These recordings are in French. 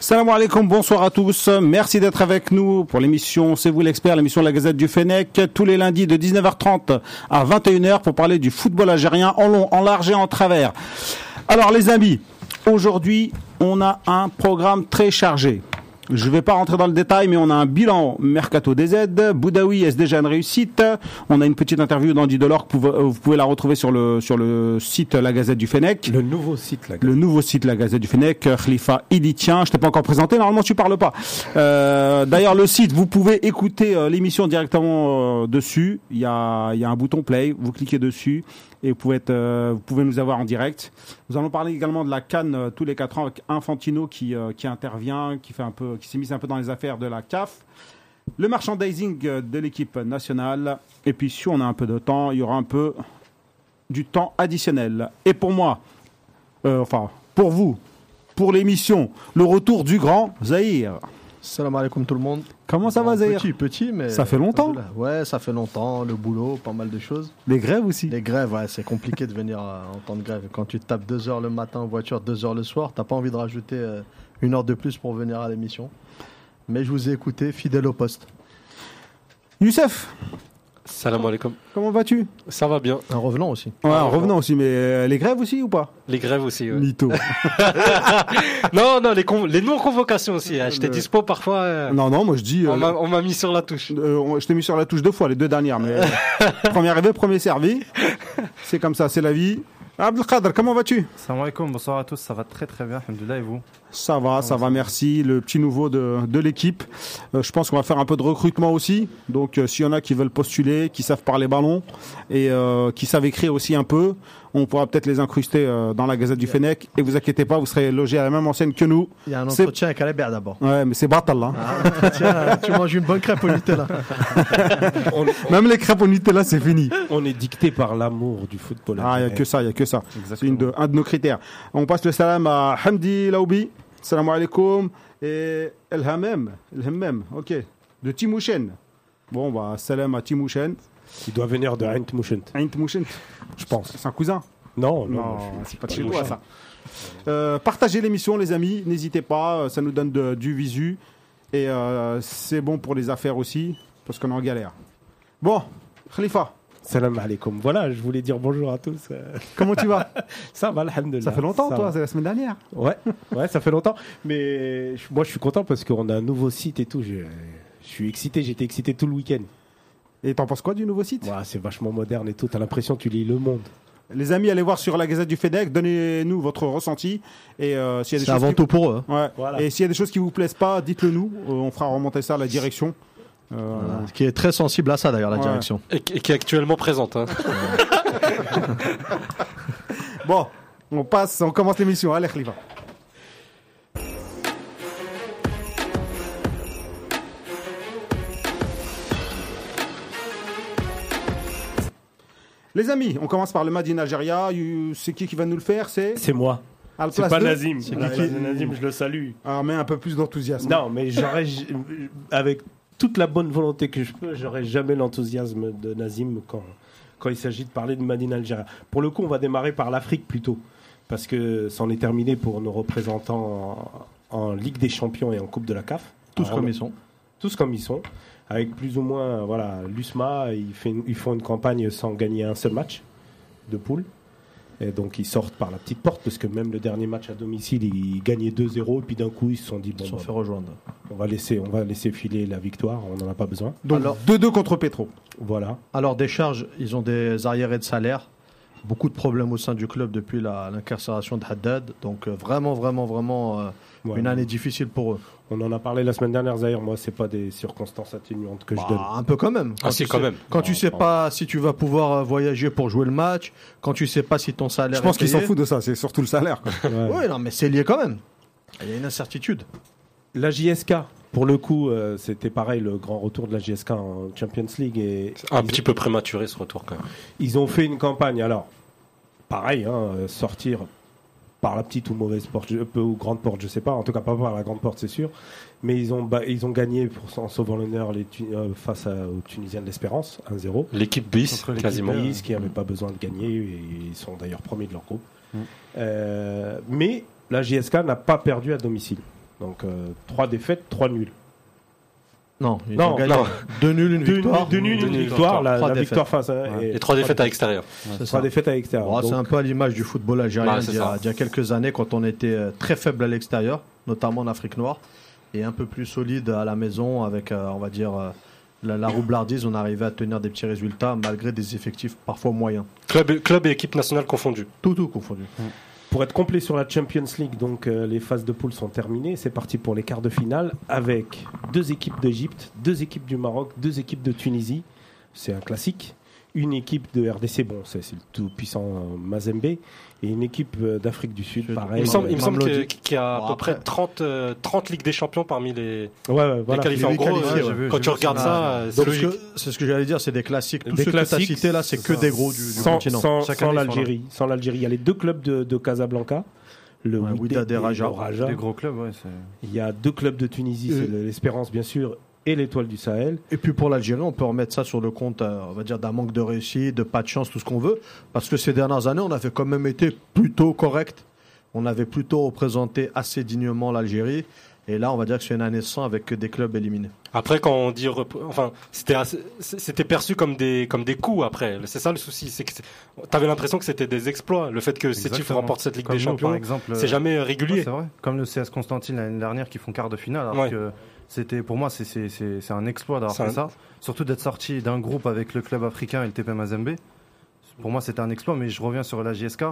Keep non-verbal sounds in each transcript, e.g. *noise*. Salam alaikum, bonsoir à tous. Merci d'être avec nous pour l'émission C'est vous l'expert, l'émission de la Gazette du Fennec, tous les lundis de 19h30 à 21h pour parler du football algérien en long, en large et en travers. Alors les amis, aujourd'hui on a un programme très chargé. Je ne vais pas rentrer dans le détail, mais on a un bilan Mercato DZ. Boudaoui est déjà une réussite. On a une petite interview d'Andy Delors. que Vous vous pouvez la retrouver sur le, sur le site La Gazette du Fennec. Le nouveau site, la Le nouveau site La Gazette du Fennec, euh, Khalifa Iditien. Je t'ai pas encore présenté, normalement tu parles pas. Euh, D'ailleurs, le site, vous pouvez écouter euh, l'émission directement euh, dessus. Il y a, il y a un bouton play, vous cliquez dessus et vous pouvez, être, euh, vous pouvez nous avoir en direct. Nous allons parler également de la Cannes euh, tous les quatre ans avec Infantino qui, euh, qui intervient, qui fait un peu, qui s'est mis un peu dans les affaires de la CAF. Le merchandising euh, de l'équipe nationale. Et puis si on a un peu de temps, il y aura un peu du temps additionnel. Et pour moi, euh, enfin, pour vous, pour l'émission, le retour du grand Zahir. Salam alaikum tout le monde. Comment ça va, Bon, Zahir Petit, petit, mais. Ça fait longtemps. Alhamdoulilah. Ouais, ça fait longtemps. Le boulot, pas mal de choses. Les grèves aussi Les grèves, ouais, c'est compliqué de venir euh, en temps de grève. Quand tu tapes deux heures le matin en voiture, deux heures le soir, t'as pas envie de rajouter euh, une heure de plus pour venir à l'émission. Mais je vous ai écouté, fidèle au poste. Youssef, Salam alaikum. comment vas-tu Ça va bien. Un revenant aussi. Ouais, en revenant aussi, mais euh, les grèves aussi ou pas Les grèves aussi. Ah, ouais. Mytho. *laughs* non, non, les, con- les non-convocations aussi. hein. J'étais Le- dispo parfois. euh, non, non, moi je dis. euh, on m'a- on m'a mis sur la touche. euh, on- je t'ai mis sur la touche deux fois, les deux dernières, mais. euh, premier arrivé, premier servi. C'est comme ça, c'est la vie. Abdelkader, comment vas-tu Salam alaikum, bonsoir à tous, ça va très très bien, alhamdoulilah, et vous Ça va, ça va, merci. Le petit nouveau de, de l'équipe. Euh, je pense qu'on va faire un peu de recrutement aussi. Donc, euh, s'il y en a qui veulent postuler, qui savent parler ballon et euh, qui savent écrire aussi un peu, on pourra peut-être les incruster euh, dans la Gazette du Fennec. Et vous inquiétez pas, vous serez logés à la même enseigne que nous. Il y a un C'est- entretien avec Alébert d'abord. Ouais, mais c'est Batal. Hein. Tiens, tu manges une bonne crêpe au Nutella. On, Même les crêpes au Nutella, c'est fini. on est dicté par l'amour du football. Ah, il n'y a que ça, il n'y a que ça. C'est Exactement. une de, un de nos critères. On passe le salam à Hamdi Laoubi. Salam alaikum. Et El Hamem. El Hamem, ok. De Timouchen. Bon, bah, salam à Timouchen. Il doit venir de Hentmouchent, Aïn Timouchen, je pense. c'est un cousin Non, non, Non, je- c'est pas de je- chez je- toi, ça. Euh, partagez l'émission, les amis. N'hésitez pas, euh, ça nous donne de- du visu. Et euh, c'est bon pour les affaires aussi, parce qu'on est en galère. Bon, Khalifa, Salam alaikum. Voilà, je voulais dire bonjour à tous. euh, comment tu vas Ça va, alhamdoulilah. Ça fait longtemps, Ça toi, va. c'est la semaine dernière. *laughs* Ouais, ouais, ça fait longtemps. Mais je- moi, je suis content parce qu'on a un nouveau site et tout. Je, je suis excité, j'étais excité tout le week-end. Et t'en penses quoi du nouveau site Ouah, c'est vachement moderne et tout. T'as l'impression que tu lis Le Monde. Les amis, allez voir sur la Gazette du FEDEC, donnez-nous votre ressenti. Et euh, s'il y a des C'est choses avant qui... tout pour eux. Ouais. Voilà. Et s'il y a des choses qui vous plaisent pas, dites-le nous. Euh, on fera remonter ça à la direction. Euh, hein. Qui est très sensible à ça d'ailleurs, la Ouais. direction. Et, qui- et qui est actuellement présente. hein. Bon, on passe, on commence l'émission. Allez, Khalifa. Les amis, on commence par le Madi Nigeria. You- Euh, C'est qui qui va nous le faire C'est C'est moi. à la C'est place pas de- Nazim. C'est Voilà, qui c'est Nazim, je le salue. Ah, mais un peu plus d'enthousiasme. Non, mais j'aurais, j- avec toute la bonne volonté que je peux, j'aurais jamais l'enthousiasme de Nazim quand, quand il s'agit de parler de Madine Algérie. Pour le coup, on va démarrer par l'Afrique plutôt, parce que c'en est terminé pour nos représentants en, en Ligue des Champions et en Coupe de la CAF. Tous Alors, comme ils sont. tous comme ils sont, avec plus ou moins, voilà, l'USMA, ils, fait une- ils font une campagne sans gagner un seul match de poule. Et donc ils sortent par la petite porte, parce que même le dernier match à domicile, ils gagnaient 2-0, et puis d'un coup ils se sont dit, bon, Ils se sont bah, fait rejoindre. on, va laisser, on va laisser filer la victoire, on n'en a pas besoin. Donc Alors- 2-2 contre Petro. Voilà. Alors, des charges, ils ont des arriérés de salaire, beaucoup de problèmes au sein du club depuis la- l'incarcération de Haddad. Donc, euh, vraiment, vraiment, vraiment, euh, Ouais. une année difficile pour eux. On en a parlé la semaine dernière, d'ailleurs, moi, c'est pas des circonstances atténuantes que Bah, je donne. un peu quand même. tu si, Ah, quand sais- même. Quand tu sais pas si tu vas pouvoir euh, voyager pour jouer le match, quand tu sais pas si ton salaire. Je pense est qu'ils s'en payé. foutent de ça, c'est surtout le salaire. quoi. Ouais. Oui, non, mais c'est lié quand même. Il y a une incertitude. La JSK, pour le coup, euh, c'était pareil, le grand retour de la GSK en Champions League. Et Un ils- petit peu prématuré ce retour quand même. Ils ont fait une campagne. Alors, pareil, hein, euh, sortir par la petite ou mauvaise porte, je- peu ou grande porte, je sais pas. En tout cas, pas par la grande porte, c'est sûr. Mais ils ont, ba- ils ont gagné pour, en sauvant l'honneur les Tu- euh, face à- aux Tunisiens de l'Espérance, 1-0. L'équipe bis, Contre l'équipe quasiment. B. Nice, qui n'avaient pas besoin de gagner et ils sont d'ailleurs premiers de leur groupe. Mm. Euh, mais la JSK n'a pas perdu à domicile. Donc euh, trois défaites, trois nuls. Non, ils Non, ont gagné. non. Deux nuls, une Deux victoire. deux nuls, une Deux nuls, victoire, la, trois la défaites. victoire face à Ouais. et Et trois défaites à l'extérieur. C'est trois ça. défaites à l'extérieur. Bon, c'est Donc, un peu à l'image du football algérien Ouais, Ah, Bah, c'est d'il y, ça. a- d'il y a quelques années quand on était euh, très faible à l'extérieur, notamment en Afrique noire, et un peu plus solide à la maison avec, euh, on va dire, euh, la, la roublardise, on arrivait à tenir des petits résultats malgré des effectifs parfois moyens. Club, club et équipe nationale confondus. Tout, tout confondu. Pour être complet sur la Champions League, donc euh, les phases de poule sont terminées. C'est parti pour les quarts de finale avec deux équipes d'Égypte, deux équipes du Maroc, deux équipes de Tunisie. C'est un classique. Une équipe de RDC, bon, c'est c'est le tout puissant euh, Mazembe, et une équipe euh, d'Afrique du Sud, Je- Il pareil. me semble, il me semble Mamelodi. que- qu'il y a à Bon, peu après- près 30, euh, 30 Ligues des Champions parmi les, Ouais, ouais, voilà. les qualifiés. Les En huit gros, qualifiés, euh, ouais, j'ai vu, quand j'ai tu vu regardes ça. ça, euh, c'est Donc, ce logique. que- C'est ce que j'allais dire, c'est des classiques. Tout Des ce que tu as classiques. cité là, c'est que Ça. des gros du, du sans, continent. sans- Chaque sans année, ils sont l'Algérie. Sans l'Algérie, il y a les deux clubs de, de Casablanca, le Ouais, Wydad Wydad et et le Raja. Raja. Des gros clubs, ouais. c'est- Il y a deux clubs de Tunisie, Euh. c'est le- l'Espérance bien sûr et l'Étoile du Sahel. Et puis pour l'Algérie, on peut remettre ça sur le compte, euh, on va dire, d'un manque de réussite, de pas de chance, tout ce qu'on veut. Parce que ces dernières années, on avait quand même été plutôt correct. On avait plutôt représenté assez dignement l'Algérie. Et là, on va dire que c'est une année sans avec que des clubs éliminés. Après, quand on dit, rep- enfin, c'était, assez- c'était perçu comme des, comme des coups après. C'est ça le souci. C'est que c'est- t'avais l'impression que c'était des exploits. Le fait que Sétif Exactement. remporte cette Ligue Comme des nous, par Champions, exemple, c'est euh, jamais Ouais, régulier. c'est vrai. Comme le CS Constantine l'année dernière qui font quart de finale. Alors Ouais. que c'était, pour moi, c'est- c'est c'est- c'est un exploit d'avoir C'est fait un- ça. Surtout d'être sorti d'un groupe avec le club africain et le TP Mazembe. Pour moi, c'était un exploit, mais je reviens sur la JSK.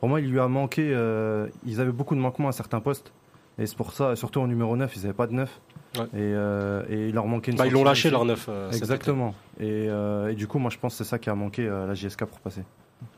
Pour moi, il lui a manqué. euh, ils avaient beaucoup de manquements à certains postes. Et c'est pour ça, surtout en numéro 9, ils n'avaient pas de 9. Ouais. Et, euh, et il leur manquait une Bah, ils l'ont sortie lâché aussi. leur neuf. euh, cet Exactement. Et, euh, et du coup, moi, je pense que c'est ça qui a manqué euh, à la JSK pour passer.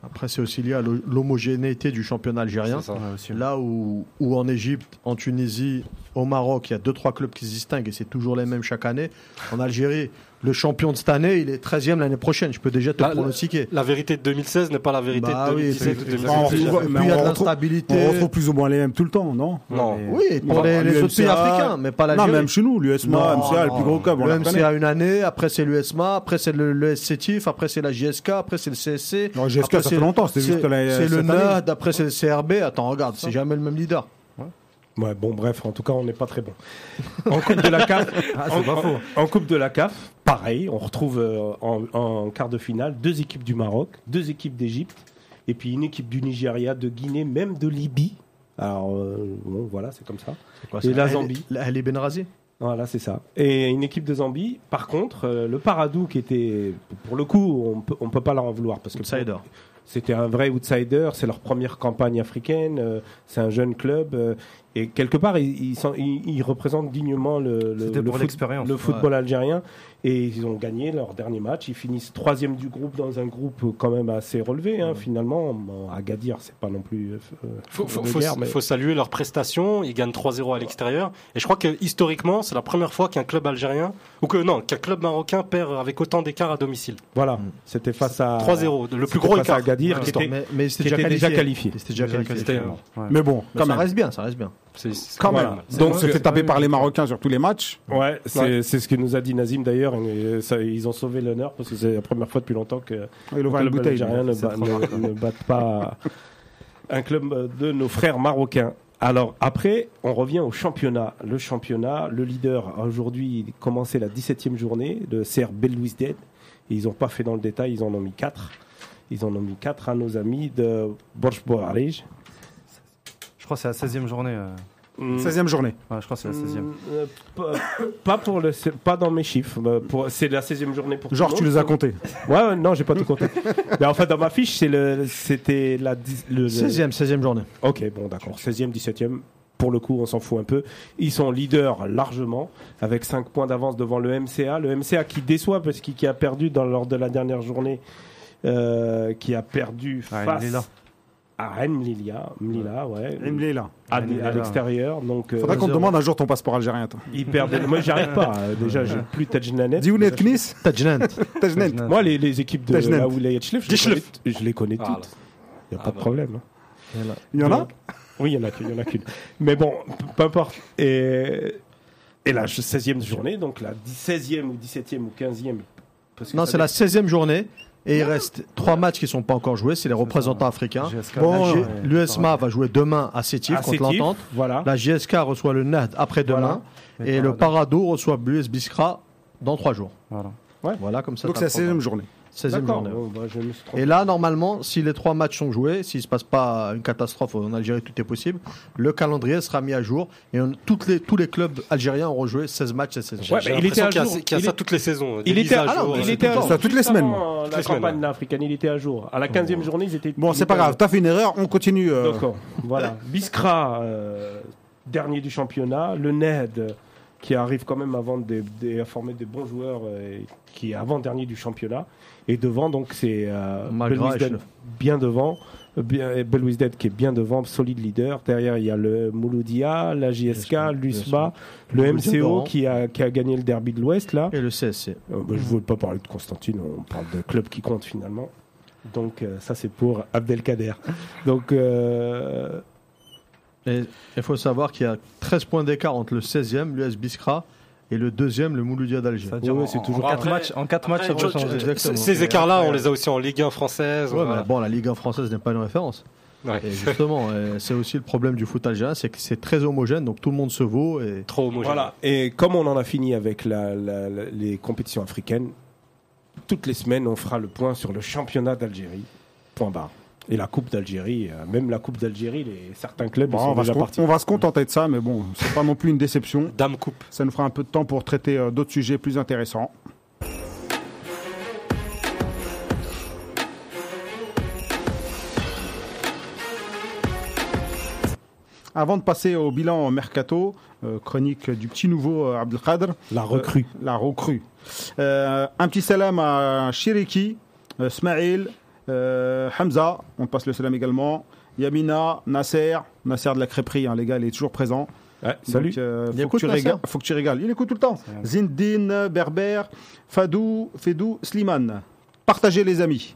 Après, c'est aussi lié à l'ho- l'homogénéité du championnat été. algérien. C'est ça. Ouais, aussi. Là où, où en Égypte, en Tunisie, au Maroc, il y a deux trois clubs qui se distinguent et c'est toujours les mêmes chaque année. En Algérie, le champion de cette année, il est 13e l'année prochaine. Je peux déjà te Bah, le- pronostiquer. La vérité de 2016 n'est pas la vérité Bah de oui, 2017 ou c'est- 2018. on Et puis, retrouve- il mais y a on de retrouve- l'instabilité. On retrouve plus ou moins les mêmes tout le temps, non Non. Mais- Oui, et pour les, les autres pays africains, mais pas Non, l'Algérie. même chez nous, l'USMA, Non, MCA, le plus non, gros club, on le la connaît. MCA une année, après c'est l'USMA, après c'est le, le SCTIF, après c'est la JSK, après c'est le CSC. Non, GSK, après, ça c'est- fait longtemps, c'était C'est juste la- c'est le cette année. NAD, après c'est le CRB. Attends, regarde, c'est jamais le même leader. Ouais, bon, bref, en tout cas, on n'est pas très bon. En Coupe de la CAF, en, en- en Coupe de la CAF, pareil, on retrouve euh, en, en quart de finale deux équipes du Maroc, deux équipes d'Égypte, et puis une équipe du Nigeria, de Guinée, même de Libye. Alors, euh, bon, voilà, c'est comme ça. Et la Zambie. Elle est Benrazi. Voilà, c'est ça. Et une équipe de Zambie. Par contre, euh, le Paradou, qui était, pour le coup, on peut, on peut pas leur en vouloir parce que Outsider. c'était un vrai outsider. C'est leur première campagne africaine. euh, c'est un jeune club euh, et quelque part, ils, ils, sont- ils- ils représentent dignement le, le, C'était le pour l'expérience. le football algérien et ils ont gagné leur dernier match. Ils finissent troisième du groupe dans un groupe quand même assez relevé. Hein, Finalement, Bon, Agadir, c'est pas non plus. euh, Faut, faut, de faut- guerre, mais- faut saluer leurs prestations. Ils gagnent 3-0 à l'extérieur. Et je crois que historiquement, c'est la première fois qu'un club algérien, ou que non, qu'un club marocain perd avec autant d'écart à domicile. Voilà, c'était face à 3-0, le plus c'était gros face à écart. Agadir, Ouais, qui était- Mais, mais qui c'était déjà, était déjà qualifié. qualifié. C'était déjà Déjà qualifié. C'était- qualifié. Ouais. Mais bon, Mais quand ça même. reste bien, ça reste bien. C'est- c'est- Quand Voilà. même. Donc, Donc, se fait taper par les Marocains sur tous les matchs. Ouais, c'est c'est ce que nous a dit Nazim d'ailleurs. et ça, Ils ont sauvé l'honneur parce que c'est la première fois depuis longtemps que Il ouvre le une club bouteille. algérien ne, bat- ne- ne *laughs* batte pas un club de nos frères marocains. Alors après, on revient au championnat. Le championnat, le leader a aujourd'hui commencé la 17e journée, le CR Belouizdad. Et Ils n'ont pas fait dans le détail, ils en ont mis 4. Ils en ont mis 4 à nos amis de Borj Boarij. Je crois que c'est la 16e journée. euh. 16e journée. Ouais, je crois que c'est la 16e. Mm, euh, pas- *coughs* pas pour le c'est pas dans mes chiffres euh, pour c'est la 16e journée pour Genre, tout tu le les as monde. comptés. ouais, ouais, non j'ai pas *laughs* tout compté mais enfin dans ma fiche c'est le c'était la dix- le, le- 16e, 16e journée. ok bon d'accord 16e 17e pour le coup on s'en fout un peu ils sont leaders largement avec 5 points d'avance devant le MCA le MCA qui déçoit parce qu'il qui a perdu dans lors de la dernière journée euh, qui a perdu Ouais, face il est là. à Rennes, Mlila, Mlila, ouais, Il me l'est là. à, Rennes, Melilla. à l'extérieur. Donc, euh, Faudrait qu'on te zéro. demande un jour ton passeport algérien. toi. ils *laughs* perdent. Moi, j'y arrive pas. euh, Déjà, j'ai plus Tajnanet. Dis où n'est Knis Tajnant. Tajnent. Tajnan. Moi, les, les équipes de Tajnet. la Oulaya Tchlef, je, les Tchlef. connais- je les connais Ah, toutes. Il n'y a Ah, pas de bah. problème. hein. Il y en a Donc, Oui, il y en a qu'une. il y en a qu'une. Mais bon, p- peu importe. Et, et la 16e journée, donc la 16e ou 17e ou 15e. parce que Non, ça c'est la 16e journée. Et il reste trois matchs qui sont pas encore joués. C'est les représentants africains. GSK, Bon, l'Algérie, l'USMA va jouer demain à Sétif À contre Sétif, l'Entente. Ah, Voilà. La JSK reçoit le NAD après-demain. Voilà. Et Et le Parado. Parado reçoit Blues Biskra dans trois jours. Voilà. Voilà, comme ça. Donc t'as c'est la le programme. 16 journée. 16e D'accord. journée. Bon, bah, je me suis trompé. Et là, normalement, si les trois matchs sont joués, s'il ne se passe pas une catastrophe en Algérie, tout est possible, le calendrier sera mis à jour et on- toutes les, tous les clubs algériens auront joué 16 matchs cette saison. Ouais, J'ai mais il était l'impression à qu'il y a- jour. qu'il y a Il ça est- toutes les saisons. des Il était, mises à, à ah non, jour, il euh, était à tout le jour. temps. Ça, toutes les Juste semaines, avant moi. La les semaines, campagne ouais. africaine, il était à jour. À la 15e journée, ils étaient. Bon, ils c'est pas étaient à grave. T'as fait une erreur, on continue. euh, D'accord, voilà. *laughs* Biskra, euh, dernier du championnat. Le Ned, euh, qui arrive quand même avant des, des, à former des bons joueurs, euh, et qui est avant-dernier du championnat. Et devant, donc, c'est euh, Malgra Belwisden, et Chenef. bien devant. euh, bien- et Belwisden qui est bien devant, solide leader. Derrière, il y a le Mouloudia, la JSK, Bien sûr, l'USMA, bien le sûr. MCO qui a, qui a gagné le derby de l'Ouest, là. Et le CSC. Euh, bah, je ne voulais pas parler de Constantine, on parle de club qui compte finalement. Donc euh, ça c'est pour Abdelkader. Donc euh, Et il faut savoir qu'il y a 13 points d'écart entre le 16e, l'US Biskra, et le deuxième, le Mouloudia d'Alger. Ça veut dire Ouais, en- c'est en toujours- quatre Après- matchs, en 4 matchs, ça Après, peut je- changer. je- exactement. Ces écarts-là, on les a aussi en Ligue 1 française. Ouais, bah, voilà. mais bon, la Ligue 1 française n'est pas une référence. Ouais. *laughs* Et justement, euh, c'est aussi le problème du foot algérien, c'est que c'est très homogène, donc tout le monde se vaut. *laughs* Et... Trop homogène. voilà. Et comme on en a fini avec la- la- la- les compétitions africaines, toutes les semaines on fera le point sur le championnat d'Algérie. Point barre. Et la Coupe d'Algérie, euh, même la Coupe d'Algérie, les- certains clubs bon, ils on, sont va se déjà con- partis. on va se contenter de ça, mais bon, c'est pas non plus une déception. Dame coupe. Ça nous fera un peu de temps pour traiter euh, d'autres sujets plus intéressants. Avant de passer au bilan mercato, euh, chronique du petit nouveau euh, Abdelkader, La recrue. euh, la recrue. Euh, un petit salam à Chiriki, euh, Smaïl, euh, Hamza, on passe le salam également, Yamina, Nasser, Nasser de la crêperie, hein, les gars, il est toujours présent. Ouais, Salut. salut. Donc, euh, Il faut, que écoute tu Nasser. régales, faut que tu régales. Il écoute tout le temps. Zindine, Berber, Fadou, Fedou, Slimane. Partagez les amis.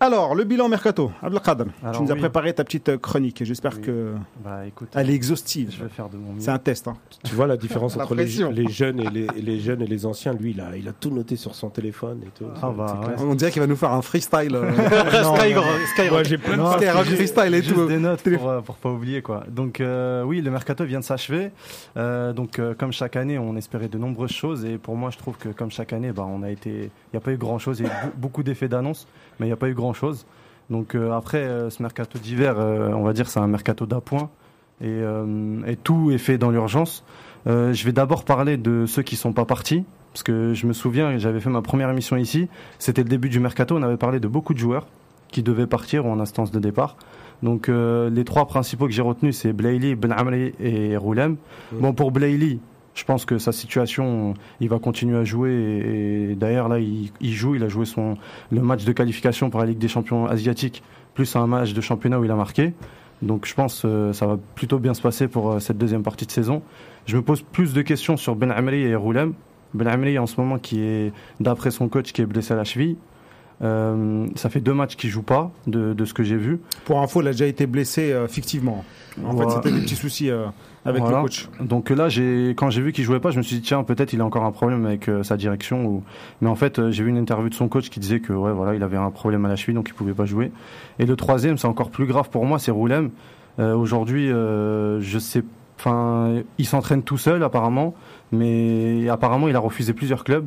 Alors, le bilan mercato. Abdelkader, tu Alors, nous as oui. préparé ta petite euh, chronique. J'espère Oui. que Bah écoute, elle est je exhaustive. vais faire de mon mieux. C'est un test. hein. tu vois la différence La entre les, pression. les jeunes et les, les jeunes et les anciens. Lui, il a, il a tout noté sur son téléphone et tout. Ah bah ouais. On dirait qu'il va nous faire un freestyle. euh, *laughs* non, Skyrock. Moi, Skyrock. j'ai plein de Non, Skyrock c'est freestyle et juste tout. des notes pour, euh, pour pas oublier quoi. Donc euh, oui, le mercato vient de s'achever. Euh, donc euh, comme chaque année, on espérait de nombreuses choses et pour moi, je trouve que comme chaque année, bah, on a été, il n'y a pas eu grand chose, il y a eu be- beaucoup d'effets d'annonce, mais il n'y a pas eu grand chose. Donc euh, après euh, ce mercato d'hiver, euh, on va dire c'est un mercato d'appoint et, euh, et tout est fait dans l'urgence. Euh, je vais d'abord parler de ceux qui sont pas partis parce que je me souviens, j'avais fait ma première émission ici, c'était le début du mercato, on avait parlé de beaucoup de joueurs qui devaient partir ou en instance de départ. Donc euh, les trois principaux que j'ai retenus, c'est Blaili, Ben Amri et Roulem. Ouais. Bon pour Blaili, je pense que sa situation, il va continuer à jouer. Et, et d'ailleurs là, il, il joue, il a joué son le match de qualification pour la Ligue des Champions asiatiques, plus un match de championnat où il a marqué. Donc je pense que ça va plutôt bien se passer pour euh, cette deuxième partie de saison. Je me pose plus de questions sur Ben Amri et Roulem. Ben Amri en ce moment qui est, d'après son coach, qui est blessé à la cheville. Euh, ça fait deux matchs qu'il joue pas, de, de ce que j'ai vu. Pour info, il a déjà été blessé euh, fictivement. En Voilà. fait, c'était des petits soucis euh, avec Voilà. le coach. Donc là, j'ai quand j'ai vu qu'il jouait pas, je me suis dit tiens peut-être il a encore un problème avec euh, sa direction. Ou... Mais en fait, euh, j'ai vu une interview de son coach qui disait que ouais voilà il avait un problème à la cheville donc il pouvait pas jouer. Et le troisième, c'est encore plus grave pour moi, c'est Roulem. Euh, Aujourd'hui, euh, je sais, enfin il s'entraîne tout seul apparemment, mais apparemment il a refusé plusieurs clubs.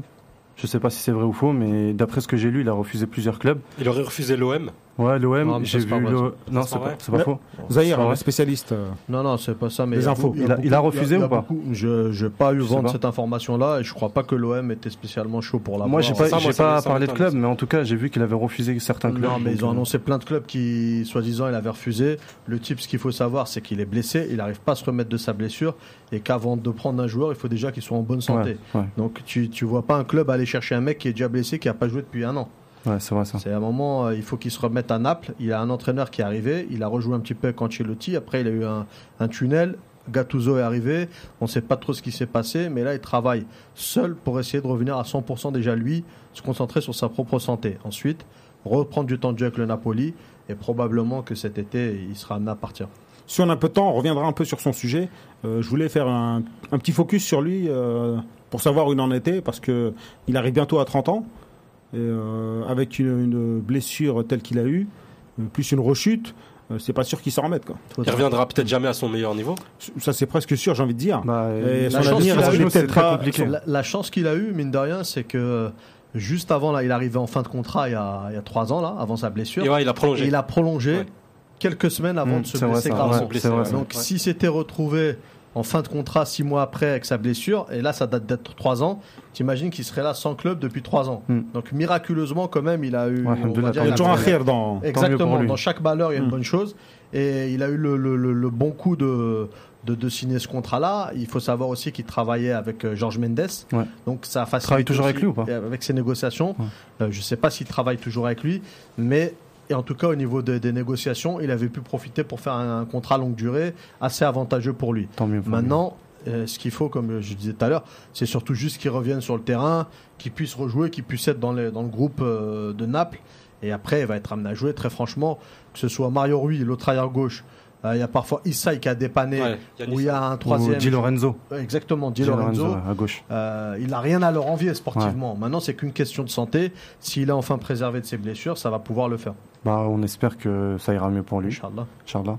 Je sais pas si c'est vrai ou faux, mais d'après ce que j'ai lu, il a refusé plusieurs clubs. Il aurait refusé l'OM. Non, Ouais, l'OM, mais ça, j'ai c'est pas vu. vrai, l'O- Non, Ça, c'est c'est pas pas, vrai. c'est pas Mais- faux. Zahir, C'est vrai. le spécialiste. euh, Non, non, c'est pas ça. Mais Des il y a infos. beaucoup- Il a- il a beaucoup- refusé il y a ou pas beaucoup- Je n'ai pas eu Je sais vent de pas. cette information-là et je crois pas que l'OM était spécialement chaud pour la voir. Moi, j'ai pas, Ça, moi, j'ai ça me- pas ça parlé de m'étonne, club, mais en tout cas, j'ai vu qu'il avait refusé certains clubs. Non, mais donc, ils ont euh, annoncé plein de clubs qui, soi-disant, il avait refusé. Le type, ce qu'il faut savoir, c'est qu'il est blessé, il n'arrive pas à se remettre de sa blessure et qu'avant de prendre un joueur, il faut déjà qu'il soit en bonne santé. ouais, ouais. Donc, tu, tu vois pas un club aller chercher un mec qui est déjà blessé, qui n'a pas joué depuis un an. Ouais, c'est vrai ça. C'est à un moment, euh, il faut qu'il se remette à Naples. Il y a un entraîneur qui est arrivé. Il a rejoué un petit peu avec Ancelotti. Après, il a eu un, un tunnel. Gattuso est arrivé. On ne sait pas trop ce qui s'est passé, mais là, il travaille seul pour essayer de revenir à 100% déjà lui, se concentrer sur sa propre santé. Ensuite, reprendre du temps de jeu avec le Napoli. Et probablement que cet été, il sera amené à partir. Si on a un peu de temps, on reviendra un peu sur son sujet. Euh, je voulais faire un, un petit focus sur lui euh, pour savoir où il en était, parce que il arrive bientôt à 30 ans, et, euh, avec une, une blessure telle qu'il a eue, euh, plus une rechute. euh, c'est pas sûr qu'il s'en remette. Quoi. Faut- Il reviendra peut-être jamais à son meilleur niveau. Ça, c'est presque sûr, j'ai envie de dire. Bah, Et euh, son la chance avenir, qu'il a est-ce eu, qu'il est c'est peut-être très pas- compliqué. La, la chance qu'il a eue, mine de rien, c'est que euh, juste avant, là, il arrivait en fin de contrat il y a, il y a trois ans, là, avant sa blessure. Et ouais, il a Et prolongé. il a prolongé Ouais. quelques semaines avant Mmh, de se c'est vrai, blesser ça, gravement. ouais, c'est vrai, ça. Donc s'il s'était retrouvé en fin de contrat six mois après avec sa blessure, et là ça date d'être trois ans, t'imagines qu'il serait là sans club depuis trois ans. Mmh. Donc miraculeusement quand même, il a eu... Ouais, on va Abdullah, dire, Il y il a a toujours un fait- rire dans. Tant mieux Exactement, pour lui. Hmm. dans chaque balleur il y a une Mm. bonne chose. Et il a eu le, le- le- le bon coup de, de, de signer ce contrat-là. Il faut savoir aussi qu'il travaillait avec euh, Georges Mendes. Ouais. Donc ça a facilité Travaille toujours aussi avec lui ou pas Avec ses négociations. Euh, je ne sais pas s'il travaille toujours avec lui, mais et en tout cas au niveau des- des négociations, il avait pu profiter pour faire un, un contrat longue durée assez avantageux pour lui. Tant mieux. pour lui. Maintenant, euh, ce qu'il faut, comme je disais tout à l'heure, c'est surtout juste qu'ils reviennent sur le terrain, qu'ils puissent rejouer, qu'ils puissent être dans, les- dans le groupe euh, de Naples. Et après, il va être amené à jouer, très franchement, que ce soit Mario Rui, l'autre arrière gauche. euh, Il y a parfois Issa qui a dépanné, Ouais, il y a ou il y a un Ou troisième. Di Lorenzo. Exactement, Di Di Lorenzo. Lorenzo, à gauche. Euh, il n'a rien à leur envier sportivement. Maintenant, c'est qu'une question de santé. S'il est enfin préservé de ses blessures, ça va pouvoir le faire. Bah, on espère que ça ira mieux pour lui. Inch'Allah. Charles.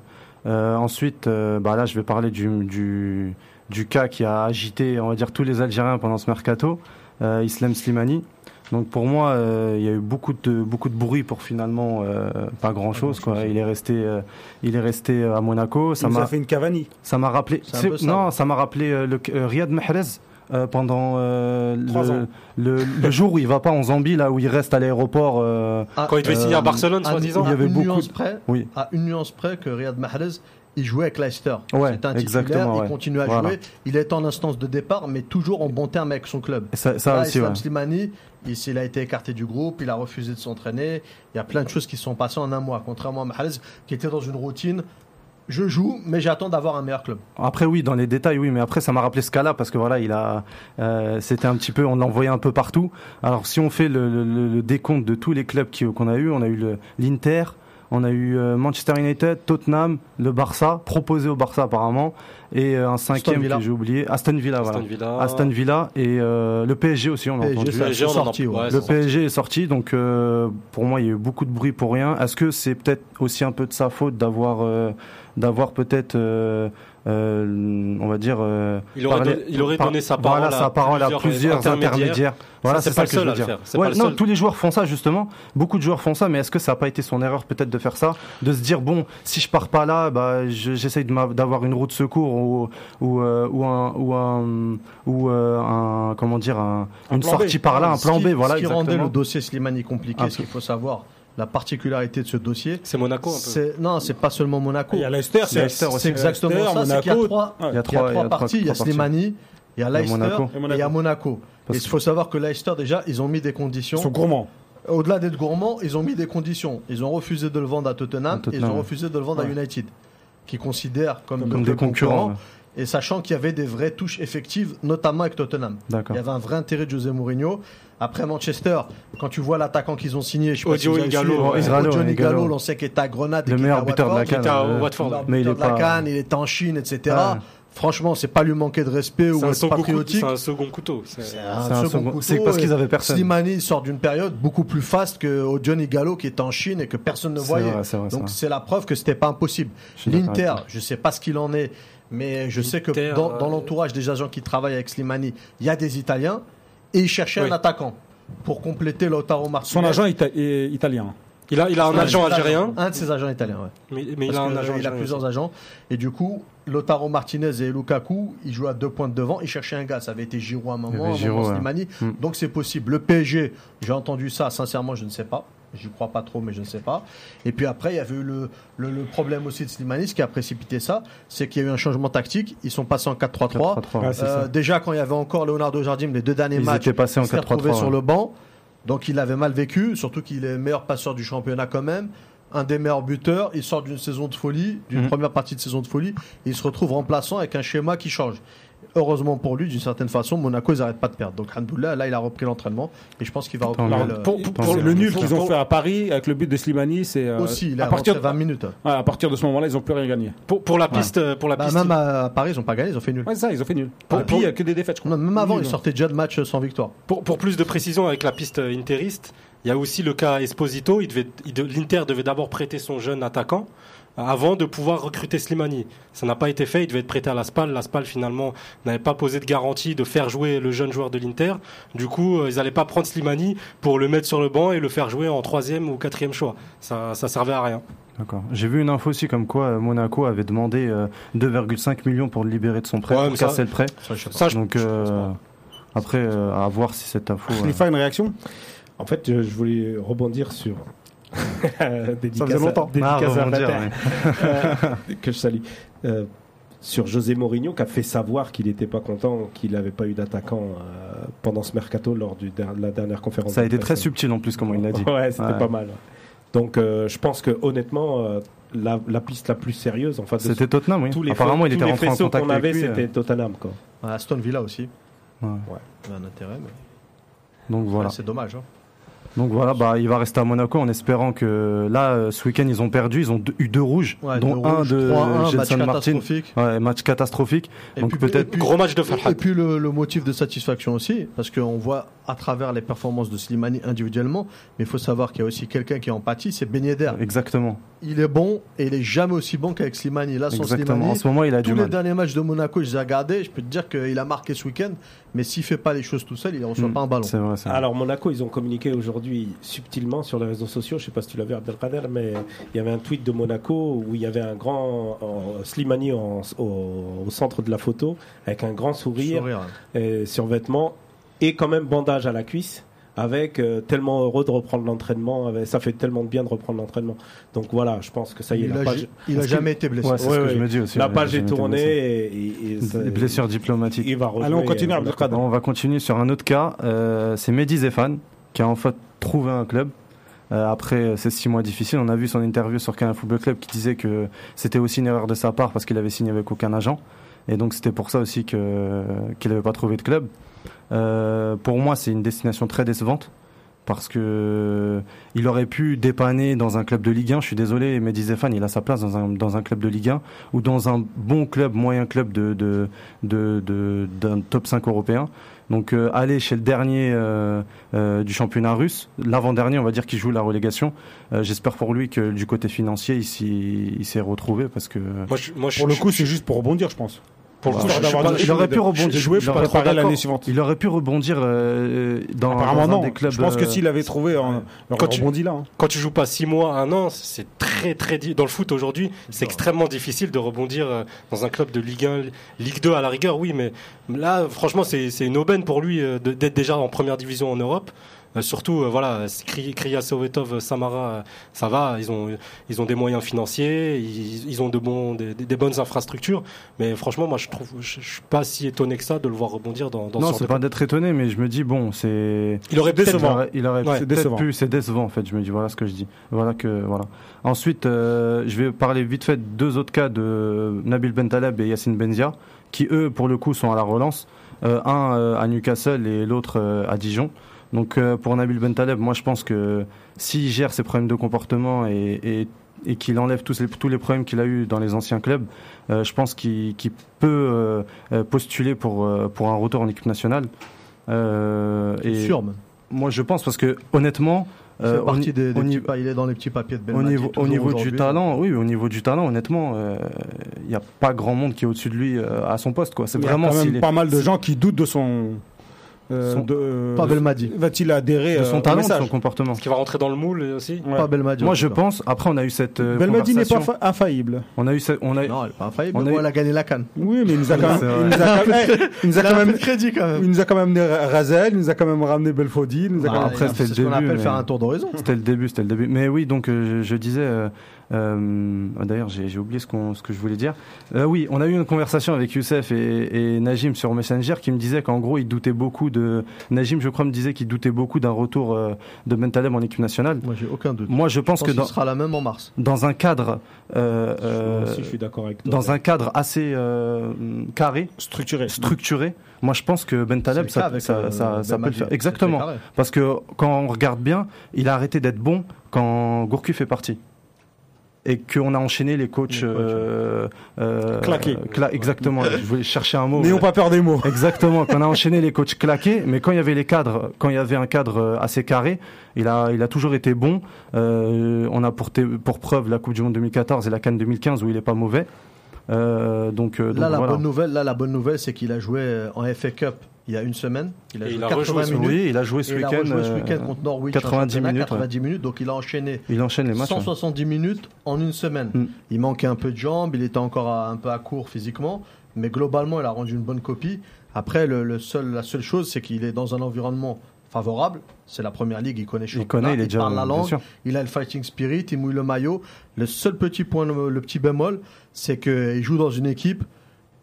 Euh, ensuite, euh, bah là, je vais parler du, du, du cas qui a agité, on va dire, tous les Algériens pendant ce mercato, euh, Islam Slimani. Donc pour moi, euh, il y a eu beaucoup de beaucoup de bruit pour finalement euh, pas grand chose. Ah, Quoi. Il est resté, euh, il est resté euh, à Monaco. Ça il nous m'a a fait une Cavani. ça m'a rappelé. C'est un c'est- peu ça, non, ouais. ça m'a rappelé euh, le, euh, Riyad Mahrez euh, pendant euh, Trois ans. le, le, le jour où il va pas en Zambie, là où il reste à l'aéroport. euh, Ah, Quand il devait Euh, signer à Barcelone, à- soi-disant. il y avait à une beaucoup nuance de- près, oui. à une nuance près que Riyad Mahrez, il jouait avec Leicester. Ouais, C'était un exactement, titulaire, ouais. il continue à Voilà. jouer. Il est en instance de départ, mais toujours en bon terme avec son club. Ça, ça Là, aussi, Islam ouais. Slimani, il, s'il a été écarté du groupe, il a refusé de s'entraîner. Il y a plein de choses qui se sont passées en un mois, contrairement à Mahrez, qui était dans une routine. Je joue, mais j'attends d'avoir un meilleur club. Après oui, dans les détails oui, mais après ça m'a rappelé ce cas-là parce que voilà, il a, euh, c'était un petit peu, on l'envoyait un peu partout. Alors si on fait le, le- le- le décompte de tous les clubs qui- qu'on a eu, on a eu le- l'Inter, on a eu euh, Manchester United, Tottenham, le Barça, proposé au Barça apparemment, et euh, un cinquième Villa. que j'ai oublié, Aston Villa, Aston voilà. Villa. Aston Villa et euh, le PSG aussi, on a PSG, entendu. ça a PSG, on en sorti, a- ouais. ouais, Le c'est PSG est sorti, donc euh, pour moi il y a eu beaucoup de bruit pour rien. Est-ce que c'est peut-être aussi un peu de sa faute d'avoir, euh, d'avoir peut-être, euh, euh, on va dire, euh, Il aurait, parlé- don- il aurait par- donné sa parole, voilà, à, sa parole à plusieurs, plusieurs intermédiaires. Voilà, Ça, c'est c'est ça pas le que je seul veux à le dire. faire. C'est Ouais, pas le non, seul. tous les joueurs font ça justement. Beaucoup de joueurs font ça, mais est-ce que ça n'a pas été son erreur peut-être de faire ça, de se dire bon, si je pars pas là, bah, je- j'essaye de m'a- d'avoir une roue de secours ou ou, euh, ou un ou un ou euh, un- comment dire un- Un une plan B. sortie par là, un Ce plan qui- B, voilà Ce qui rendait exactement. Ah, le dossier Slimani compliqué, Un ce qu'il faut savoir, la particularité de ce dossier, C'est Monaco un peu. c'est non, c'est pas seulement Monaco. Ah, Il y a Leicester, c'est- Leicester aussi. C'est exactement Leicester, ça. C'est qu'il y Monaco. a trois, Ouais. il y a trois, il y a trois parties. Il y a parties. Slimani, il y a y a Leicester Monaco. Et et Monaco. il y a Monaco. Et Parce il faut savoir que Leicester, déjà, ils ont mis des conditions. Ils sont gourmands. Au-delà d'être gourmands, ils ont mis des conditions. Ils ont refusé de le vendre à Tottenham, À Tottenham, et ils ont ouais. refusé de le vendre à United, qui considèrent comme, Comme des concurrents. ouais. Et sachant qu'il y avait des vraies touches effectives, notamment avec Tottenham. Il D'accord. y avait un vrai intérêt de José Mourinho. Après Manchester, quand tu vois l'attaquant qu'ils ont signé, je sais pas Odio si vous avez Igalo, suivi, ouais. Igalo, Odio ouais, Igalo, Igalo. l'ancien qui était à Grenade, et Le qui meilleur était à buteur de la Watford, canne. était à euh, Watford. meilleur Mais il buteur est de la pas- Cannes, il était en Chine, etc. Ouais. Franchement, c'est pas lui manquer de respect ou C'est un être second cou- patriotique. c'est un second couteau. c'est- C'est un C'est un second second- couteau c'est parce et qu'ils avaient personne. Slimani sort d'une période beaucoup plus faste que Odio Igalo qui était en Chine et que personne ne C'est voyait. vrai, c'est vrai, c'est Donc vrai. c'est la preuve que c'était pas impossible. Je suis d'accord avec L'Inter, toi. je sais pas ce qu'il en est, mais je sais que L'Inter, dans, dans euh, l'entourage des agents qui travaillent avec Slimani, il y a des Italiens et ils cherchaient Oui. un attaquant pour compléter Lautaro Martinez. Son agent ita- est italien. Il a, il a un Ouais, agent des agents- algérien, Un de ses agents italiens, ouais. mais, mais il Parce a un que, euh, il a agent algérien plusieurs aussi. agents. Et du coup, Lotaro Martinez et Lukaku, ils jouent à deux points de devant. Ils cherchaient un gars. Ça avait été Giroud à un avait moment, à un Giroud, moment ouais. Slimani. Mm. Donc c'est possible. Le PSG, j'ai entendu ça. Sincèrement, je ne sais pas. J'y crois pas trop, mais je ne sais pas. Et puis après, il y avait eu le, le, le problème aussi de Slimani, ce qui a précipité ça, c'est qu'il y a eu un changement tactique. Ils sont passés en 4-3-3. 4-3-3. Ouais, c'est Euh, ça. déjà, quand il y avait encore Leonardo Jardim, les deux derniers Ils matchs, étaient passés en il s'est retrouvé 4-3-3, sur ouais. le banc. Donc il avait mal vécu, surtout qu'il est meilleur passeur du championnat quand même, un des meilleurs buteurs. Il sort d'une saison de folie, d'une Mhm. première partie de saison de folie, et il se retrouve remplaçant avec un schéma qui change. Heureusement pour lui, d'une certaine façon, Monaco, ils n'arrêtent pas de perdre. Donc Handoula, là, il a repris l'entraînement, et je pense qu'il va Tant reprendre mieux. le- Pour, pour- Pour- pour le nul pour- qu'ils ont pour- fait à Paris avec le but de Slimani, c'est euh, aussi. Il a à partir rentré 20 minutes. Ah, Ouais, à partir de ce moment-là, ils n'ont plus rien gagné. Pour, pour la piste, euh, pour la Bah, piste. même à Paris, ils n'ont pas gagné, ils ont fait nul. Ouais, c'est ça, ils ont fait nul. Pour- Et puis, il y a que des défaites, je crois. Non, Même avant, Nul, ils hein. sortaient déjà de match sans victoire. Pour, pour plus de précision avec la piste euh, interiste, il y a aussi le cas Esposito. Il devait- il de- L'Inter devait d'abord prêter son jeune attaquant euh, avant de pouvoir recruter Slimani. Ça n'a pas été fait. Il devait être prêté à la Spal. La Spal, finalement, n'avait pas posé de garantie de faire jouer le jeune joueur de l'Inter. Du coup, euh, ils n'allaient pas prendre Slimani pour le mettre sur le banc et le faire jouer en troisième ou quatrième choix. Ça, ça servait à rien. D'accord. J'ai vu une info aussi comme quoi euh, Monaco avait demandé euh, 2,5 millions pour le libérer de son prêt, Ouais, mais pour ça- casser le prêt. Ça, je sais pas. Ça, je- Donc euh, après, euh, à voir si cette info. euh, Khalifa, une réaction En fait, je, je voulais rebondir sur. *laughs* euh, dédicace Ça faisait longtemps. à- dédicace Ah, à rebondir, Blatter. ouais. Euh, que je salue. Euh, sur José Mourinho, qui a fait savoir qu'il n'était pas content, qu'il n'avait pas eu d'attaquant euh, pendant ce mercato lors du der- de la dernière conférence. Ça a de été presse. très subtil en plus, comment il l'a dit. Ouais, c'était Ouais. pas mal. Donc, euh, je pense que honnêtement, euh, la, la piste la plus sérieuse, en fait, de C'était Tottenham, oui. tous les Apparemment, fa- il tous était les rentré en faisceaux contact qu'on avait, avec lui. euh, c'était Tottenham. Quoi. À Aston Villa aussi, ouais. il y a un intérêt, mais Donc voilà. c'est dommage. hein. Donc voilà, bah, il va rester à Monaco en espérant que là, euh, ce week-end, ils ont perdu. Ils ont deux- eu deux rouges, Ouais, dont deux un rouges, de 3-1, match Jenson Martin. catastrophique. Ouais, match catastrophique. Et Donc puis- peut-être. Puis- Gros match de Farhad. Et puis le, le motif de satisfaction aussi, parce qu'on voit à travers les performances de Slimani individuellement, mais il faut savoir qu'il y a aussi quelqu'un qui en pâtit, c'est Ben Yedder. Exactement. Il est bon et il est jamais aussi bon qu'avec Slimani. Là, sans Exactement. En Slimani, ce moment, il a tous du les mal. derniers matchs de Monaco, je les ai regardés. Je peux te dire qu'il a marqué ce week-end, mais s'il fait pas les choses tout seul, il ne reçoit Mm. pas un ballon. C'est vrai, c'est vrai. Alors Monaco, ils ont communiqué aujourd'hui subtilement sur les réseaux sociaux. Je sais pas si tu l'as vu Abdelkader, mais il y avait un tweet de Monaco où il y avait un grand en- Slimani en- au, au centre de la photo avec un grand sourire, Sourire. et survêtement et quand même bandage à la cuisse. Avec euh, tellement heureux de reprendre l'entraînement, avec- ça fait tellement de bien de reprendre l'entraînement. Donc voilà, je pense que ça y est, Il la a, page, il a Parce jamais été blessé. Ouais, c'est Ouais, ce que ouais. je me dis aussi. la ouais, page j'ai est été tournée blessé. et, et- et ça- Blessure diplomatique. il va rejouer, Allez, on continue, euh, Abdelkader. On va continuer sur un autre cas. Euh, c'est Mehdi Zéphane qui a en fait trouvé un club. Euh, après euh, ces six mois difficiles, on a vu son interview sur Canal Football Club qui disait que c'était aussi une erreur de sa part parce qu'il avait signé avec aucun agent. Et donc c'était pour ça aussi que, qu'il n'avait pas trouvé de club. Euh, pour moi, c'est une destination très décevante parce que euh, il aurait pu dépanner dans un club de Ligue 1. Je suis désolé, Mehdi Zéphane, il a sa place dans un, dans un club de Ligue 1 ou dans un bon club, moyen club de, de, de, de- d'un top 5 européen. Donc euh, aller chez le dernier euh, euh, du championnat russe, l'avant-dernier, on va dire, qui joue la relégation. Euh, j'espère pour lui que du côté financier, il, s'y- il s'est retrouvé parce que. Moi, je, moi, je- Pour le je- coup, c'est juste pour rebondir, je pense. pour le coup, je- je suis d'avoir pas- le- il aurait pu de rebondir. jouer il pour aurait- préparer d'accord. l'année suivante. Il aurait pu rebondir euh, dans, Apparemment, dans un non. des clubs. je pense que euh, s'il avait trouvé, on Quand aurait tu- rebondi là. hein. quand tu joues pas six mois, un an, c'est très très di- dans le foot aujourd'hui, c'est extrêmement difficile de rebondir euh, dans un club de Ligue 1, Ligue 2 à la rigueur, oui, mais là, franchement, c'est c'est une aubaine pour lui euh, de- d'être déjà en première division en Europe. Euh, surtout, euh, voilà, c'est Kri- Kria Sovetov, euh, Samara, euh, ça va, ils ont, ils ont des moyens financiers, ils, ils ont de bons, des, des- des bonnes infrastructures, mais franchement, moi, je trouve, je, je suis pas si étonné que ça de le voir rebondir dans. dans ce Non, genre c'est de- pas d'être étonné, mais je me dis bon, c'est. Il aurait peut-être Il aurait, il aurait Ouais, peut-être décevant. pu, c'est décevant en fait. Je me dis voilà ce que je dis. Voilà que voilà. Ensuite, euh, je vais parler vite fait de deux autres cas de Nabil Bentaleb et Yacine Benzia, qui eux pour le coup sont à la relance. Euh, un euh, à Newcastle et l'autre euh, à Dijon. Donc euh, pour Nabil Bentaleb, moi je pense que s'il gère ses problèmes de comportement et, et- et qu'il enlève tous les, tous les problèmes qu'il a eu dans les anciens clubs, euh, je pense qu'il qu'il peut euh, euh, postuler pour, euh, pour un retour en équipe nationale. Euh, et Sûr, même. moi, je pense parce que honnêtement, Il euh, fait au partie ni- des, des au petits niveau- pas- il est dans les petits papiers de au Belmadi niveau, au toujours niveau du aujourd'hui. talent, oui, au niveau du talent, honnêtement, euh, il n'y a pas grand monde qui est au-dessus de lui euh, à son poste, quoi. C'est Il y a vraiment quand s'il même est- pas mal de gens qui doutent de son. euh, Son- de- euh, Pas Belmadi. Va-t-il adhérer de euh, son au talent, de message son comportement. Qui va rentrer dans le moule euh, aussi Ouais. Pas Belmadi. en Moi, tout je cas. pense. Après, on a eu cette euh, Belmadi n'est pas conversation. fa- infaillible. On a eu, ce- on a. Non, elle est pas infaillible. On mais a bon, eu- elle a gagné la canne. Oui, mais il nous *laughs* a quand c'est même. vrai. Il nous a quand même. *laughs* eh, il nous a quand même- crédit quand il nous a quand même amené Razel, il nous a quand même ramené Belfodil, il nous a quand Ah, même- après, c'était c'est le ce qu'on début, appelle mais- faire un tour d'horizon. C'était le début, c'était le début. Mais oui, donc euh, je, je disais. euh, euh, D'ailleurs, j'ai j'ai oublié ce, qu'on- ce que je voulais dire. Euh, oui, on a eu une conversation avec Youssef et, et Najim sur Messenger qui me disait qu'en gros, il doutait beaucoup de de Najim, je crois, me disait qu'il doutait beaucoup d'un retour euh, de Bentaleb en équipe nationale. Moi, j'ai aucun doute. Moi, je pense que qu'il dans, sera la même en mars. dans un cadre, euh, Moi euh, Ah, aussi, je suis d'accord avec toi. dans un cadre assez euh, carré, Structuré. structuré, moi, je pense que Bentaleb, C'est le cas ça, avec, ça- euh, ça- ça Ben peut le faire. Mahdi. Exactement. C'est carré. Parce que quand on regarde bien, il a arrêté d'être bon quand Gourcuff est parti. Et qu'on a enchaîné les coachs. Les coachs, euh, euh, Claqués. cla- exactement, je voulais chercher un mot. N'ayons pas peur des mots. Exactement, qu'on a enchaîné les coachs claqués, mais quand il y avait les cadres, quand il y avait un cadre euh, assez carré, il a, il a toujours été bon. Euh, on a pour, té- pour preuve la Coupe du Monde 2014 et la Cannes 2015 où il n'est pas mauvais. Euh, donc, euh, donc Là, la voilà. bonne nouvelle, là, la bonne nouvelle, c'est qu'il a joué euh, en FA Cup il y a une semaine. Il a Et joué il a 80 rejoué ce minutes. Oui, il a joué Et ce il a week-end. rejoué ce euh, week-end contre Norwich. en 90 championnat, minutes, ouais. 90 minutes, donc il a enchaîné il enchaîne les matchs. hein. ouais. 170 minutes en une semaine. Mm. Il manquait un peu de jambes, il était encore à- un peu à court physiquement, mais globalement, il a rendu une bonne copie. Après, le, le seul, la seule chose, c'est qu'il est dans un environnement favorable. C'est la première ligue, il connaît le Il championnat, connaît, il est déjà. parle la bien langue, sûr. il a le fighting spirit, il mouille le maillot. Le seul petit point, le petit bémol, c'est qu'il joue dans une équipe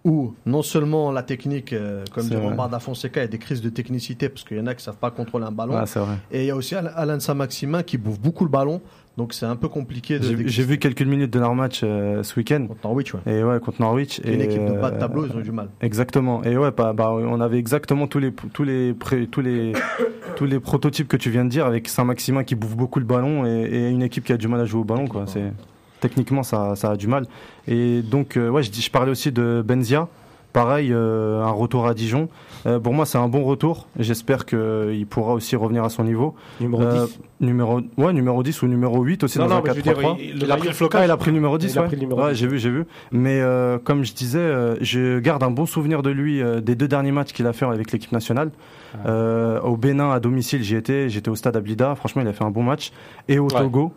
où non seulement la technique, euh, comme C'est dit vrai. Rombarda Fonseca, il y a des crises de technicité, parce qu'il y en a qui ne savent pas contrôler un ballon. Ah, c'est vrai. Et il y a aussi Al- Alan Saint-Maximin qui bouffe beaucoup le ballon, donc c'est un peu compliqué de. J'ai j'ai vu quelques minutes de leur match euh, ce week-end. Contre Norwich, ouais. Et ouais, contre Norwich. Une et, équipe de bas de euh, tableau, ils ont eu du mal. Exactement. Et ouais, bah, bah, on avait exactement tous les tous les pré- tous les *coughs* tous les prototypes que tu viens de dire avec Saint-Maximin qui bouffe beaucoup le ballon et, et une équipe qui a du mal à jouer au ballon quoi. C'est techniquement ça, ça a du mal. Et donc euh, ouais, je dis- je parlais aussi de Benzia. Pareil, euh, un retour à Dijon. Euh, pour moi, c'est un bon retour. J'espère qu'il pourra aussi revenir à son niveau. numéro Euh, 10. numéro, ouais, numéro 10 ou numéro 8 aussi dans un 4-3-3. il, Il a pris le Ah, il flocage. a pris le numéro 10, Il a ouais. pris le numéro Ouais, 10. j'ai vu, j'ai vu. Mais euh, comme je disais, euh, je garde un bon souvenir de lui euh, des deux derniers matchs qu'il a fait avec l'équipe nationale. Ah. Euh, au Bénin, à domicile, j'y étais. J'étais au stade Ablida. Franchement, il a fait un bon match. Et au Ouais. Togo.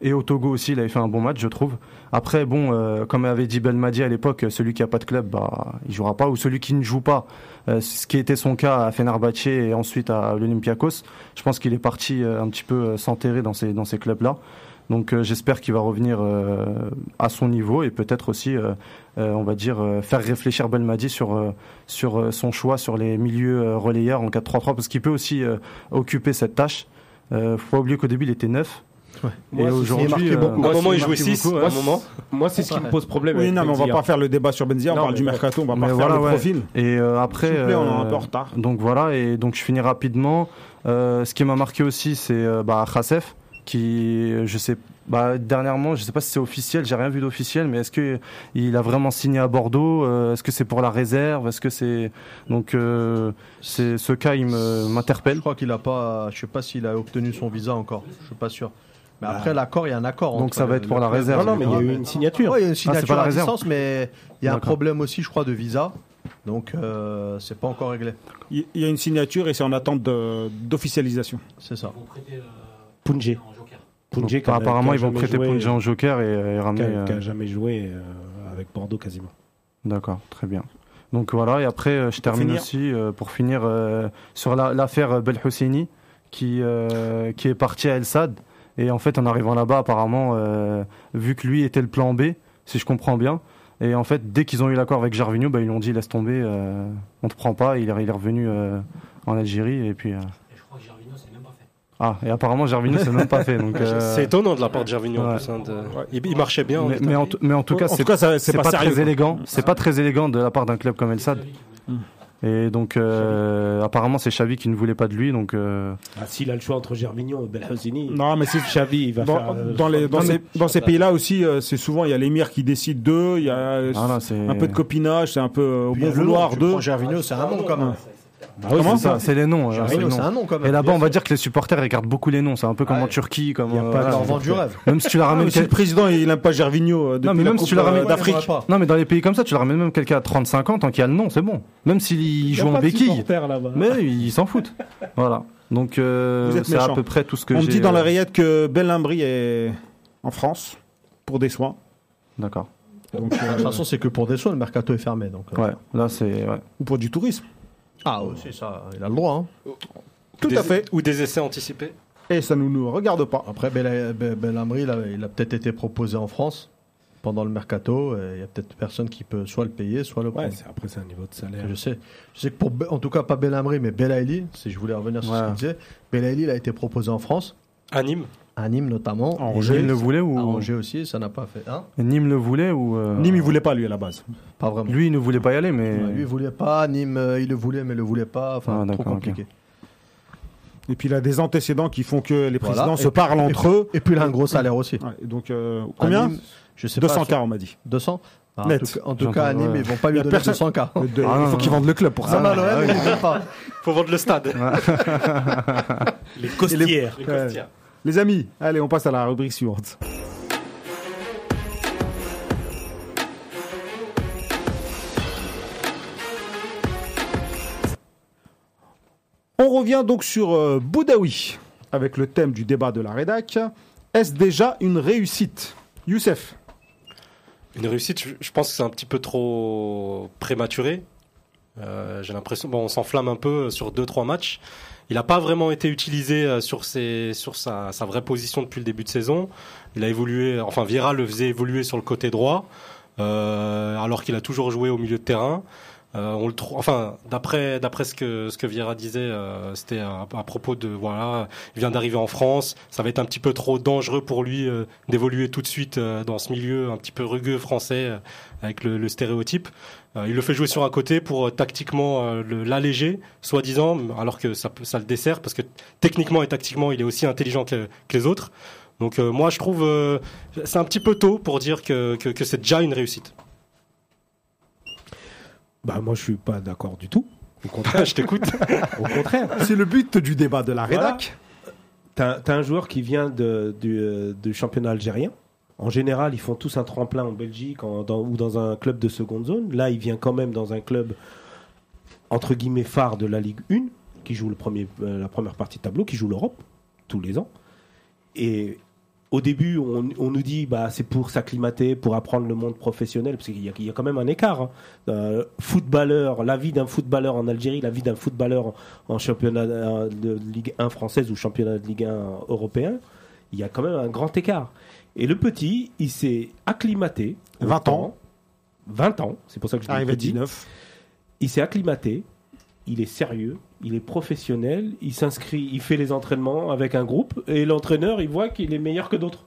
Et au Togo aussi, il avait fait un bon match, je trouve. Après, bon, euh, comme avait dit Belmadi à l'époque, celui qui a pas de club, bah, il jouera pas. Ou celui qui ne joue pas, euh, ce qui était son cas à Fenerbahce et ensuite à l'Olympiakos, je pense qu'il est parti euh, un petit peu euh, s'enterrer dans ces, dans ces clubs-là. Donc euh, j'espère qu'il va revenir euh, à son niveau et peut-être aussi, euh, euh, on va dire, euh, faire réfléchir Belmadi sur, euh, sur euh, son choix sur les milieux euh, relayeurs en 4-3-3 parce qu'il peut aussi euh, occuper cette tâche. Euh, faut pas oublier qu'au début il était neuf. Moi, et si- aujourd'hui, euh, il marquait beaucoup. À un moment, il marquait jouait 6. beaucoup, À hein. ouais. un moment. Moi, c'est ce qui me pose problème. Oui, avec non, mais on va Benzia. pas faire le débat sur Benzia, on Non, parle mais du ouais. mercato, on va hein. Mais pas faire voilà, le ouais. profil. Et euh, après, S'il vous plaît, on est un euh, peu en retard. Donc voilà, et donc je finis rapidement. Euh, ce qui m'a marqué aussi, c'est euh, bah, Khacef, qui, euh, je sais, bah, dernièrement, je sais pas si c'est officiel, j'ai rien vu d'officiel, mais est-ce que il a vraiment signé à Bordeaux Euh, Est-ce que c'est pour la réserve Est-ce que c'est donc euh, c'est ce cas, il me- Je m'interpelle. crois qu'il a pas. Je sais pas s'il a obtenu son visa encore. Je suis pas sûr. Mais après l'accord, il y a un accord. Bah. Donc entre ça va le- être pour la le club- réserve. Ah, Non, non, mais il y a eu Ouais, une signature. Ouais, il y a une pas signature la à réserve. distance, mais il y a un D'accord. problème aussi, je crois, de visa. Donc euh, c'est pas encore réglé. Il il y a une signature et c'est en attente de- d'officialisation. C'est ça. Punjé. Punjé, Donc, qui a- qui apparemment, a ils vont jamais prêter joué, Punja en joker et, et qui ramener. a- euh, qui a jamais joué euh, avec Bordeaux quasiment. D'accord, très bien. Donc voilà, et après, euh, je termine finir. aussi euh, pour finir euh, sur la- l'affaire euh, Belhoussini qui, euh, qui est parti à El Sad. Et en fait, en arrivant là-bas, apparemment, euh, vu que lui était le plan B, si je comprends bien, et en fait, dès qu'ils ont eu l'accord avec Jarvinho, bah, ils lui ont dit laisse tomber, euh, on te prend pas. Il est, il est revenu euh, en Algérie, et puis. euh, Ah, et apparemment, Jarvinho, c'est même pas fait. Donc, euh, C'est étonnant de la part de Gervinho. en ouais. plus, hein, de- Il il marchait bien. mais, mais en, tout- mais en tout cas, en c'est tout cas, ça- c'est pas, sérieux. très quoi. Mm. élégant. C'est pas très élégant de la part d'un club comme El Sad. Et donc, euh, apparemment, c'est Xavi qui ne voulait pas de lui. Donc, euh, Ah, S'il a le choix entre Gervinho et Belhausini, Non, *laughs* mais c'est Xavi, il va faire. dans, euh, dans les, dans Non, ces, dans ces pays-là aussi, euh, c'est souvent il y a l'émir qui décide d'eux, il y a euh, voilà, c'est un peu de copinage, c'est un peu euh, au Puis bon il y a le nom, vouloir tu d'eux. prends Gervinho, c'est un nom quand même. C'est Comment ça, Ah c'est les noms. euh, c'est les Gervinho, noms. c'est un nom quand même. Et là-bas, on va dire que les supporters regardent beaucoup les noms. C'est un peu comme Ouais. en Turquie, comme Il y a euh, pas de voilà. leur vent du rêve. même si tu la Ah, ramènes. mais si le quel- président il aime pas Gervinho euh, depuis mais la même si Coupe, tu la euh, ramènes- d'Afrique, Ouais, pas. Non, mais dans les pays comme ça, tu la ramènes même quelqu'un à 35 ans, tant qu'il y a le nom, c'est bon. Même s'il joue en béquille, mais ils s'en foutent. Voilà. Donc, euh, Vous êtes c'est à méchants. peu près tout ce que on j'ai. me dit dans la euh, rillette que Belimbri est en France pour des soins. D'accord. Donc, euh, De toute façon, c'est que pour des soins, le mercato est fermé. Donc, euh, Ouais, là, c'est. ouais. ou pour du tourisme. Ah, aussi, ça, il a le droit. hein. Tout à fait. Ou des essais anticipés. Et ça nous, nous regarde pas. Après, Bel- Bel- Belhamri, il a, il a peut-être été proposé en France. pendant le mercato. et Il y a peut-être personne qui peut soit le payer, soit le Ouais, prendre. c'est- après, c'est un niveau de salaire. je sais. Je sais que pour, Be- en tout cas, pas Belhamri, mais Belaïli, si je voulais revenir sur ce Ouais. qu'il disait, Belaïli, il a été proposé en France, À Nîmes à Nîmes notamment. Ah, En et Angers, Nîmes le voulait à ou Angers aussi, ça n'a pas fait. Hein Nîmes le voulait ou euh, Nîmes, il voulait pas, lui, à la base. pas vraiment. lui il ne voulait pas y aller mais Ouais, Lui, il voulait pas, Nîmes, euh, il le voulait, mais il le voulait pas. Enfin, Ah, trop d'accord, compliqué. Et puis, il a des antécédents qui font que les Voilà. présidents Et se puis- parlent entre eux. Et puis, il a un gros salaire aussi. Ouais, donc, euh, combien À Nîmes, Je sais pas. 200 sur- cas, on m'a dit. 200 Ah, Net. En tout, cas- en tout J'entends, cas, à Nîmes, ouais. ils vont pas Y lui a donner personne- 200 cas. Le deux- Ah, il faut non, qu'ils non. vendent le club pour ça. Même à l'OM, ils veulent pas. Faut vendre le stade. Les costières. Les costières. Les amis, allez, on passe à la rubrique suivante. On revient donc sur euh, Boudaoui avec le thème du débat de la rédac. Est-ce déjà une réussite Youssef, Une réussite, je- je pense que c'est un petit peu trop prématuré. Euh, J'ai l'impression, bon, on s'enflamme un peu euh, sur deux trois matchs. Il n'a pas vraiment été utilisé euh, sur ses, sur sa, sa vraie position depuis le début de saison. Il a évolué, enfin Vieira le faisait évoluer sur le côté droit, euh, alors qu'il a toujours joué au milieu de terrain. Euh, on le trouve, enfin d'après d'après ce que ce que Vieira disait, euh, c'était à, à propos de voilà, il vient d'arriver en France, ça va être un petit peu trop dangereux pour lui euh, d'évoluer tout de suite euh, dans ce milieu un petit peu rugueux français euh, avec le, le stéréotype. Euh, il le fait jouer sur un côté pour euh, tactiquement euh, le- l'alléger, soi-disant, alors que ça, peut- ça le dessert parce que techniquement et tactiquement, il est aussi intelligent que, que les autres. Donc euh, moi, je trouve euh, c'est un petit peu tôt pour dire que, que, que c'est déjà une réussite. *laughs* Bah, moi, je suis pas d'accord du tout. Au contraire. Ah, je t'écoute. Au contraire. c'est le but du débat de la Voilà. rédac. T'as t'as un joueur qui vient de- du, euh, du championnat algérien. En général, ils font tous un tremplin en Belgique en- dans- ou dans un club de seconde zone. Là, il vient quand même dans un club entre guillemets phare de la Ligue 1, qui joue le premier, euh, la première partie de tableau, qui joue l'Europe tous les ans. Et au début, on, on nous dit bah c'est pour s'acclimater, pour apprendre le monde professionnel, parce qu'il y, a- il y a quand même un écart. hein. Euh, footballeur, la vie d'un footballeur en Algérie, la vie d'un footballeur en, en championnat euh, de Ligue 1 française ou championnat de Ligue 1 européen, il y a quand même un grand écart. Et le petit, il s'est acclimaté. au 20 ans. temps. 20 ans, c'est pour ça que je dis Arrivé à petit. 19. Il s'est acclimaté, il est sérieux, il est professionnel, il s'inscrit, il fait les entraînements avec un groupe et l'entraîneur, il voit qu'il est meilleur que d'autres.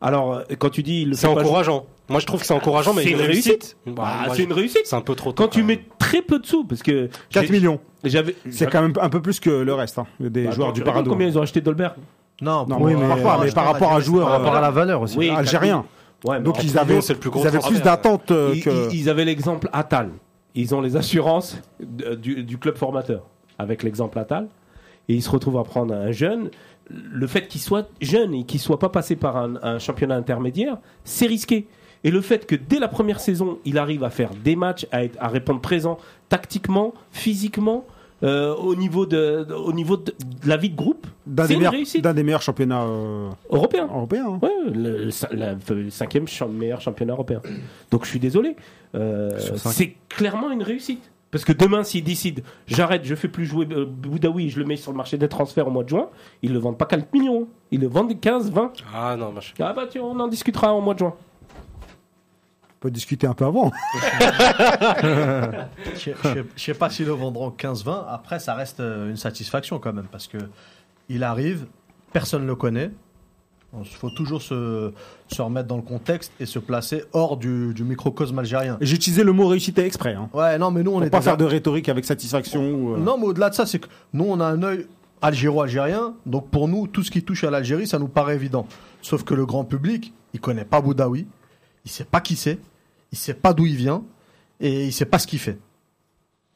Alors, euh, quand tu dis il le C'est fait pas jouer- encourageant. Moi, je trouve que c'est encourageant, mais C'est une réussite. Bah, Bah, moi, c'est je- une réussite. C'est un peu trop tôt. Quand tu mets très peu de sous, parce que 4 j'ai- millions. j'avais C'est quand même un peu plus que le reste hein, des Bah, joueurs tu du rigoles, Parado. Combien ils ont acheté Dolberg Non, Non, pour- mais par euh, rapport- mais je par pense rapport à à dire, joueurs, par euh, rapport à la valeur aussi Oui, Bah, Algériens. Ouais, mais Donc entre ils avaient, millions, c'est le plus gros ils avaient transfert. plus d'attentes euh, Ils, que. ils- ils avaient l'exemple Atal. Ils ont les assurances de- du, du club formateur avec l'exemple Atal. Et ils se retrouvent à prendre un jeune. Le fait qu'il soit jeune et qu'il soit pas passé par un, un championnat intermédiaire, c'est risqué. Et le fait que dès la première saison, il arrive à faire des matchs, à, être- à répondre présent tactiquement, physiquement, euh, au niveau, de, de- au niveau de, de la vie de groupe, d'un C'est des, une meilleurs- réussite. d'un des meilleurs championnats euh, européen. européens. hein. Ouais, le, le cin- la- le cinquième cha- meilleur championnat européen. Donc je suis désolé. Euh, Sur cinq. c'est clairement une réussite. Parce que demain, s'ils décident, j'arrête, je fais plus jouer euh, Boudaoui, je le mets sur le marché des transferts au mois de juin, ils le vendent pas 4 millions. hein. Ils le vendent 15, 20. Ah non, moi, je- Ah bah tiens, on en discutera au mois de juin. On peut discuter un peu avant. Je je- je sais pas s'ils le vendront 15-20. Après, ça reste euh, une satisfaction quand même parce que il arrive, personne ne le connaît. Il faut toujours se, se remettre dans le contexte et se placer hors du, du microcosme algérien. J'ai utilisé le mot réussite exprès. Hein. Ouais, non, mais nous, on Pour est pas déjà- faire de rhétorique avec satisfaction. ou, euh, Non, mais au-delà de ça, c'est que nous, on a un œil algéro-algérien. Donc pour nous, tout ce qui touche à l'Algérie, ça nous paraît évident. Sauf que le grand public, il connaît pas Boudaoui. Il sait pas qui c'est. Il sait pas d'où il vient. Et il sait pas ce qu'il fait.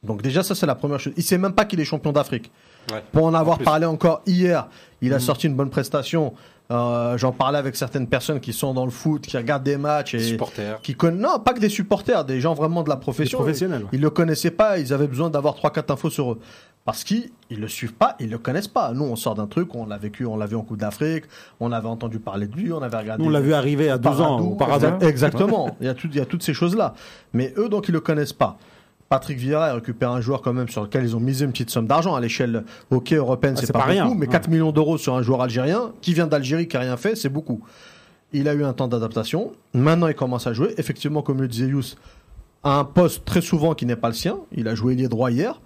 Donc déjà, ça, c'est la première chose. Il sait même pas qu'il est champion d'Afrique. ouais. Pour en avoir plus. parlé encore hier, il a sorti une bonne prestation. Euh, J'en parlais avec certaines personnes qui sont dans le foot, qui regardent des matchs et supporter. qui connaissent, non, pas que des supporters, des gens vraiment de la des profession. professionnels. ouais. Ils le connaissaient pas, ils avaient besoin d'avoir 3-4 infos sur eux. Parce qu'ils ils le suivent pas, ils le connaissent pas. Nous, on sort d'un truc, on l'a vécu, on l'a vu en Coupe d'Afrique, on avait entendu parler de lui, on avait regardé. Nous, on l'a vu arriver à 12 ans Paradou, au Paradou. exact- Exactement, il y, a tout- il y a toutes ces choses-là. Mais eux, donc, ils le connaissent pas. Patrick Vieira a récupéré un joueur quand même sur lequel ils ont misé une petite somme d'argent à l'échelle hockey européenne, Ah, c'est pas, rien. mais Ouais. 4 millions d'euros sur un joueur algérien qui vient d'Algérie, qui a rien fait, c'est beaucoup. Il a eu un temps d'adaptation. Maintenant, il commence à jouer. Effectivement, comme le disait Youss, à un poste très souvent qui n'est pas le sien. Il a joué lié droit hier.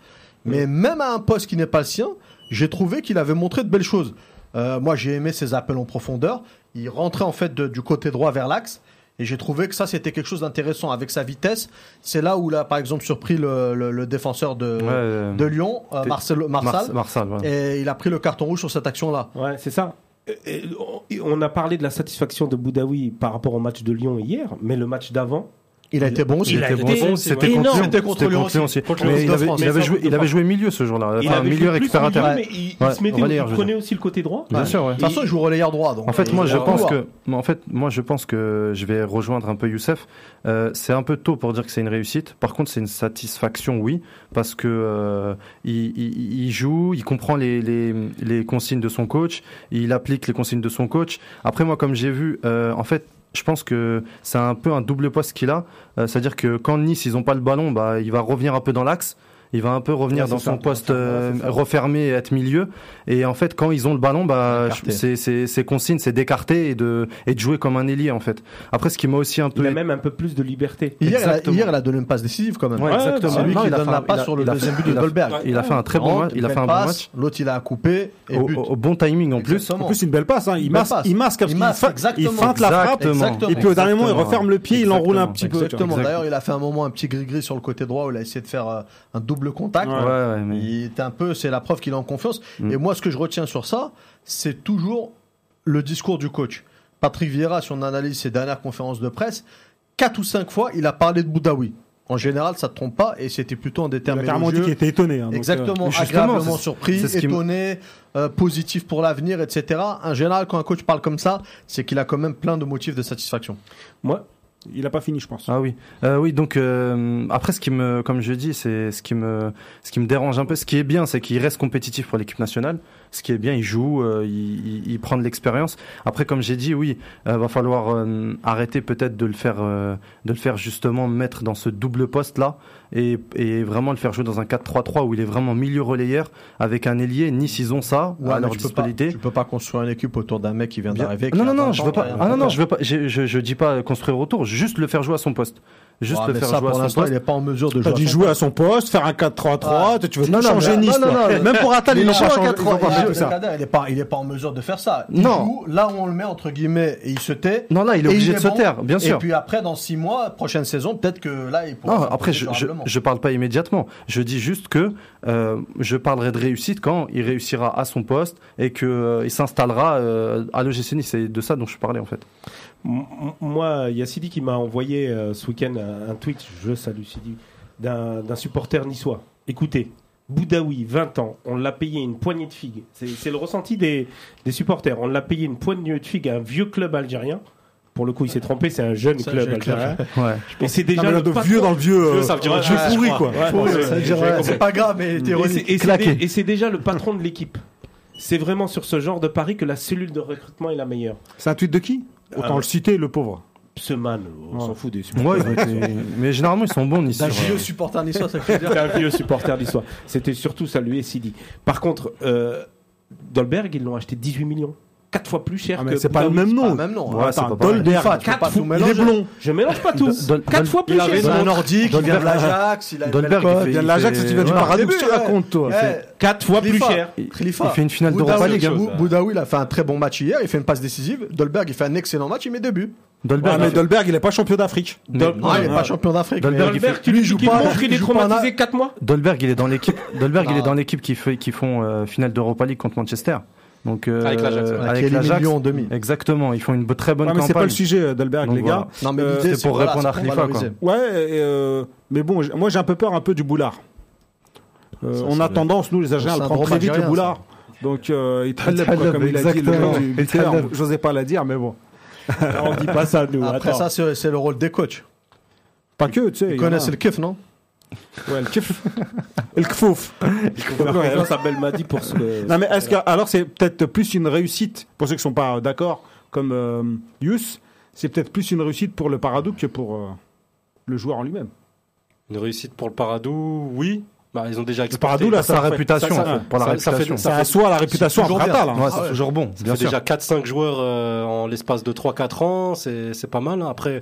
Mm. Mais même à un poste qui n'est pas le sien, j'ai trouvé qu'il avait montré de belles choses. Euh, moi, j'ai aimé ses appels en profondeur. Il rentrait en fait de- du côté droit vers l'axe. Et j'ai trouvé que ça, c'était quelque chose d'intéressant avec sa vitesse. C'est là où il a, par exemple, surpris le, le- le défenseur de, Ouais, ouais. de Lyon, euh, T'es- Marcelo- Marsal. Mars- Marsal, ouais. Et il a pris le carton rouge sur cette action-là. Ouais, c'est ça. Et- et Euh, on- et on a parlé de la satisfaction de Boudaoui par rapport au match de Lyon hier, mais le match d'avant, Il a été bon aussi. il a C'était été bon, c'était contre énorme. Lyon. C'était contre Lyon aussi. Contre Contre Lyon, il Lyon avait, de il avait France. joué, il avait joué milieu ce jour-là. il Enfin, avait milieu joué plus milieu, récupérateur. mais il, il Ouais, se mettait, on va dire, il je prenait aussi le côté droit. Bien sûr, ouais. De toute façon, il joue au relayeur droit. donc euh, En fait, il moi, va je pouvoir. pense que, moi, en fait, moi, je pense que je vais rejoindre un peu Youssef. Euh, c'est un peu tôt pour dire que c'est une réussite. Par contre, c'est une satisfaction, oui, parce que euh, il, il- il joue, il comprend les, les, les consignes de son coach, il applique les consignes de son coach. Après, moi, comme j'ai vu, euh, en fait. Je pense que c'est un peu un double poste qu'il a, Euh, c'est-à-dire que quand Nice ils ont pas le ballon, bah il va revenir un peu dans l'axe, il va un peu revenir Ouais, dans c'est son ça. poste Ouais, euh, c'est ça. refermé, et être milieu, et en fait, quand ils ont le ballon, bah, Écarté. je- c'est c'est- c'est consigne, c'est d'écarter et de, et de jouer comme un ailier, en fait. Après, ce qui m'a aussi un Il peu. a même un peu plus de liberté. Hier, elle a- Exactement. hier, elle a donné une passe décisive quand même. Ouais, Ouais, exactement. C'est lui Ah, Non, qui il a donne fait la un- passe il a- sur le il a fait- deuxième but de il a- Dolberg. Il a fait un très bon Rentre, match. Il a belle fait un bon passe, match. L'autre, il a coupé et Au, but. au- au bon timing en plus. Exactement. En plus, une belle passe. Hein. Il, Belle masque, passe. il masque, Il masque, exactement. feinte la frappe. Exactement. Et puis au dernier moment, il referme le pied, il enroule un petit peu. tu vois. Exactement. Exact. D'ailleurs, il a fait un moment un petit gris-gris sur le côté droit où il a essayé de faire euh, un double contact. Ouais, ouais, mais- Il est un peu, c'est la preuve qu'il est en confiance. Mm. Et moi, ce que je retiens sur ça, c'est toujours le discours du coach. Patrick Vieira, si on analyse ses dernières conférences de presse, quatre ou cinq fois, il a parlé de Boudaoui. En général, ça ne te trompe pas, et c'était plutôt en des Il termes a carrément dit élogieux. qu'il était étonné. hein, donc, Exactement, justement, agréablement c'est- surpris, c'est ce qui me- étonné, euh, positif pour l'avenir, etc. En général, quand un coach parle comme ça, c'est qu'il a quand même plein de motifs de satisfaction. Moi, euh, il a pas fini, je pense. Ah oui, Euh, oui. Donc euh, après, ce qui me, comme je dis, c'est ce qui me, ce qui me dérange un peu. Ce qui est bien, c'est qu'il reste compétitif pour l'équipe nationale. Ce qui est bien, il joue, euh, il, il- il prend de l'expérience. Après, comme j'ai dit, oui, euh, va falloir euh, arrêter peut-être de le faire, euh, de le faire justement mettre dans ce double poste là et, et vraiment le faire jouer dans un 4-3-3 où il est vraiment milieu relayeur avec un ailier. Nice, ils ont ça à Ah, mais leur tu, peux pas, disponibilité. tu peux pas construire une équipe autour d'un mec qui vient Bien- d'arriver. qui Non, a non, non, 20 je ans, veux qui pas. a rien Ah non, non, fait. je veux pas. Je, je, je dis pas construire autour, juste le faire jouer à son poste. Juste Ah, le mais faire ça, jouer à pour son l'instant, poste. il n'est pas en mesure de T'as jouer. à dit son jouer à son poste, faire un 4-3-3, tu veux Non, tout non, changer mais- Nice. non, non, toi. non, mais- Même pour Atal, mais il n'a non, pas changé. 4-3-3, ils ont pas fait Il tout ça. n'est pas, il est pas en mesure de faire ça. Il Non. joue, là où on le met entre guillemets et il se tait. Non, là, il est Et obligé de se bon. taire, bien sûr. Et puis après, dans six mois, prochaine saison, peut-être que là, il pourra. Non, s'imposer après, je, je, durablement. je parle pas immédiatement. Je dis juste que euh, je parlerai de réussite quand il réussira à son poste et que euh, il s'installera euh, à l'OGC Nice. C'est de ça dont je parlais en fait. M- m- Moi, il y a Sidi qui m'a envoyé euh, ce week-end un, un tweet, je salue Sidi, d'un d'un supporter niçois. Écoutez, Boudaoui, 20 ans, on l'a payé une poignée de figues. C'est- C'est le ressenti des, des supporters. On l'a payé une poignée de figues à un vieux club algérien. Pour le coup, il s'est trompé, c'est un jeune C'est un club jeune club. *laughs* algérien. Ouais. Et c'est Non, déjà mais là, le de patron- vieux dans le vieux. Vieux, euh, ça veut dire ouais, un vieux âge, je pourri, quoi. crois. Ouais, Ouais, ouais, ça veut j'ai dire, ouais, compris. c'est pas grave, mais il était Et c'est- ironique. et c'est Claqué. dé- Et c'est déjà le patron de l'équipe. C'est vraiment sur ce genre de pari que la cellule de recrutement est la meilleure. C'est un tweet de qui Autant Ah. le citer, le pauvre. Ce man, on Ouais. s'en fout des supporters. Ouais, ils ont été- mais généralement ils sont bons Nice. D'un sur, euh, vieux supporter niçois, ça *laughs* veut dire. C'était un vieux supporter du soir. C'était surtout salué Sidi. Par contre, euh, Dolberg, ils l'ont acheté 18 millions. Quatre fois plus cher Ah, mais que. c'est pas le Boudaoui. même nom. Pas même nom. Ouais, Attends, c'est pas pareil. Dolberg. Enfin, tu peux Quatre pas tout fou- Il est mélanger. blond. Je mélange pas tous. Dol- Quatre Dol- fois plus il a cher. C'est raison. un nordique, il vient de l'Ajax, il a une belle euh, Dolberg, il cote. fait- Il vient de l'Ajax, il tu viens du fait- Paradou. ouais. Tu racontes, toi. Eh, Quatre fois plus cher. Khalifa. Il fait une finale Boudaoui, d'Europa League, hein. Bou- Boudaoui, il a fait un très bon match hier, il fait une passe décisive. Dolberg, il fait un excellent match, il met deux buts. Ouais, Dolberg. mais il fait- Dolberg, il est pas champion d'afrique. mais- Non, il est pas champion d'Afrique. mais- Dolberg, Dolberg, tu Lui, lui il joue dis qu'il pas- montre, il il est joue pas en traumatisé 4 mois. Dolberg, il est *laughs* dans l'équipe. Dolberg, il Non. est dans l'équipe qui fait, qui font euh, finale d'Europa League contre Manchester. Donc euh, Avec l'Ajax, ouais. Qui Avec élimine l'Ajax. Lyon en demi. Exactement. Ils font une bo- très bonne Ouais, mais c'est pas le campagne. sujet, euh, Dolberg, Donc, les gars. Non, mais Euh, l'idée, c'est pour voilà, répondre à c'est pour Khalifa, valoriser. quoi. Ouais, et, euh, mais bon, j- moi j'ai un peu peur un peu du boulard. Euh, Ça, on c'est a le- tendance, nous les Algériens, à le syndrome prendre très vite le algérien, boulard. Donc euh, il traîne Ithaleb, comme il a dit le exactement. nom du buteur. Ithaleb. J'osais pas la dire, mais bon. On dit pas ça, nous. Après attends. ça, c'est c'est le rôle des coachs. Pas que, tu sais. il y Ils en a. connaissent le kiff, non Ouais, le kiff. *laughs* le kfouf. il faut faire confiance à Belmadi pour ce. Non mais est-ce que alors c'est peut-être plus une réussite pour ceux qui sont pas euh, d'accord comme euh, Yous, c'est peut-être plus une réussite pour le paradoxe que pour euh, le joueur en lui-même. Une réussite pour le Paradou, oui. Bah, ils ont déjà exporté. Paradou, là, Sa ça, réputation, ça- ça- en fait, pour la ça- ça fait- réputation. ça assoit la réputation hein. à toujours bien. Prata, là. Ouais, c'est toujours bon, Ça bien fait sûr. déjà 4-5 joueurs euh, en l'espace de 3-4 ans, c'est c'est pas mal. hein. Après,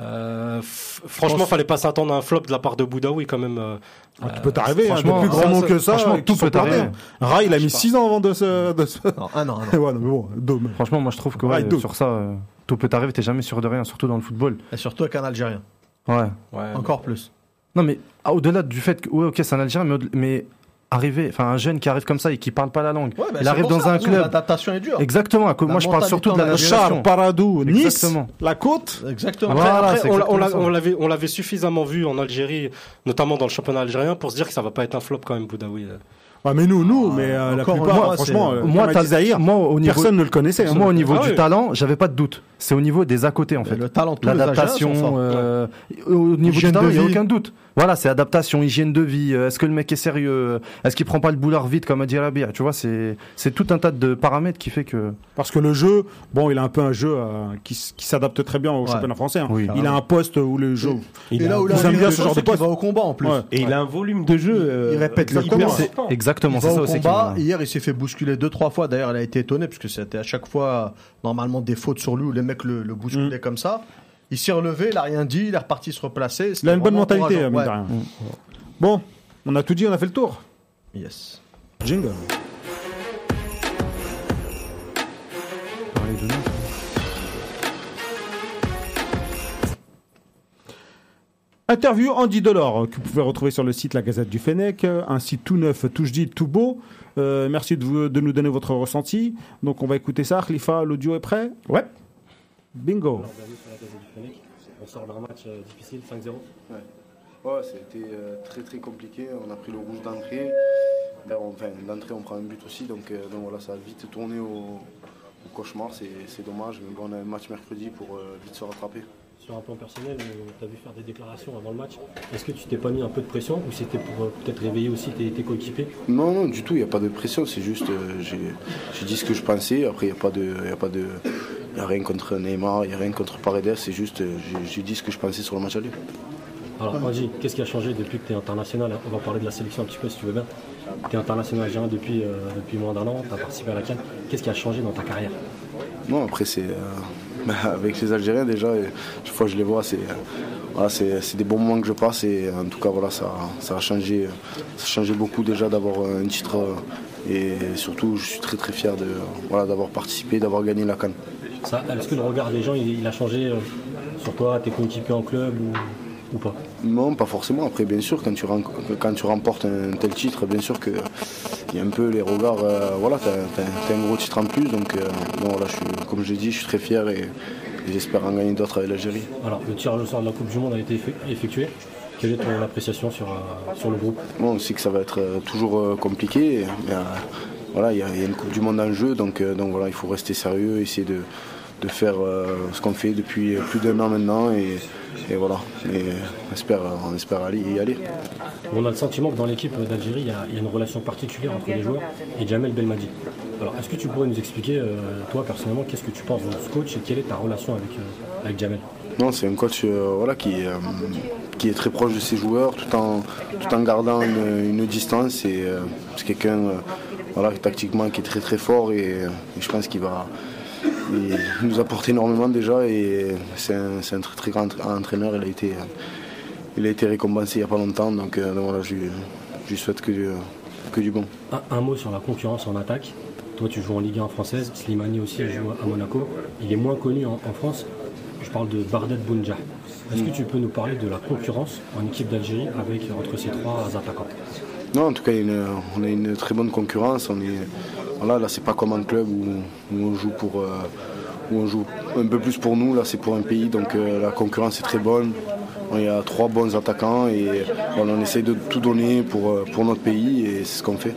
euh, f- franchement, fallait pas s'attendre à un flop de la part de Boudaoui quand même. euh, Ah, tu peux t'arriver, hein, franchement, de plus grand ça, nom ça- que ça, franchement, euh, qui tout sont peut pas arriver. bien. Ray, il a mis sais 6 ans avant de se. De se... *laughs* Ah, Non, un an, un an. ouais, non, mais bon, dôme. Franchement, moi je trouve que Ouais, ouais, d'où sur ça, euh, tout peut t'arriver, t'es jamais sûr de rien, surtout dans le football. Et surtout avec un Algérien. Ouais. ouais, Encore plus. Non, mais ah, au-delà du fait que, ouais, ok, c'est un Algérien, mais, au- mais arriver, enfin, un jeune qui arrive comme ça et qui parle pas la langue, bah, il arrive dans un club. L'adaptation est dure. Exactement, que La moi je parle mentalité surtout de en la Algérie. relation. Char, Paradou, Nice, Exactement. la côte. Exactement. Voilà, Après, c'est on l'a- on l'a- exactement ça. on l'avait on l'avait suffisamment vu en Algérie, notamment dans le championnat algérien, pour se dire que ça va pas être un flop quand même, Boudaoui. euh. Ouais, Ah, mais nous, nous, mais euh, la Encore plupart, moi, franchement, c'est- euh, Ah, Moi, comme a t'as- dit Zahir, moi, au niveau, personne ne le connaissait. hein. moi, au niveau Ah du oui. talent, j'avais pas de doute. C'est au niveau des à côté, en fait. Le talent, tous les Algériens sont L'adaptation, forts. euh, au niveau Hygiène du talent, de il n'y a vie. aucun doute. Voilà, c'est adaptation, hygiène de vie. euh, Est-ce que le mec est sérieux euh, Est-ce qu'il prend pas le boulard vite comme a dit Rabia Tu vois, c'est c'est tout un tas de paramètres qui fait que. Parce que le jeu, bon, il a un peu un jeu euh, qui, s- qui s'adapte très bien au championnat français. hein. Oui. il a un poste où le jeu. Il Et a- là où Vous aimez bien ce genre de il poste va au combat en plus. Ouais. Et il a un volume de jeu. euh, Il répète le hyper combat. important. Exactement, Il c'est va ça au aussi. qui combat. m'a- Hier, il s'est fait bousculer deux, trois fois. D'ailleurs, elle a été étonnée parce que c'était à chaque fois normalement des fautes sur lui où les mecs le, le Mm. bousculaient comme ça. Il s'est relevé, il a rien dit, il est reparti se replacer. Il a une bonne C'était vraiment mentalité, encourageant. mine de rien. Bon, on a tout dit, on a fait le tour. Ouais. Yes. Jingle. Interview Andy Delors, que vous pouvez retrouver sur le site La Gazette du Fennec, euh, un site tout neuf, tout je dis, tout beau. Euh, merci de, vous- de nous donner votre ressenti. Donc on va écouter ça. Khalifa, l'audio est prêt Ouais. Bingo. On sort d'un match euh, difficile, 5-0. Ouais, ça a été euh, très très compliqué. On a pris le rouge d'entrée. Ben, on- enfin, d'entrée, on prend un but aussi. Donc, euh, donc voilà, ça a vite tourné au, au cauchemar. C'est c'est dommage. Mais bon, on a un match mercredi pour euh, vite se rattraper. Sur un plan personnel, tu as vu faire des déclarations avant le match. Est-ce que tu t'es pas mis un peu de pression ou c'était pour euh, peut-être réveiller aussi tes, tes coéquipiers Non, non, du tout, il n'y a pas de pression, c'est juste, euh, j'ai j'ai dit ce que je pensais, après il n'y a pas de... il Y a pas de... il y a rien contre Neymar, il n'y a rien contre Paredes, c'est juste, euh, j'ai- j'ai dit ce que je pensais sur le match aller. Alors, Andy, qu'est-ce qui a changé depuis que tu es international On va parler de la sélection un petit peu si tu veux bien. Tu es international algérien depuis, euh, depuis moins d'un an, tu as participé à la Cannes. Qu'est-ce qui a changé dans ta carrière Non, après, c'est. euh, *laughs* bah, avec les Algériens, déjà, euh, chaque fois que je les vois, c'est. euh, voilà, c'est c'est des bons moments que je passe et euh, en tout cas, voilà, ça, ça, a, changé, euh, ça a changé beaucoup déjà d'avoir euh, un titre euh, et surtout, je suis très très fier de, euh, voilà, d'avoir participé, d'avoir gagné la Cannes. Ça, Est-ce que le regard des gens, il, il a changé euh, sur toi, tes coéquipiers en club ou, ou pas Non, pas forcément. Après, bien sûr, quand tu, ren- quand tu remportes un tel titre, bien sûr qu'il y a un peu les regards. euh, voilà, t'as t'as- t'as un gros titre en plus. Donc, euh, bon, voilà, je suis, comme je l'ai dit, je suis très fier et, et j'espère en gagner d'autres avec l'Algérie. Alors, le tirage au sort de la Coupe du Monde a été effe- effectué. Quelle est ton appréciation sur, euh, sur le groupe Bon, on sait que ça va être euh, toujours euh, compliqué. mais, euh, voilà, il y, a il y a une Coupe du Monde en jeu, donc, euh, donc voilà, il faut rester sérieux, essayer de, de faire euh, ce qu'on fait depuis plus d'un an maintenant, et, et voilà. Et on espère, on espère aller- y aller. On a le sentiment que dans l'équipe euh, d'Algérie, il y, a, il y a une relation particulière entre les joueurs et Jamel Belmadi. Alors, est-ce que tu pourrais nous expliquer, euh, toi personnellement, qu'est-ce que tu penses de ce coach et quelle est ta relation avec, euh, avec Jamel Non, c'est un coach euh, voilà, qui, euh, qui est très proche de ses joueurs tout en, tout en gardant une, une distance. Et, euh, c'est quelqu'un euh, voilà, tactiquement qui est très très fort et, euh, et je pense qu'il va il nous apporter énormément déjà. Et c'est un, c'est un très très grand entra- entraîneur. Il a été, euh, il a été récompensé il n'y a pas longtemps. Donc, euh, donc voilà, je, lui- je lui souhaite que, du- que du bon. un, un mot sur la concurrence en attaque. Toi, tu joues en Ligue 1 française, Slimani aussi joue à Monaco. Il est moins connu en, en France. Je parle de Bardet Bounja. Est-ce que tu peux nous parler de la concurrence en équipe d'Algérie avec entre ces trois attaquants Non, en tout cas, il y a une- on a une très bonne concurrence. On est, voilà, là, c'est pas comme un club où, où on joue pour, euh, où on joue un peu plus pour nous. Là, c'est pour un pays, donc euh, la concurrence est très bonne. Il y a trois bons attaquants et voilà, on essaye de tout donner pour, euh, pour notre pays et c'est ce qu'on fait.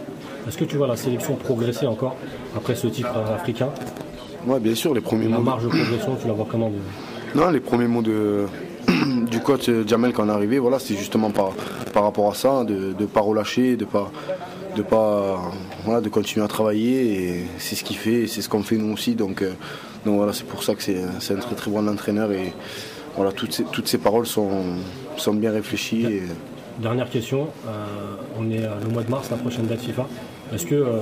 Est-ce que tu vois la sélection progresser encore après ce titre africain Ouais, bien sûr, les premiers La mots. marge de progression, tu la vois comment de- Non, les premiers mots de, *clears throat* du coach euh, Jamel quand on est arrivé, voilà, c'est justement par, par rapport à ça, de ne pas relâcher, de pas de pas euh, voilà, de continuer à travailler et c'est ce qu'il fait et c'est ce qu'on fait nous aussi donc, euh, donc voilà c'est pour ça que c'est c'est un très très bon entraîneur et voilà toutes ces, toutes ces paroles sont, sont bien réfléchies et Dernière question, euh, on est euh, le mois de mars, la prochaine date FIFA. Est-ce que euh,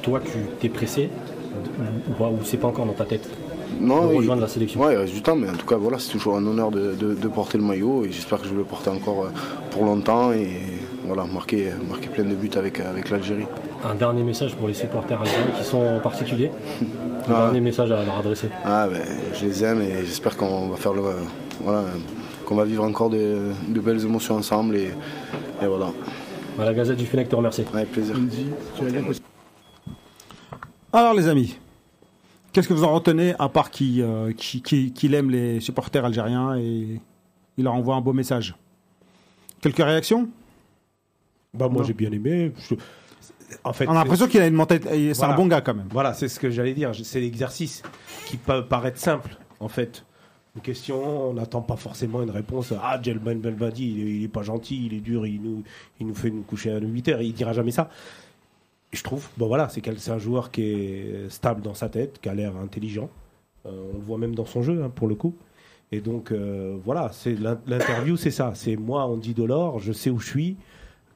toi, tu t'es pressé ou, ou pas, ou c'est pas encore dans ta tête Non, de il- rejoindre la sélection Ouais, il reste du temps, mais en tout cas, voilà, c'est toujours un honneur de, de- de porter le maillot et j'espère que je vais le porter encore euh, pour longtemps et voilà, marquer, marquer plein de buts avec, euh, avec l'Algérie. Un dernier message pour les supporters algériens qui sont en particulier. Un Ah. dernier message à leur adresser. Ah, ben, je les aime et j'espère qu'on va faire le. Voilà, qu'on va vivre encore de, de belles émotions ensemble et, et voilà. À la Gazette du Fennec te remercie. Avec plaisir. Alors les amis, qu'est-ce que vous en retenez à part qu'il euh, qu'il- qu'il- qu'il aime les supporters algériens et il leur envoie un beau message Quelques réactions Bah, moi, Non. j'ai bien aimé. Je- En fait, On a c'est- l'impression qu'il a une mentalité. C'est Voilà. un bon gars quand même. Voilà, c'est ce que j'allais dire. C'est l'exercice qui peut paraître simple, en fait. Une question, on n'attend pas forcément une réponse. Ah, Jelben Belmadi, il, est- il est pas gentil, il est dur, il nous, il nous fait nous coucher à 8 heures, il dira jamais ça. Je trouve, bon voilà, c'est quel- c'est un joueur qui est stable dans sa tête, qui a l'air intelligent. Euh, on le voit même dans son jeu, hein, pour le coup. Et donc, euh, voilà, c'est l'in- l'interview, c'est ça. C'est moi, on dit Delors, je sais où je suis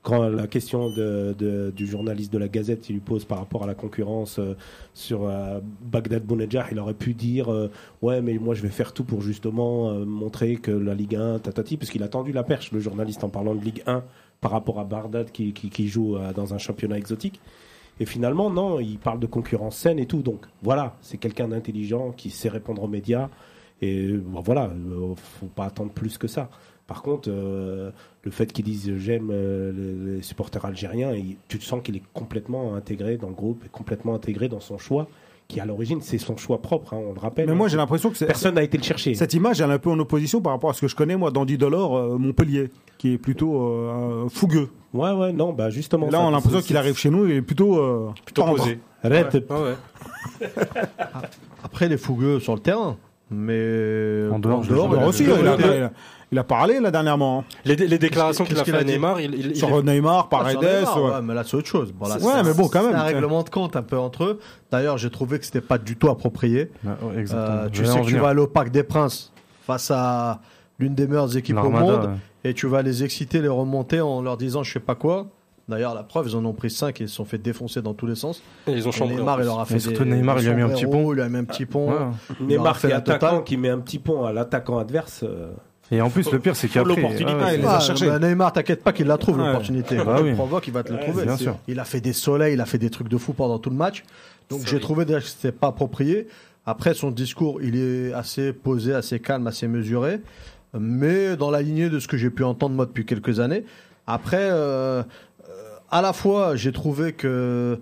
quand la question de- de- du journaliste de la Gazette, il lui pose par rapport à la concurrence euh, sur euh, Bagdad Bounedjah, il aurait pu dire euh, ouais, mais moi je vais faire tout pour justement euh, montrer que la Ligue 1, tatati, parce qu'il a tendu la perche le journaliste en parlant de Ligue 1 par rapport à Bagdad qui, qui- qui joue euh, dans un championnat exotique. Et finalement, non, il parle de concurrence saine et tout. Donc voilà, c'est quelqu'un d'intelligent qui sait répondre aux médias. Et euh, bon, voilà, euh, faut pas attendre plus que ça. Par contre, euh, le fait qu'ils disent euh, j'aime euh, le- les supporters algériens, et tu te sens qu'il est complètement intégré dans le groupe, et complètement intégré dans son choix, qui à l'origine c'est son choix propre, hein, on le rappelle. Mais moi j'ai l'impression que c'est- personne n'a été le chercher. cette image elle est un peu en opposition par rapport à ce que je connais moi d'Andy Delors euh, Montpellier qui est plutôt euh, fougueux. Ouais, ouais, non, bah justement. Et là ça, on a l'impression c'est- qu'il arrive chez nous et est plutôt euh, Plutôt tendre. posé. Arrête. Ah ouais. Après, les fougueux sur le terrain, mais En dehors, je Delors, le- il a aussi, il a, Ouais, il a- il a parlé là dernièrement hein. Les, les déclarations Qu'est-ce qu'il a qu'il fait a à dit Neymar, il, il- il sur est- Neymar, Ah, Paredes. sur Neymar, ouais. ouais, mais là c'est autre chose. Bon, là, Ouais, c'est- mais bon, quand c'est même, un tu sais. règlement de compte un peu entre eux. D'ailleurs, j'ai trouvé que c'était pas du tout approprié. Ah, ouais, exactement. Euh, tu J'allais sais en que tu venir. vas aller au Parc des Princes face à l'une des meilleures équipes au L'Armada, monde ouais. et tu vas les exciter, les remonter en leur disant je sais pas quoi. D'ailleurs, la preuve, ils en ont pris 5 et ils se sont fait défoncer dans tous les sens. et ils ont Et changé. Neymar, il leur a fait Et surtout, des- Neymar, des il lui a mis un petit sombreros, pont. Il lui a mis un petit pont. Ouais. Neymar fait qui est la attaquant, totale. qui met un petit pont à l'attaquant adverse. euh, Et en plus, le pire, c'est qu'après. l'opportunité, ouais, il c'est- les a Ah, cherchés. bah, Neymar, t'inquiète pas qu'il la trouve Ouais. l'opportunité. Bah Quand il oui. provoque, il va te la trouver. bien C'est- sûr. Il a fait des soleils, il a fait des trucs de fou pendant tout le match. Donc j'ai trouvé déjà que c'était pas approprié. Après son discours, il est assez posé, assez calme, assez mesuré, mais dans la lignée de ce que j'ai pu entendre moi depuis quelques années. Après, euh, euh, à la fois j'ai trouvé que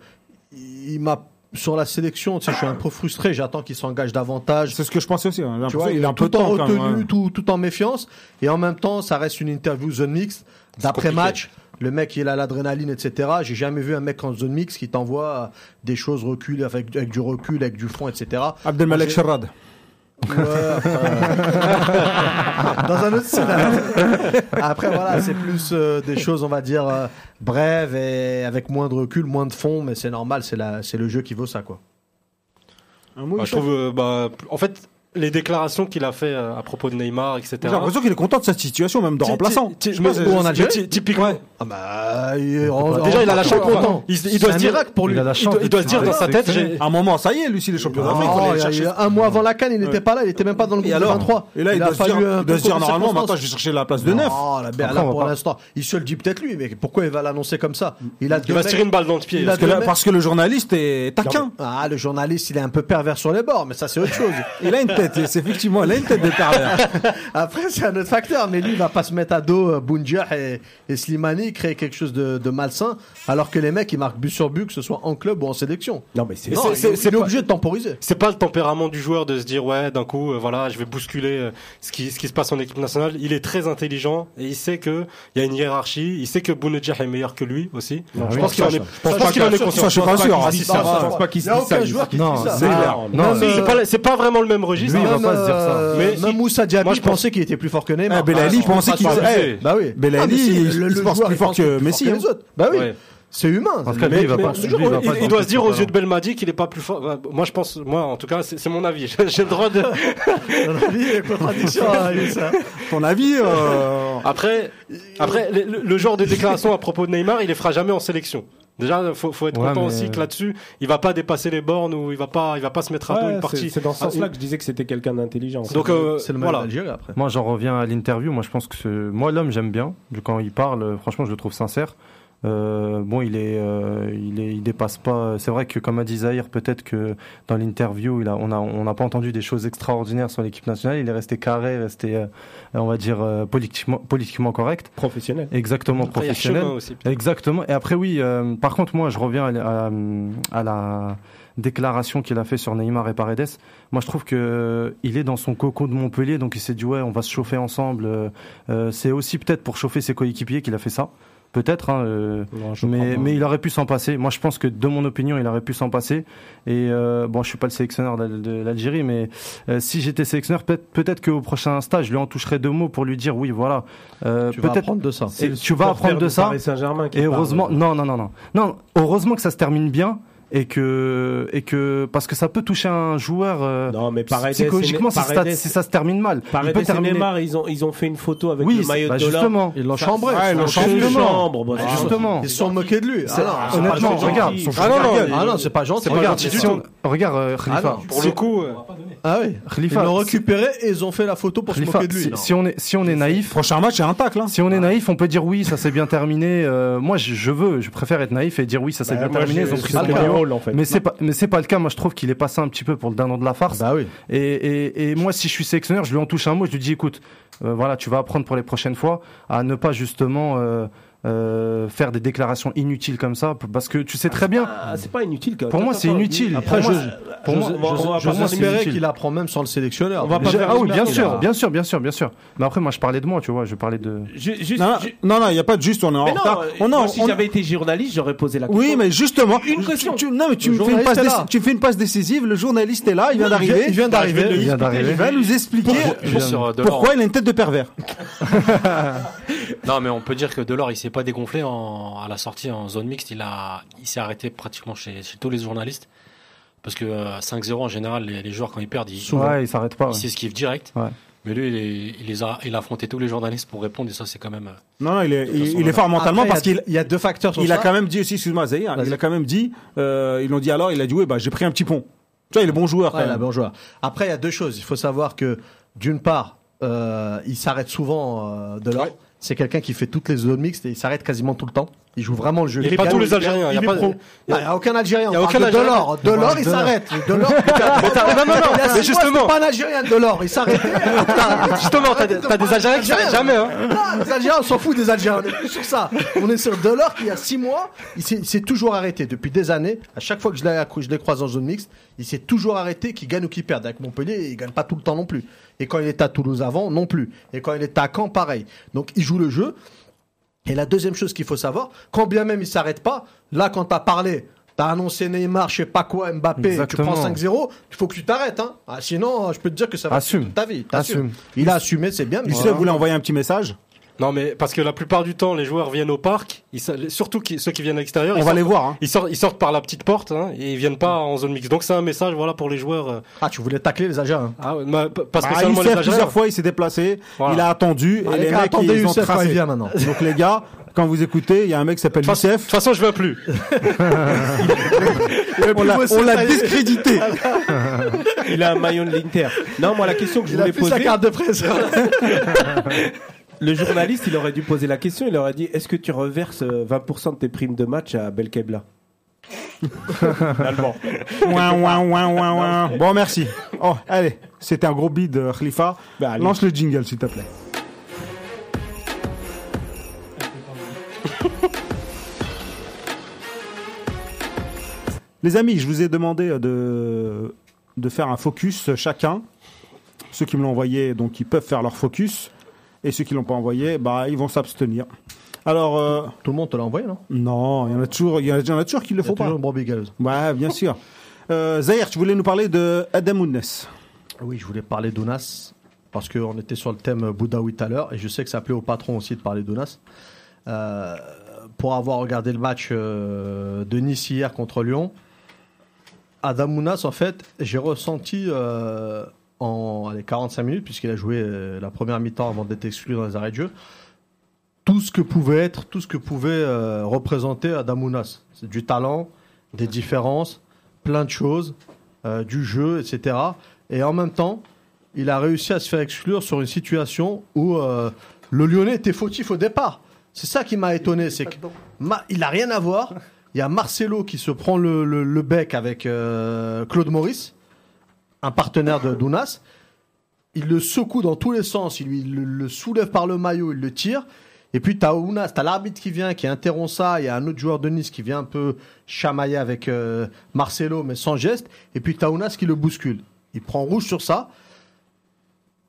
il m'a sur la sélection, tu sais, je suis un peu frustré. J'attends qu'il s'engage davantage. C'est ce que je pensais aussi. hein. J'ai Tu l'impression vois, qu'il a un peu de tout en temps quand même, retenue, ouais. tout, tout en méfiance. Et en même temps, ça reste une interview zone mixte. D'après compliqué. match, le mec, il a l'adrénaline, etc. J'ai jamais vu un mec en zone mixte qui t'envoie euh, des choses recul, avec, avec du recul, avec du fond, etc. Abdelmalek J'ai- Sherrad. Ouais, enfin, euh, *laughs* Dans un autre scénario. Après, voilà, c'est plus euh, des choses, on va dire, euh, brèves et avec moins de recul, moins de fond. Mais c'est normal, c'est la- c'est le jeu qui vaut ça, quoi. Un mot, Bah, je Michel trouve, euh, bah, en fait, les déclarations qu'il a fait euh, à propos de Neymar, etc. J'ai l'impression qu'il est content de sa situation, même de remplaçant. Ti- ti- Je pense mais- que- ou en Algérie mais ti- Typiquement. Ah bah, il- en- Déjà, en- il a la tout chance. content. Il, il C'est doit un se dire, miracle pour lui. Il a la il chance doit, il doit se dire dans sa tête, j'ai- À un moment, ça y est, Lucie, les champions d'Afrique, Non, on Oh, il les y a- cherche. il y a un mois avant la canne, il n'était pas là, il était même pas dans le groupe Et alors 23. Et là, il, a doit se dire, fallu un il doit se dire, concours normalement, de maintenant, circonstances. je vais chercher la place de neuf. Non, là, ben, Après, là, on va pour pas- l'instant, il se le dit peut-être lui, mais pourquoi il va l'annoncer comme ça Il a il deux va se mecs- tirer une balle dans le pied. il a Parce que, le là- mec- parce que le journaliste est taquin. Ah, le journaliste, il est un peu pervers sur les bords, mais ça, c'est autre chose. Il a une tête, et c'est effectivement, il a une tête de pervers. Après, c'est un autre facteur, mais lui, il va pas se mettre à dos euh, Bounedjah et, et Slimani, créer quelque chose de, de malsain, alors que les mecs, ils marquent but sur but, que ce soit en club ou en sélection. Non, mais c'est Mais Non, c'est- il- c'est- il c'est est pas- obligé de temporiser. C'est pas le tempérament du joueur de se dire ouais d'un coup euh, voilà je vais bousculer euh, ce qui ce qui se passe en équipe nationale. Il est très intelligent et il sait que il y a une hiérarchie. Il sait que Bounedjah est meilleur que lui aussi. je oui, pense qu'il en est. Je pense pas qu'il en est conscient. Ça, je suis pas sûr. hein. Il ça, je pense pas qu'il il se y a dise ça, aucun il- joueur qui se non, dit ça. c'est clair. Non, Même, C'est pas c'est pas vraiment le même registre. Lui, il va Même, pas se dire ça. euh, Mais même il- Moussa Diaby moi, je pensait qu'il était plus fort que Neymar. Ah, Belali, Ah, je pensais on qu'il parle faisait- pas de- eh, Bah oui. Belali, Ah, mais si, il se pense joueur, plus il fort pense que Messi, les hein. autres. Bah oui. Ouais. C'est humain. Parce que lui, il va Mais- pas- mais- lui, il va il, pas il doit se dire aux parler. yeux de Belmadi qu'il est pas plus fort. Ouais, Moi, je pense, moi, en tout cas, c'est c'est mon avis. *laughs* J'ai le droit de. Ton avis euh, Après, après, le, le- le genre de déclaration à propos de Neymar, il les fera jamais en sélection. Déjà, faut, faut être Ouais, content mais- aussi que là-dessus, il va pas dépasser les bornes ou il va pas, il va pas se mettre à dos Ouais, une c'est- partie. c'est dans ce Ah, sens-là que je disais que c'était quelqu'un d'intelligent. Donc euh, C'est le mal voilà. d'Algérie après. Moi, j'en reviens à l'interview. Moi, je pense que ce- moi, l'homme, j'aime bien. Du- Quand il parle, euh, franchement, je le trouve sincère. Euh, bon, il est, euh, il est, il dépasse pas. C'est vrai que, comme a dit Zahir, peut-être que dans l'interview, il a- on a, on n'a pas entendu des choses extraordinaires sur l'équipe nationale. Il est resté carré, resté, euh, on va dire, euh, politiquement, politiquement correct, professionnel. exactement Après, il y a professionnel. chemin aussi. Exactement. Et après, oui, euh, par contre, moi, je reviens à, la- à la déclaration qu'il a fait sur Neymar et Paredes. Moi, je trouve que euh, il est dans son cocon de Montpellier, donc il s'est dit, ouais, on va se chauffer ensemble. Euh, euh, c'est aussi peut-être pour chauffer ses coéquipiers qu'il a fait ça. Peut-être, hein, euh, mais, mais il aurait pu s'en passer. Moi, je pense que, de mon opinion, il aurait pu s'en passer. Et euh, bon, je suis pas le sélectionneur de, de l'Algérie, mais euh, si j'étais sélectionneur, peut-être peut-être qu'au prochain stage, je lui en toucherai deux mots pour lui dire, oui, voilà, euh, Tu vas peut-être apprendre de ça. et tu vas apprendre de ça. Et heureusement, non, non, non, non, non. Heureusement que ça se termine bien et que et que parce que ça peut toucher un joueur euh, Non, mais Paredes, psychologiquement si, ça- Paredes- si ça se termine mal. il Paredes peut et terminer. Neymar, ils ont, ils ont fait une photo avec oui, le c'est- maillot bah, de Dollar. justement. Ils l'ont chambré. ouais, ils l'ont Ça, chambré. c'est une Justement. chambre, bah, Ah, c'est- justement. Ils se sont moqués de lui. Ah non, honnêtement, c'est pas gentil. regarde. son Ah non, non, gueule. Ah non, c'est pas gentil. C'est pas Regarde, gentil du si on- tout. regarde euh, Khalifa. Ah non. Pour le coup, euh, Ah oui. Khalifa, Ils l'ont si- récupéré et ils ont fait la photo pour se Khalifa, moquer de lui. si, Non. si on est si on est naïf, Prochain match, c'est un tacle. Hein. si on est naïf, on peut dire oui, ça s'est bien terminé. Euh, moi, je, je veux, je préfère être naïf et dire oui, ça s'est bien Bah, moi, terminé. j'ai- Ils ont pris c'est son pas maillot. le rôle, en fait. Mais c'est pas, mais c'est pas le cas. Moi, je trouve qu'il est passé un petit peu pour le dindon de la farce. Bah oui. Et, et- et moi, si je suis sélectionneur, je lui en touche un mot, je lui dis écoute, euh, voilà, tu vas apprendre pour les prochaines fois à ne pas justement euh, euh, faire des déclarations inutiles comme ça, p- parce que tu sais très bien. Ah, c'est pas inutile. quand- Pour moi, attends, c'est attends, inutile. Après, pour je, moi, pour moi- je- on va- on va je- pas j'ose faire espérer inutile. qu'il apprend même sans le sélectionneur. On va pas Déjà- faire ah oui, bien l'expert, sûr, là. bien sûr, bien sûr, bien sûr. Mais après, moi, je parlais de moi, tu vois, je parlais de. Ju- juste- Non, ju- non, non, il n'y a pas de juste, on est en Mais non, retard. euh, Oh, On est en- moi, si on- j'avais été journaliste, j'aurais posé la question. Oui, mais justement, Une tu- question. Tu, non, mais tu, Le me fais une journaliste passe est déci- là. tu me fais une passe décisive, le journaliste est là, il vient d'arriver. Il vient d'arriver. Il vient Il d'arriver. va nous expliquer je pense sur, euh, Delors. pourquoi il a une tête de pervers. Non, mais on peut dire que Delors, il s'est pas dégonflé en, à la sortie en zone mixte. Il a, il s'est arrêté pratiquement chez, chez tous les journalistes. Parce que euh, 5-0, en général, les, les joueurs, quand ils perdent, ils, Ouais, il s'arrête pas. ils ouais. s'esquivent direct. Ouais. Mais lui, il, est- il les a, il a affronté tous les journalistes pour répondre. Et ça, c'est quand même. euh, Non, non, il est, il, façon, il est fort mentalement parce qu'il y a deux facteurs sur il a ça. quand même dit aussi, excuse-moi, Zahir, il a quand même dit, euh, ils l'ont dit alors, il a dit, oui, bah, j'ai pris un petit pont. Tu vois, il est bon joueur quand Ouais, il a même. bon joueur. Après, il y a deux choses. Il faut savoir que, d'une part, euh, il s'arrête souvent euh, de l'or. C'est quelqu'un qui fait toutes les zones mixtes et il s'arrête quasiment tout le temps. Il joue vraiment le jeu. il n'y a pas tous les Algériens. Il y a pas. Il n'y a aucun Algérien. Il y a On aucun parle de Algérien. Delors. Delors, il *laughs* s'arrête. Delors, non, non, non, il y a six mais mois, justement. c'était pas un Algérien, Delors. Il *laughs* s'arrêtait. Justement, t'as des- t'as des Algériens qui s'arrêtent jamais, hein. Ah, les Algériens, on s'en fout des Algériens. On est plus sur ça. On est sur Delors qui, il y a six mois, il s'est il s'est toujours arrêté. Depuis des années, à chaque fois que je l'ai- je les croise en zone mixte, il s'est toujours arrêté, qu'il gagne ou qu'il perde. Avec Montpellier, il gagne pas tout le temps non plus. Et quand il est à Toulouse avant, non plus. Et quand il est à Caen, pareil. Donc il joue le jeu. Et la deuxième chose qu'il faut savoir, quand bien même il s'arrête pas, là quand t'as parlé, t'as annoncé Neymar, je sais pas quoi, Mbappé, tu Exactement. prends 5-0, il faut que tu t'arrêtes. Hein. Ah, sinon, euh, je peux te dire que ça va Assume. toute ta vie. Assume. T'assumes. Il a assumé, c'est bien. mais Il sait, voilà. voulait envoyer un petit message. Non, mais parce que la plupart du temps, les joueurs viennent au parc, ils sa- surtout qui- ceux qui viennent à l'extérieur. On ils va sortent- les voir. hein. Ils sortent, ils sortent par la petite porte hein, et ils viennent pas en zone mixte. Donc c'est un message voilà pour les joueurs. euh, Ah, tu voulais tacler les agents. hein. Ah, ouais, bah, p- pas Bah, spécialement il s'est les Algériens. plusieurs fois, il s'est déplacé, Voilà. il a attendu, Ah, et les les gars, mecs, attendez ils ont Youssef quand tracé. il vient maintenant. Donc les gars, quand vous écoutez, il y a un mec qui s'appelle De toute façon- de Youssef, toute façon, je viens plus. on l'a- on l'a discrédité. Il a un maillot de l'Inter. Non, moi, la question que je voulais poser. de *laughs* presse. Le journaliste, il aurait dû poser la question. Il aurait dit Est-ce que tu reverses euh, 20% de tes primes de match à Belkebla *laughs* Allemand. Ouin, ouin, ouin, ouin, ouin. Bon, merci. Oh, allez, c'était un gros bid, euh, Khalifa. Bah, allez. Lance le jingle, s'il te plaît. *laughs* Les amis, je vous ai demandé euh, de, de faire un focus euh, chacun. Ceux qui me l'ont envoyé, donc ils peuvent faire leur focus. Et ceux qui l'ont pas envoyé, bah, ils vont s'abstenir. Alors, euh, Tout le monde te l'a envoyé, non non, il y en a toujours, il y en a- il y en a toujours qui le Il y a font pas. toujours une brebis galeuse. Ouais, bien sûr. Euh, Zahir, tu voulais nous parler de Adam Oudness. Oui, je voulais parler d'Ounas parce qu'on était sur le thème Boudaoui tout à l'heure et je sais que ça plaît au patron aussi de parler d'Ounas. Euh, pour avoir regardé le match euh, de Nice hier contre Lyon, Adamounas, en fait, j'ai ressenti euh, en allez, 45 minutes, puisqu'il a joué euh, la première mi-temps avant d'être exclu dans les arrêts de jeu, tout ce que pouvait être, tout ce que pouvait euh, représenter Adamounas. C'est du talent, des différences, plein de choses, euh, du jeu, etc. Et en même temps, il a réussi à se faire exclure sur une situation où euh, le Lyonnais était fautif au départ. C'est ça qui m'a étonné, c'est que Ma- il n'a rien à voir. Il y a Marcelo qui se prend le, le- le bec avec euh, Claude Maurice, un partenaire de Dounas. Il le secoue dans tous les sens, il, lui- il le, le soulève par le maillot, il le tire. Et puis t'as Ounas, t'as l'arbitre qui vient, qui interrompt ça. Il y a un autre joueur de Nice qui vient un peu chamailler avec euh, Marcelo, mais sans geste. Et puis t'as Ounas qui le bouscule. Il prend rouge sur ça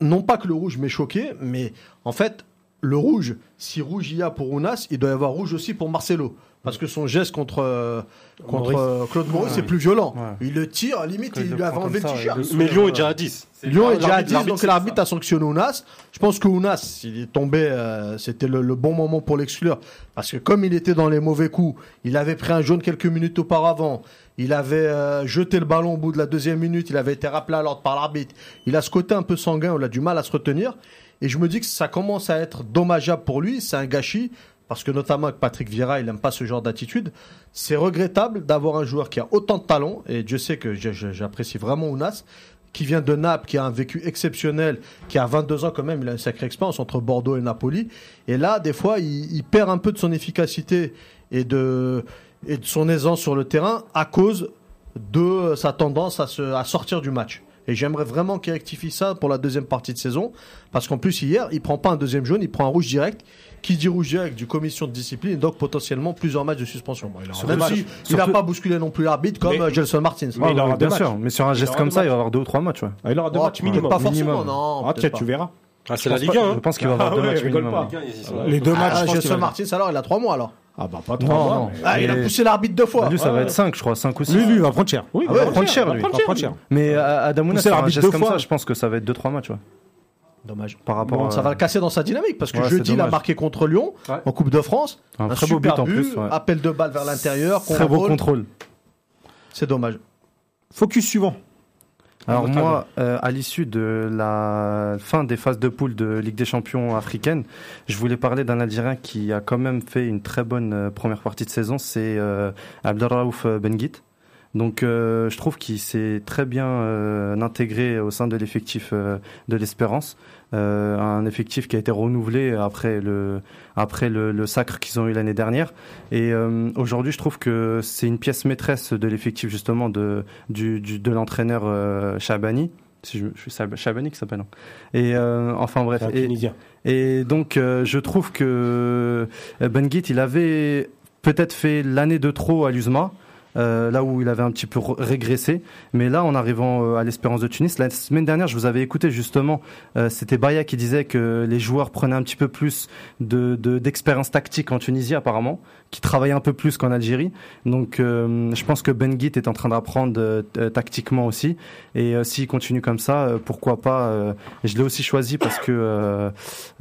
non pas que le rouge m'ait choqué, mais en fait, le rouge, si rouge il y a pour Ounas, il doit y avoir rouge aussi pour Marcelo. Parce que son geste contre, euh, contre Maurice. euh, Claude Maurice Ouais. c'est plus violent. Ouais. Il le tire, à la limite, Quand il il le lui avait prend comme enlevé le ça, t-shirt. il le- Mais Lyon est déjà à 10. C'est- Lyon est déjà à 10, l'arbitre, donc c'est l'arbitre ça. a sanctionné Ounas. Je pense que Ounas, s'il est tombé, euh, c'était le, le bon moment pour l'exclure. Parce que comme il était dans les mauvais coups, il avait pris un jaune quelques minutes auparavant, il avait euh, jeté le ballon au bout de la deuxième minute, il avait été rappelé à l'ordre par l'arbitre. Il a ce côté un peu sanguin, il a du mal à se retenir. Et je me dis que ça commence à être dommageable pour lui, c'est un gâchis. Parce que notamment avec Patrick Vieira, il n'aime pas ce genre d'attitude. C'est regrettable d'avoir un joueur qui a autant de talent, et Dieu sait que je- je- j'apprécie vraiment Ounas, qui vient de Naples, qui a un vécu exceptionnel, qui a 22 ans quand même, il a une sacrée expérience entre Bordeaux et Napoli. Et là, des fois, il, il perd un peu de son efficacité et de, et de son aisance sur le terrain à cause de euh, sa tendance à, se, à sortir du match. Et j'aimerais vraiment qu'il rectifie ça pour la deuxième partie de saison, parce qu'en plus hier, il prend pas un deuxième jaune, il prend un rouge direct. Qui dit rouge direct du commission de discipline, donc potentiellement plusieurs matchs de suspension. Même matchs. si il n'a Surtout- pas bousculé non plus l'arbitre comme Mais- euh, Gelson Martins. Mais il aura bien deux sûr, matchs. mais sur un Il geste aura comme deux ça, il matchs. va avoir deux ou trois matchs. ouais. Ah, il aura deux Oh, matchs peut-être minimum. Pas forcément, Minimum. non. Ah, peut-être peut-être, tu pas. verras. Ah, c'est la pense Ligue 1. pas- Je Hein. pense qu'il va avoir Ah deux ouais, matchs rigole minimum. pas. ouais. Les deux matchs, Ah, je pense qu'il va Gelson le- Martins, alors, il a trois mois, alors. Ah bah pas Non, trop. non. Ah, il a Et- poussé l'arbitre deux fois. Lui, ça va être 5, je crois, 5 ou 6. Lui, lui, il va prendre cher. Oui, Ah ouais, il va prendre cher, lui. Il va prendre cher. Mais euh, Adamounas, Pousser sur un l'arbitre geste deux comme fois. ça, je pense que ça va être 2-3 matchs. ouais. Dommage. Par rapport euh, Bon, à- ça va le casser dans sa dynamique parce que Ouais, jeudi, c'est il a dommage. marqué contre Lyon Ouais. en Coupe de France. Un très beau super but en plus, ouais. Appel de balle vers l'intérieur. Très beau contrôle. contrôle. C'est dommage. Focus suivant. Alors moi, euh, à l'issue de la fin des phases de poule de Ligue des Champions africaine, je voulais parler d'un Algérien qui a quand même fait une très bonne euh, première partie de saison, c'est euh, Abdelraouf euh, Benguit. Donc euh, je trouve qu'il s'est très bien euh, intégré au sein de l'effectif euh, de l'Espérance, Euh, un effectif qui a été renouvelé après le après le, le sacre qu'ils ont eu l'année dernière. Et euh, aujourd'hui, je trouve que c'est une pièce maîtresse de l'effectif justement de du, du- de l'entraîneur euh, Chabani. Si je, je- Chab- Chabani qui s'appelle. hein. Et euh, enfin bref. C'est un Et- Tunisien. et donc, euh, je trouve que Benguit, il avait peut-être fait l'année de trop à l'USMA. euh, là où il avait un petit peu re- régressé, mais là en arrivant euh, à l'Espérance de Tunis, la semaine dernière je vous avais écouté justement, euh, c'était Baya qui disait que les joueurs prenaient un petit peu plus de de- d'expérience tactique en Tunisie apparemment, qui travaillaient un peu plus qu'en Algérie, donc euh, je pense que Benguit est en train d'apprendre euh, t- euh, tactiquement aussi, et euh, s'il continue comme ça, euh, pourquoi pas, euh, je l'ai aussi choisi parce que euh,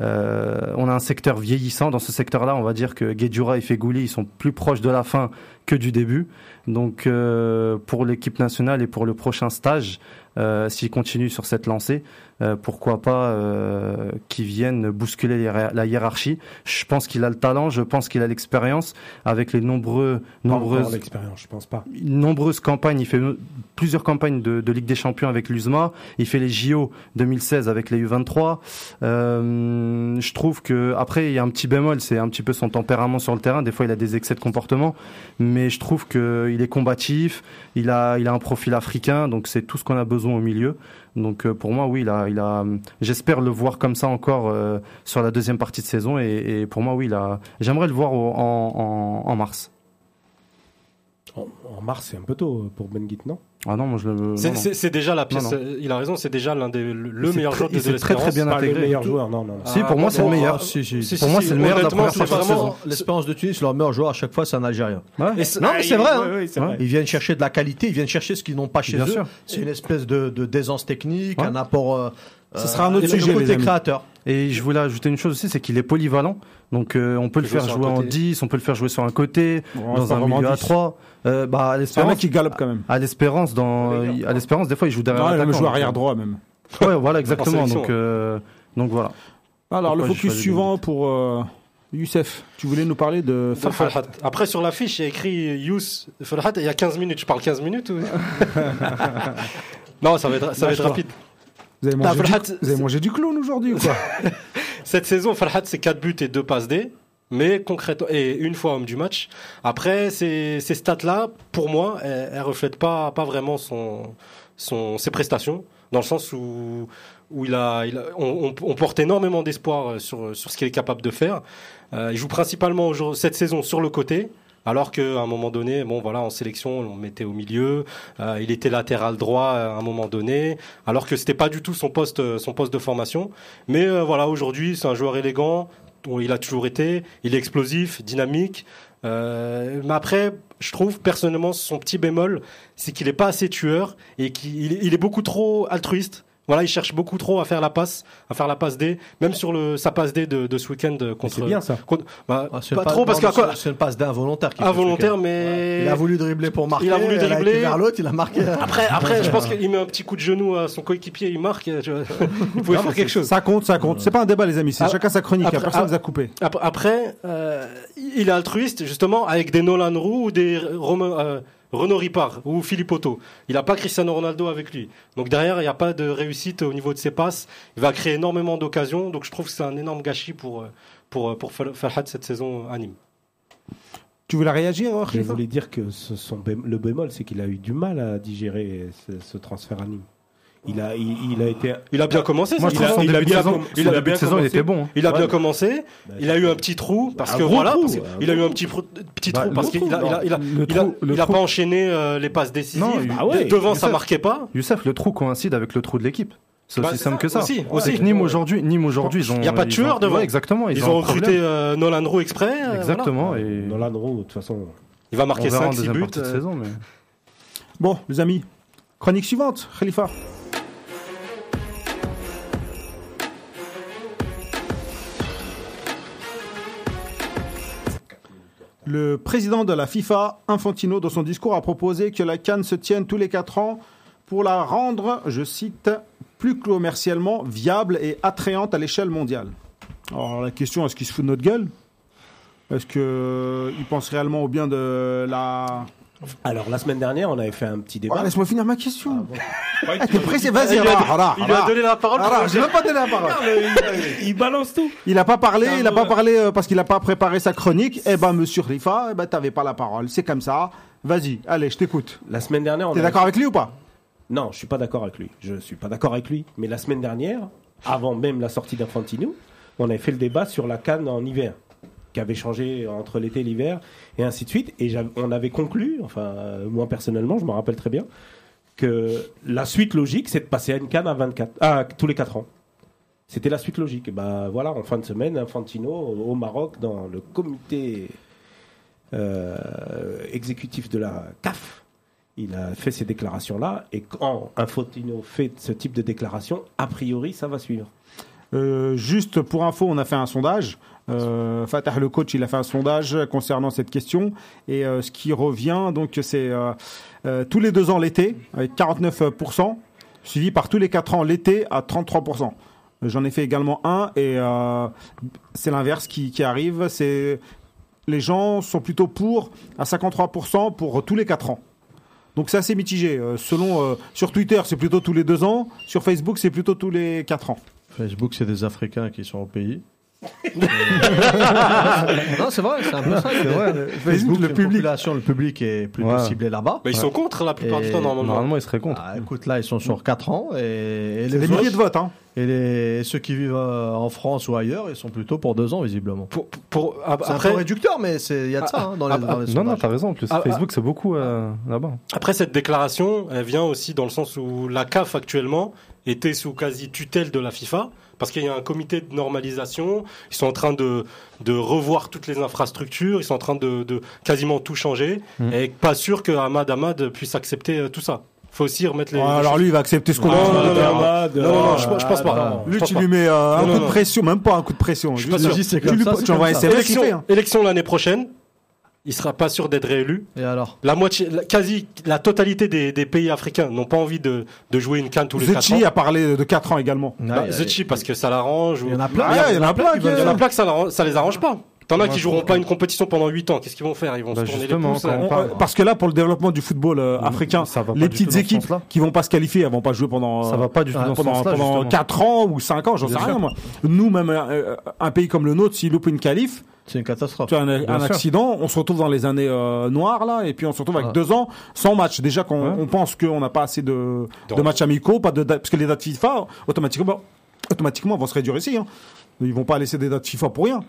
euh, on a un secteur vieillissant. Dans ce secteur-là, on va dire que Guedjura et Fegouli, ils sont plus proches de la fin que du début. Donc, euh, pour l'équipe nationale et pour le prochain stage, euh, s'ils continuent sur cette lancée, euh, pourquoi pas euh, qu'ils viennent bousculer les ré- la hiérarchie. Je pense qu'il a le talent, je pense qu'il a l'expérience avec les nombreux, Pas encore nombreuses l'expérience, je pense pas. nombreuses campagnes. Il fait plusieurs campagnes de, de Ligue des Champions avec l'USMA. Il fait les JO 2016 avec les U23. Euh, je trouve que après il y a un petit bémol, c'est un petit peu son tempérament sur le terrain. Des fois il a des excès de comportement, mais je trouve que euh, il est combatif. Il a il a un profil africain, donc c'est tout ce qu'on a besoin au milieu. Donc euh, pour moi oui, il a il a. J'espère le voir comme ça encore euh, sur la deuxième partie de saison et, et pour moi oui, il a. J'aimerais le voir au- en, en en mars. En, en mars, c'est un peu tôt pour Benguit, non Ah non, moi je le. non, C'est- non. C'est c'est déjà la pièce. Non, non. euh, Il a raison, c'est déjà l'un des le- le s'est meilleur très- joueur de il s'est très, très l'Espérance. bien Pas le intégré. meilleur joueur, non, non. non. Si, pour moi, c'est le meilleur. Si, si. Si, si, Pour moi, si, c'est le meilleur de la honnêtement, première c'est partie de vraiment- saison. L'espérance de Tunis, leur meilleur joueur à chaque fois, c'est un Algérien. Ouais. Et c'est- Non, mais c'est vrai. hein. Oui, oui, c'est Ouais. vrai. Ils viennent chercher de la qualité, ils viennent chercher ce qu'ils n'ont pas chez Bien eux. sûr. C'est une espèce de, de d'aisance technique, Ouais. un apport. euh, Ce euh, sera un autre et le sujet, côté les amis. créateur. Et je voulais ajouter une chose aussi, c'est qu'il est polyvalent. Donc euh, on peut le Il joue faire sur un jouer en côté. 10, on peut le faire jouer sur un côté, Bon, c'est dans pas un vraiment milieu à 10. 3. Euh, bah, à C'est un l'espérance, mec qui galope quand même. à l'espérance, dans, euh, à l'espérance, des fois, il joue derrière. Non, il me l'attaquant, joue donc, arrière droit même. euh, Ouais, voilà, exactement. sélection, Donc, ouais. euh, donc voilà. Alors, le Pourquoi j'ai focus choisi suivant pour euh, Youssef. Tu voulais nous parler de Fal- Falhat. Après, sur l'affiche, il y a écrit Yous Falhat. et Il y a 15 minutes. Je parle 15 minutes *laughs* ou Non, ça va être, ça va être Lâche-toi. rapide. Vous avez Ah, mangé, Falhat, du... Vous avez mangé du clown aujourd'hui ou *laughs* quoi Cette saison, Falhat, c'est 4 buts et 2 passes D. Mais concrètement, et une fois homme du match. Après, ces, ces stats-là, pour moi, elles, elles reflètent pas, pas vraiment son, son, ses prestations. Dans le sens où, où il a, il a- on, on- on porte énormément d'espoir euh, sur, sur ce qu'il est capable de faire. Euh, il joue principalement aujourd'hui- cette saison sur le côté. Alors qu'à un moment donné, bon voilà, en sélection, on le mettait au milieu. euh, il était latéral droit euh, à un moment donné. Alors que c'était pas du tout son poste, euh, son poste de formation. Mais euh, voilà, aujourd'hui, c'est un joueur élégant. dont Il a toujours été. Il est explosif, dynamique. Euh, mais après, je trouve personnellement son petit bémol, c'est qu'il n'est pas assez tueur et qu'il il est beaucoup trop altruiste. Voilà, il cherche beaucoup trop à faire la passe, à faire la passe D, même sur le, sa passe D de, de ce week-end euh, contre. C'est bien ça. contre- bah, Ah, c'est pas, trop parce non, qu'à quoi c'est- C'est une passe d'involontaire. qui fait Involontaire, ce truc-là. mais Il a voulu dribbler pour marquer. Il a voulu elle été dribbler. vers l'autre, il a marqué. après, après, je pense qu'il met un petit coup de genou à son coéquipier, il marque. euh, tu vois. *laughs* Il pouvait faire quelque chose. Ça compte, ça compte. C'est pas un débat, les amis. C'est Ah, chacun sa chronique. après- hein. personne ah, vous a coupé. Ap- Après, euh, il est altruiste, justement, avec des Nolan Roux ou des Romain- euh, Renaud Ripard ou Philippe Otto. Il n'a pas Cristiano Ronaldo avec lui. Donc derrière, il n'y a pas de réussite au niveau de ses passes. Il va créer énormément d'occasions. Donc je trouve que c'est un énorme gâchis pour, euh, pour, euh, pour Fal- Falhat cette saison euh, à Nîmes. Tu voulais réagir, euh, Je Khalifa voulais dire que ce- son bém- le bémol, c'est qu'il a eu du mal à digérer euh, ce, ce transfert à Nîmes. Il a, il, il a été. Il a bien commencé. ça. Moi, je il, trouve a, son il a début de bien saison, com- son il a début bien de saison, il commencé. était bon. hein. Il a Ouais. bien commencé. Il a eu un petit trou parce Un que gros voilà, trou, parce que un il a eu gros un petit, pro- petit trou le parce qu'il trou, a, il a, il a- Le il a- trou- le il a trou- pas enchaîné euh, les passes décisives. Non, Ah ouais. Devant, Mais ça ça- marquait pas. Youssef, le trou coïncide avec le trou de l'équipe. C'est Bah, aussi c'est simple ça, que ça. aussi, C'est aussi. que Nîmes aujourd'hui, Nîmes aujourd'hui, ils ont. Y a pas de ils tueur ont- devant. Ouais, exactement. Ils, ont un problème. recruté euh, Nolan Roux exprès. euh, voilà. Exactement. Et Nolan Roux, de toute façon. Il va on marquer verra en 5-6 deuxième buts. partie de euh, saison. mais- Bon, les amis. Chronique suivante, Khalifa. Le président de la FIFA, Infantino, dans son discours, a proposé que la Cannes se tienne tous les 4 ans pour la rendre, je cite, plus commercialement viable et attrayante à l'échelle mondiale. Alors la question, est-ce qu'il se fout de notre gueule Est-ce qu'il pense réellement au bien de la... Alors, la semaine dernière, on avait fait un petit débat. Ah, Laisse-moi finir ma question. *laughs* Ah, t'es pressé, Il vas-y, lui a- rah, rah, Il lui rah. a donné la parole. Ah, rah, pour- j'ai même pas donné la parole. il balance tout. Il a pas parlé, il a pas parlé euh, parce qu'il a pas préparé sa chronique. Eh ben, monsieur Rifa, eh ben, t'avais pas la parole. C'est comme ça. Vas-y, allez, je t'écoute. Oh, La semaine dernière, on T'es avait- d'accord avec lui ou pas Non, je suis pas d'accord avec lui. Je suis pas d'accord avec lui. Mais la semaine dernière, avant même la sortie d'Infantino, on avait fait le débat sur la canne en hiver, qui avait changé entre l'été et l'hiver, et ainsi de suite. Et j'av- on avait conclu, enfin euh, moi personnellement, je m'en rappelle très bien, que la suite logique, c'est de passer à une canne à 24, ah, tous les 4 ans. C'était la suite logique. Et bah voilà, en fin de semaine, Infantino au au Maroc dans le comité euh, exécutif de la CAF il a fait ces déclarations-là, et quand un Fotino fait ce type de déclaration, a priori, ça va suivre. Euh, juste pour info, on a fait un sondage. Euh, Fatah, le coach, il a fait un sondage concernant cette question. Et euh, ce qui revient, donc, c'est euh, euh, tous les deux ans l'été, avec 49%, suivi par tous les quatre ans l'été à 33%. J'en ai fait également un, et euh, c'est l'inverse qui, qui arrive. C'est les gens sont plutôt pour à 53% pour tous les quatre ans. Donc c'est assez mitigé. Euh, selon euh, sur Twitter, c'est plutôt tous les deux ans. Sur Facebook, c'est plutôt tous les quatre ans. Facebook, c'est des Africains qui sont au pays. *laughs* non, c'est vrai, c'est un Ah, peu ça. C'est *laughs* vrai. Facebook, Facebook, le le public. population, le public est plutôt Ouais. ciblé là-bas. Mais bah, ils sont contre la plupart du Et temps normalement. Normalement, il serait contre. Ah, écoute, là, ils sont sur 4 ans et, et Des les milliers autres- de votes, hein. et les- ceux qui vivent euh, en France ou ailleurs, ils sont plutôt pour 2 ans, visiblement. Pour- pour- ah, C'est un après, peu réducteur, mais c'est- il y a de ça hein, dans les, dans les Non, non, sondages. t'as raison. En plus, Ah, Facebook, c'est beaucoup euh, là-bas. Après, cette déclaration, elle vient aussi dans le sens où la CAF actuellement était sous quasi tutelle de la FIFA, parce qu'il y a un comité de normalisation, ils sont en train de, de revoir toutes les infrastructures, ils sont en train de, de quasiment tout changer, Mm. et pas sûr que Ahmad Ahmad puisse accepter euh, tout ça. faut aussi remettre les. Ah, alors lui, il va accepter ce qu'on Ah, lui non, dit. non, non, non, non, non, non, je, je pense pas. Ah, Je Lui, pense tu pas. lui mets euh, un Non, coup non. de pression, même pas un coup de pression. suis Juste- pas sûr. Juste, c'est Tu comme lui- ça, tu c'est envoies un comme ça. SMS, il élection, fait, hein. élection l'année prochaine, il sera pas sûr d'être réélu. Et alors La moitié, la- quasi la totalité des, des pays africains n'ont pas envie de, de jouer une canne tous les quatre ans. Zetchi a parlé de 4 ans également. Bah, Zetchi parce que ça l'arrange. ou- Il y en a Ah, plein. il y en a plein. qui- Il y en a plein que ça, l'arrange- ça les arrange pas. T'en as Moi, qui je joueront comprends. pas une compétition pendant 8 ans. Qu'est-ce qu'ils vont faire Ils vont Bah, se tourner les justement, pouces. quand euh. On- parle. on- parce que là, pour le développement du football euh, Ah, africain, Mm. ça va pas les du tout petites dans ce équipes sens-là. qui vont pas se qualifier, elles vont pas jouer pendant euh, Ça va pas du tout euh, dans ce pendant, sens-là, pendant justement. 4 ans ou 5 ans, j'en sais Bien rien. sûr. Moi. Nous, même euh, un pays comme le nôtre, s'il loupe une qualif, C'est une catastrophe. tu as un, un sûr. accident, on se retrouve dans les années euh, noires là, et puis on se retrouve avec Ouais. 2 ans sans match. Déjà qu'on Ouais. on pense qu'on n'a pas assez de, Dans- de matchs amicaux, pas de dates- parce que les dates FIFA automatiquement, bah, automatiquement vont se réduire ici. Hein. Ils vont pas laisser des dates FIFA pour rien.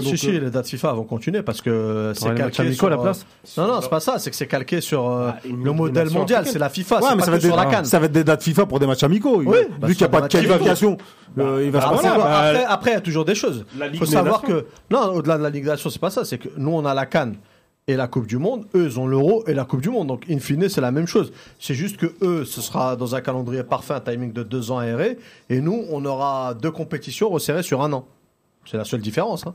si, si, les dates FIFA vont continuer parce que c'est les matchs calqué sur amicaux euh, à la place Non, non, c'est pas ça. C'est que c'est calqué sur euh, Ah, une le modèle nation mondial. africaine. C'est la FIFA. Ouais, c'est mais pas ça va, que être des, sur la canne. ça va être des dates FIFA pour des matchs amicaux. Il- Oui, vu bah, qu'il n'y a sur pas de des matchs amicaux. qualification, euh, il va se Ah, passer c'est quoi. vrai. bah, après, après, il y a toujours des choses. la Ligue faut des savoir Nations. que, non, au-delà de la Ligue des Nations, c'est pas ça. C'est que nous, on a la Cannes et la Coupe du Monde. Eux, ils ont l'Euro et la Coupe du Monde. Donc, in fine, c'est la même chose. C'est juste que eux, ce sera dans un calendrier parfait, un timing de deux ans aéré. Et nous, on aura deux compétitions resserrées sur un an. C'est la seule différence. hein.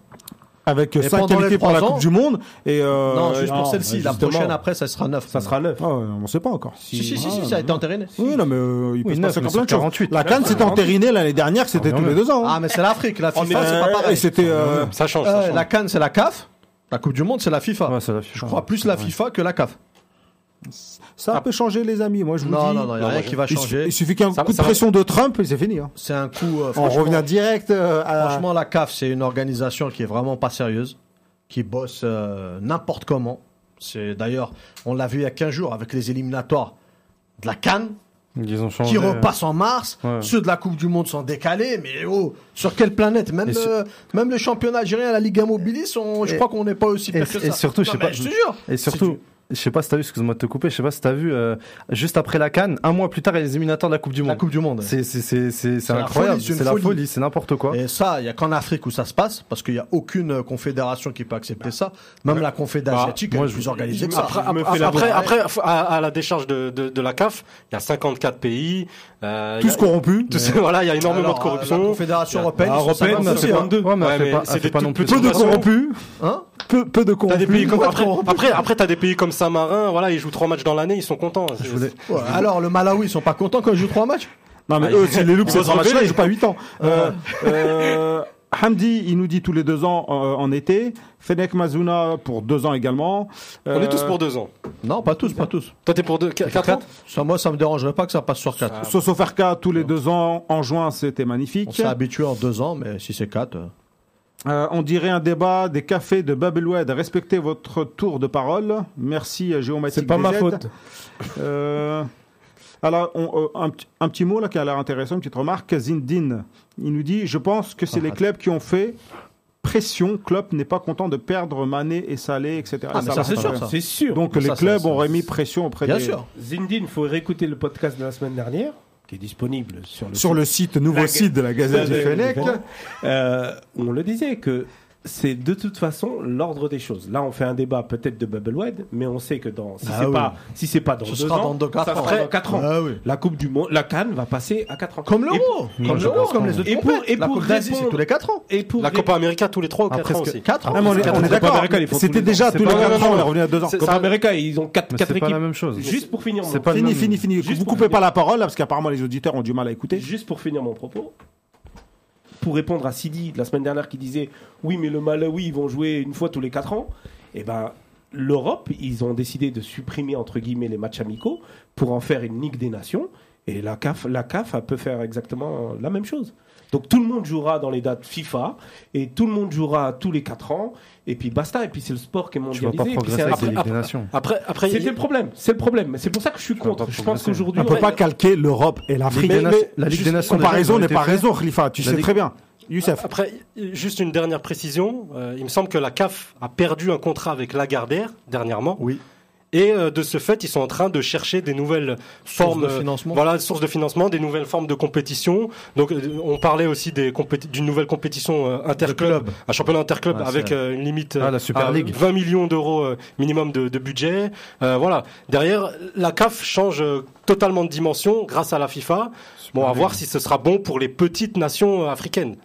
Avec Et 5 pendant les qualifiés pour trois la ans- Coupe du Monde et euh, non, juste pour non, celle-ci. ouais, La justement. prochaine, après, ça sera neuf. Ça sera neuf. ah, ouais, on ne sait pas encore. Si, si, si, si, ça a été entériné. Oui, Ah, non, mais euh, il peut Oui, se neuf, passer mais encore plein de sur choses. 48. La Cannes s'était entérinée l'année dernière, c'était Ah, tous mais les deux ans. hein. Ah, mais c'est l'Afrique. La Euh, FIFA, c'est pas Et pareil. c'était euh, Ça change. ça Euh, change. la Cannes, c'est la CAF. La Coupe du Monde, c'est la FIFA. Ouais, c'est la FIFA, Ah, Je crois ouais. plus la FIFA que la CAF. ça peut changer les amis. Moi je vous Non, dis. non, non, il n'y a Non, rien moi, qui va Il su- changer. Il suffit qu'un Ça- coup de ça va- pression de Trump et c'est fini. hein. C'est un coup. euh, On franchement, revient direct euh, à. Franchement, la CAF, c'est une organisation qui est vraiment pas sérieuse, qui bosse euh, n'importe comment. C'est d'ailleurs, on l'a vu il y a 15 jours avec les éliminatoires de la Cannes, Ils ont changé. qui repassent en mars. hein. Ouais. Ceux de la Coupe du Monde sont décalés, mais oh, sur quelle planète Même Et sur- euh, même le championnat algérien, la Liga Mobilis, on- je Et- crois qu'on n'est pas aussi et- pire que ça. et surtout, Non, je sais mais pas- Je te jure. Et surtout, je sais pas si t'as vu, excuse-moi de te couper, je sais pas si t'as vu, euh, juste après la Cannes, un mois plus tard, il y a les éliminateurs de la Coupe du La Monde. Coupe du Monde. C'est c'est- c'est- c'est- c'est la incroyable, folie, c'est une c'est la folie. folie, c'est n'importe quoi. Et ça, il n'y a qu'en Afrique où ça se passe, parce qu'il n'y a aucune euh, confédération qui peut accepter ça. Même la confédération Bah, asiatique, moi, elle est je- plus organisée que ça. Après, Je me après, fais la après, voix. après, f- à, à la décharge de, de, de la CAF, il y a 54 pays. euh, il y a- Tous corrompus. tous- *laughs* voilà, il y a énormément Alors, euh, de La corruption. Ah, confédération La européenne, ils sont Ouais, mais 56, elle fait pas- hein. ouais, mais Ouais, elle fait mais pas- c'est elle fait des pas tout non plus. petits Peu de Corruption. corrompus. Hein Peu peu de T'as des pays corrompus. comme après, après, après, t'as des pays comme Saint-Marin. Voilà, ils jouent trois matchs dans l'année, ils sont contents. C'est- Ouais, alors le Malawi, ils sont pas contents quand ils jouent trois matchs Non, mais Ah, eux, ils- s'ils les loupent, ils c'est vont se trois matchs-là, rebeller. ils jouent pas *laughs* 8 ans. Euh, euh, Hamdi, il nous dit tous les deux ans euh, en été. Fennec Mazuna pour deux ans également. On Euh, est tous pour deux ans. Non, pas tous, pas tous. Toi, t'es pour deux, qu- quatre ans Ça, moi, ça me dérangerait pas que ça passe sur Ah, quatre. Sosoferka tous les deux ans. En juin, c'était On magnifique. s'est habitué en deux ans, mais si c'est quatre. euh. Euh, on dirait un débat des cafés de Babelwed. Respectez votre tour de parole. Merci, euh, Géomatique. C'est pas ma DZ. faute. Euh, alors, on- euh, un, petit- un petit mot là qui a l'air intéressant, une petite remarque. Zindine, il nous dit Je pense que c'est les clubs qui ont fait pression. Klopp n'est pas content de perdre Mané et Salé, etc. Ah, mais ça, c'est sûr, ça. C'est sûr. Donc, Ça, les ça, clubs ça, auraient ça. mis pression auprès Bien des- sûr. Zindine, faut réécouter le podcast de la semaine dernière, qui est disponible sur le Sur le site, nouveau La- site de la Gazette La- du Fennec. Euh, on le disait que c'est de toute façon l'ordre des choses. Là, on fait un débat peut-être de Bubblewed, mais on sait que dans si Ah c'est oui. pas si c'est pas dans Ce deux sera ans, dans deux, quatre ça ans. sera dans quatre ans. Ah oui. La Coupe du Monde, la Cannes va passer à 4 ans. Comme l'euro Moi, Comme je l'euro, pense comme pas. les autres. Et pour- compètes. et la pour Coupe d'Asie, répondre- c'est tous les quatre ans. Et, et pour La Copa América tous les trois ou Ah, quatre ans presque. aussi. Quatre ans. Ah, mais on est, on est d'accord. Américains, ils font tous C'était les ans. déjà C'est tous les pas- non, 4 non, ans, non. on est revenu à 2 ans. C'est- Copa América, ils ont 4 Mais quatre c'est pas équipes. la même chose. Juste pour finir, C'est mon- pas le Fini, même. fini, fini. Juste Vous pour coupez finir. pas la parole là, parce qu'apparemment les auditeurs ont du mal à écouter. Juste pour finir mon propos, pour répondre à Sidi la semaine dernière qui disait oui mais le Malawi ils vont jouer une fois tous les 4 ans, et ben l'Europe ils ont décidé de supprimer entre guillemets les matchs amicaux pour en faire une Ligue des Nations et la CAF la CAF elle peut faire exactement la même chose. Donc tout le monde jouera dans les dates FIFA et tout le monde jouera tous les 4 ans et puis basta et puis c'est le sport qui est Tu vas mondialisé. pas et puis progresser c'est avec après- les Ligues des Nations. Après, après, C'était il- le problème, c'est le problème. Mais C'est pour ça que je suis vas contre. pas Je pense progresser. qu'aujourd'hui, On peut on- pas calquer l'Europe et l'Afrique. Ligue des Mais- Na- mais- la Ligue juste des Nations, Comparaison déjà, n'est ils ont pas été raison, Khalifa. Tu La sais Ligue- très bien. Youssef. Après, juste une dernière précision. Euh, il me semble que la CAF a perdu un contrat avec Lagardère dernièrement. Oui. Et euh, de ce fait, ils sont en train de chercher des nouvelles formes de financement. Voilà, sources de financement, des nouvelles formes de compétition. Donc, euh, on parlait aussi des compéti- d'une nouvelle compétition euh, interclub, club. un championnat interclub Ah, avec c'est- euh, une limite Ah, la Super à League. 20 millions d'euros euh, minimum de, de budget. Euh, voilà. Derrière, la CAF change euh, totalement de dimension grâce à la FIFA. Bon, à voir si ce sera bon pour les petites nations euh, africaines.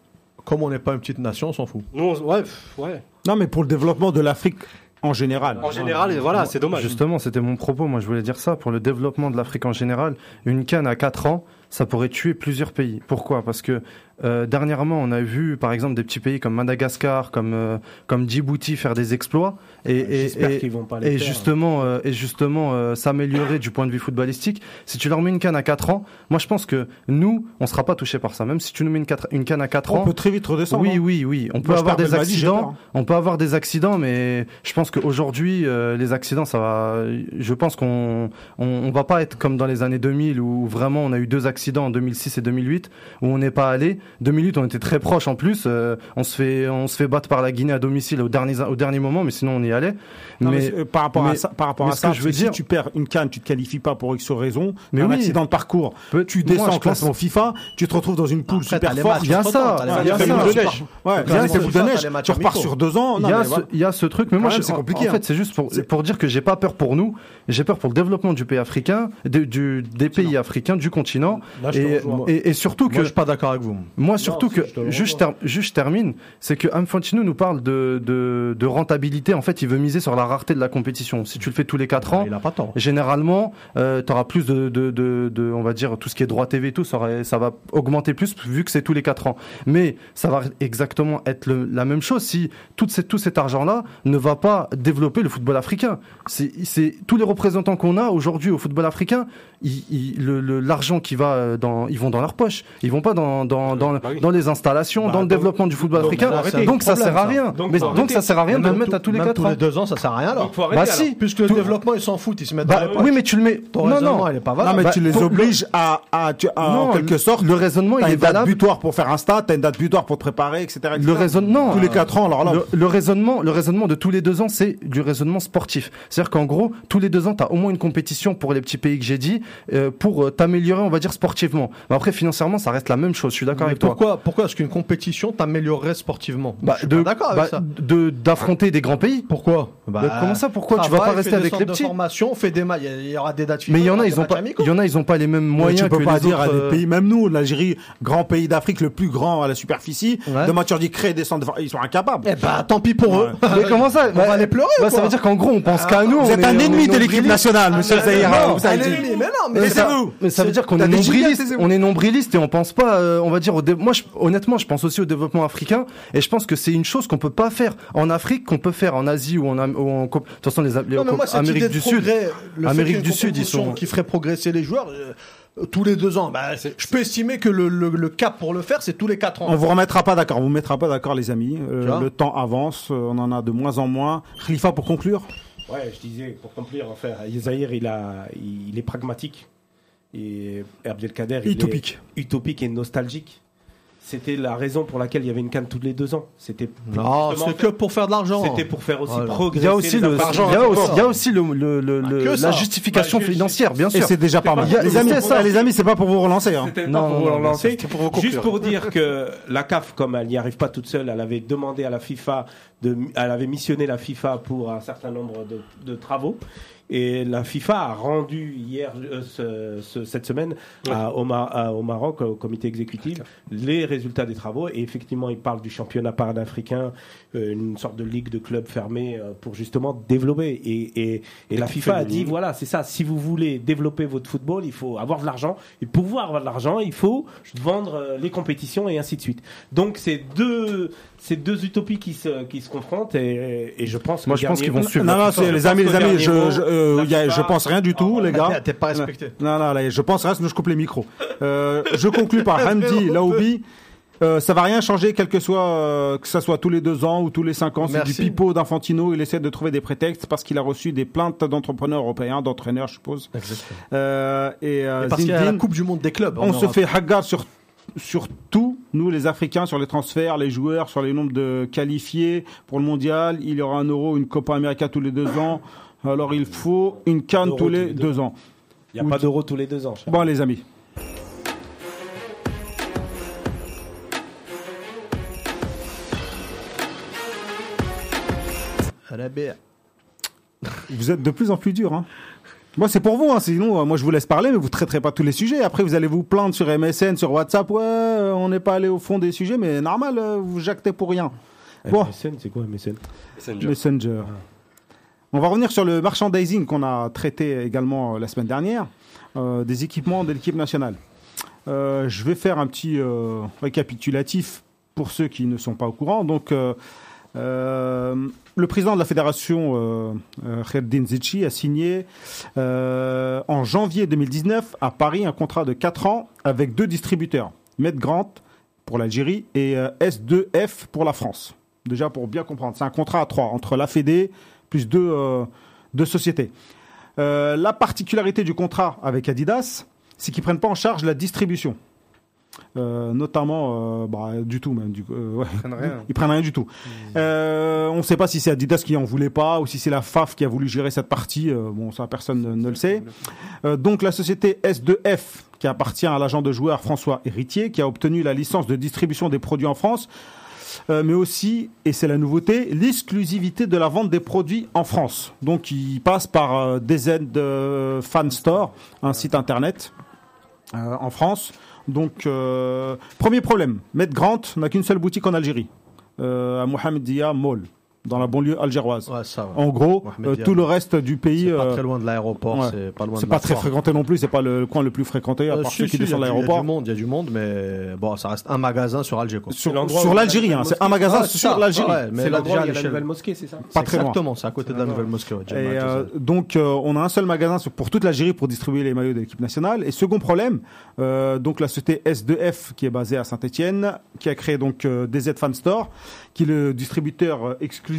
Comme on n'est pas une petite nation, on s'en fout. Nous, on- ouais, pff, ouais. Non, mais pour le développement de l'Afrique en général. En général, et voilà, c'est dommage. Justement, c'était mon propos. Moi, je voulais dire ça. Pour le développement de l'Afrique en général, une canne à 4 ans, ça pourrait tuer plusieurs pays. Pourquoi Parce que euh, dernièrement, on a vu, par exemple, des petits pays comme Madagascar, comme, euh, comme Djibouti faire des exploits. Et, et- J'espère et- qu'ils vont pas les et faire. justement, euh, et justement euh, s'améliorer du point de vue footballistique. Si tu leur mets une canne à 4 ans, moi, je pense que nous, on sera pas touchés par ça. Même si tu nous mets une, quatre- une canne à 4 On ans, peut très vite redescendre. oui, hein. oui, oui. On peut Moi, je avoir pars des de Bali, j'ai accidents. peur. On peut avoir des accidents, mais je pense qu'aujourd'hui, euh, les accidents, ça va. Je pense qu'on on, on va pas être comme dans les années 2000 où vraiment on a eu deux accidents en 2006 et 2008 où on n'est pas allé. 2008, on était très proche en plus. euh, on se fait on se fait battre par la Guinée à domicile au dernier au dernier moment, mais sinon on y allait. Non, mais, mais euh, par rapport à mais- ça, par rapport mais à ce ça que je veux si dire- tu perds une canne, tu te qualifies pas pour X raison, Mais un oui. accident de parcours, Peu- tu moi, descends je en classement FIFA, tu te retrouves dans une poule Après, t'as super les forte. matchs il y a entre-temps, ça, t'as les il y a matchs ça. entre-temps. boule de Super- neige. Ouais, clairement, c'est boule de t'as les neige. matchs Tu repars amicaux. sur deux ans. il Non, y, a mais ce, voilà. il y a ce truc, mais moi, Quand même, je- c'est compliqué, en hein. fait, c'est juste pour, pour dire que j'ai pas peur pour nous, j'ai peur pour le développement du pays africain, de- du, des pays africains, du continent, Là, je te et, rejoins. et, et surtout que Moi, je suis pas d'accord avec vous. Moi, surtout si, que, je te le juste, ter- juste termine, c'est que Infantino nous parle de, de, de rentabilité. En fait, il veut miser sur la rareté de la compétition. Si tu le fais tous les 4 ans, Il a pas tort. généralement, tu auras plus de, de, de, de- on va dire, tout ce qui est droit TV et tout, ça, aurait- ça va augmenter plus vu que c'est tous les 4 ans. Mais ça va exactement être le- la même chose si tout, ces- tout cet argent-là ne va pas développer le football africain. C'est c'est- tous les représentants qu'on a aujourd'hui au football africain, ils- ils- le- le- l'argent qui va euh, dans, ils vont dans leur poche. Ils vont pas dans, dans, dans, Bah oui. dans les installations, Bah, dans le donc- développement du football donc, africain. faut arrêter. donc ça bah, Problème, sert ça. à bah, rien. Donc, Mais- faut Donc, arrêter. ça sert à rien de le mettre à tous les même 4 ans. les deux ans, ça sert à rien alors. Donc, faut arrêter, Bah alors. si, Puisque le Tout- développement, ils s'en foutent, ils se mettent Bah, dans les poches. oui, mais tu le mets. Ton non, raisonnement, non. il est pas Non, valable. mais bah, tu les faut- obliges à, à, tu- à- Non, en quelque le- sorte. le raisonnement, il t'as est une date valable. butoir pour faire un stade, t'as une date butoir pour te préparer, etc. etc. Le raisonnement. Tous les 4 ans, alors là. Le, le raisonnement, le raisonnement de tous les deux ans, c'est du raisonnement sportif. C'est-à-dire qu'en gros, tous les deux ans, tu as au moins une compétition pour les petits pays que j'ai dit, euh, pour euh, t'améliorer, on va dire, sportivement. Mais après, financièrement, ça reste la même chose. Je suis d'accord Mais avec toi. pourquoi, pourquoi est-ce qu'une compétition t'améliorerait sportivement Bah, Je suis de- pas d'accord avec bah, ça. de- d'affronter des grands pays. Pourquoi Bah, Donc, comment ça, pourquoi tu vas pas rester avec les petits Formation, fais des matchs, il y aura des dates. Mais il y FIFA, en a, des ils ont matchs pas, amicaux. il y en a, ils ont pas les mêmes moyens tu peux que pas les dire autres, à euh, des pays, même nous, l'Algérie, grand pays d'Afrique, le plus grand à la superficie, Ouais. de match dit créer des centres, ils sont incapables. Eh bah, tant pis pour eux. Mais comment ça On va les pleurer, bah, quoi. Ça veut dire qu'en gros, on pense qu'à nous. Vous on êtes est- Ah, un on est ennemi de l'équipe nombriliste. nationale, monsieur Zahir. Non, Vous avez allez, dit. mais non, mais Mais c'est- ça, nous. mais ça veut dire qu'on T'as est des gigas, nombriliste, c'est nous. on est nombriliste et on pense pas, euh, on va dire au dé- moi je- honnêtement je pense aussi au développement africain et je pense que c'est une chose qu'on peut pas faire en Afrique qu'on peut faire en Asie ou en, Am- ou en Cop- de toute façon les, Am- les Non, mais Cop- moi, cette idée Amérique de du Sud. progrès, le fait qu'il Amérique y ait du une Sud, ils sont- compétition qui ferait progresser les joueurs euh, tous les deux ans. Bah, je peux estimer que le, le- le cap pour le faire, c'est tous les quatre On ans. vous remettra pas d'accord, on vous mettra pas d'accord, les amis. Euh, Tu vois le temps avance, euh, on en a de moins en moins. Khalifa pour conclure. Ouais, je disais, pour conclure, enfin, Zahir, il, a, il, est pragmatique. Et Abdelkader, il Utopique. est utopique et nostalgique. C'était la raison pour laquelle il y avait une canne tous les deux ans. C'était pour- Non, justement, c'est que pour faire de l'argent. c'était pour faire aussi Voilà. Il progresser. y a aussi les le, affaires. il y a aussi, il y a aussi le, le- le- le- que ça. la justification Bah, je- financière, bien Et sûr. c'est déjà pas mal. Il y a- Les amis, c'est ça. eh, les amis, c'est pas pour vous relancer. hein. C'était pas Non, pour non, vous non, relancer. c'était pour vous Juste conclure. pour dire que la CAF, comme elle n'y arrive pas toute seule, elle avait demandé à la FIFA, de, elle avait missionné la FIFA pour un certain nombre de, de travaux. Et la FIFA a rendu hier, euh, ce- ce- cette semaine, à- au, Mar- à- au Maroc, au comité exécutif, les résultats des travaux. Et effectivement, ils parlent du championnat panafricain, euh, une sorte de ligue de clubs fermée euh, pour justement développer. Et, et, et la FIFA a dit voilà, c'est ça, si vous voulez développer votre football, il faut avoir de l'argent. Et pour pouvoir avoir de l'argent, il faut vendre euh, les compétitions et ainsi de suite. Donc, c'est deux, c'est deux utopies qui se, qui se confrontent. Et, et je pense que Moi, je pense dernier- qu'ils vont suivre. Non, non, Je c'est- les pense amis, qu'au les amis, dernier je, mot, je, euh, la il y a- je FIFA, pense rien du tout, les gars. Euh, T'es- T'es pas respecté. Non, non, là, je pense rien, sinon je coupe les micros. Euh, je conclue par Hamdi Laoubi. Euh, ça va rien changer, quel que soit, euh, que ça soit tous les deux ans ou tous les cinq ans. C'est du Merci. pipeau d'Infantino. Il essaie de trouver des prétextes parce qu'il a reçu des plaintes d'entrepreneurs européens, d'entraîneurs, je suppose. Euh, et euh, Parce qu'il y a la Zinedine, Coupe du Monde des clubs. en on se Europe. fait haggar sur sur tout, nous les Africains, sur les transferts, les joueurs, sur les nombres de qualifiés pour le mondial. Il y aura un euro, une Copa América tous les deux ans. Alors il faut une canne tous les deux ans. Il n'y a pas d'euro tous les deux ans. cher. Bon les amis. À la BR. Vous êtes de plus en plus dur. Hein. Moi, c'est pour vous. Hein. Sinon, euh, moi, je vous laisse parler, mais vous traiterez pas tous les sujets. Après, vous allez vous plaindre sur MSN, sur WhatsApp. Ouais, euh, on n'est pas allé au fond des sujets, mais normal, euh, vous jactez pour rien. Eh Bon, MSN, c'est quoi MSN Messenger. Messenger. On va revenir sur le merchandising qu'on a traité également euh, la semaine dernière, euh, des équipements de l'équipe nationale. Euh, je vais faire un petit euh, récapitulatif pour ceux qui ne sont pas au courant. Donc, euh, euh, le président de la fédération, euh, euh, Kherdin Zichi, a signé euh, en janvier 2019 à Paris un contrat de 4 ans avec deux distributeurs, MedGrant pour l'Algérie et euh, S2F pour la France. Déjà pour bien comprendre, c'est un contrat à 3 entre la Fédé plus deux, euh, deux sociétés. Euh, la particularité du contrat avec Adidas, c'est qu'ils prennent pas en charge la distribution. Euh, notamment, euh, bah, du tout même. Du, coup, euh, ouais. prennent rien. Mmh. Ils prennent rien du tout. Euh, on ne sait pas si c'est Adidas qui en voulait pas ou si c'est la FAF qui a voulu gérer cette partie. Euh, bon, ça personne ne- ne le sait. Euh, donc la société S2F, qui appartient à l'agent de joueurs François Héritier, qui a obtenu la licence de distribution des produits en France, euh, mais aussi, et c'est la nouveauté, l'exclusivité de la vente des produits en France. Donc il passe par euh, DZ euh, Fan Store, un site internet euh, en France. Donc, euh, premier problème, Med Grant n'a qu'une seule boutique en Algérie, euh, à Mohammedia Mall, dans la banlieue algéroise. Ouais, ça, ouais. En gros, Mohammedia euh, tout le reste du pays, C'est pas euh, très loin de l'aéroport, ouais. c'est pas loin c'est de pas la très foire. fréquenté non plus, c'est pas le coin le plus fréquenté, à Euh, part si, ceux si, qui il y a descendent du- de Il y a l'aéroport. du monde, il y a du monde, mais bon, ça reste un magasin sur Alger, quoi. C'est Sur, l'endroit sur où il y a la l'Algérie, hein, nouvelle c'est un magasin mosquée. sur Ah, l'Algérie. ouais, mais C'est là, l'endroit déjà, à où il y a la l'échelle- nouvelle mosquée, c'est ça pas très loin. Exactement, c'est à côté de la nouvelle mosquée. ouais, Et Jemaa, tout ça. euh, donc, euh, on a un seul magasin sur- pour toute l'Algérie pour distribuer les maillots de l'équipe nationale. Et second problème, euh, donc la société S2F qui est basée à Saint-Etienne, qui a créé donc euh, DZ Fan Store, qui est le distributeur euh, exclusif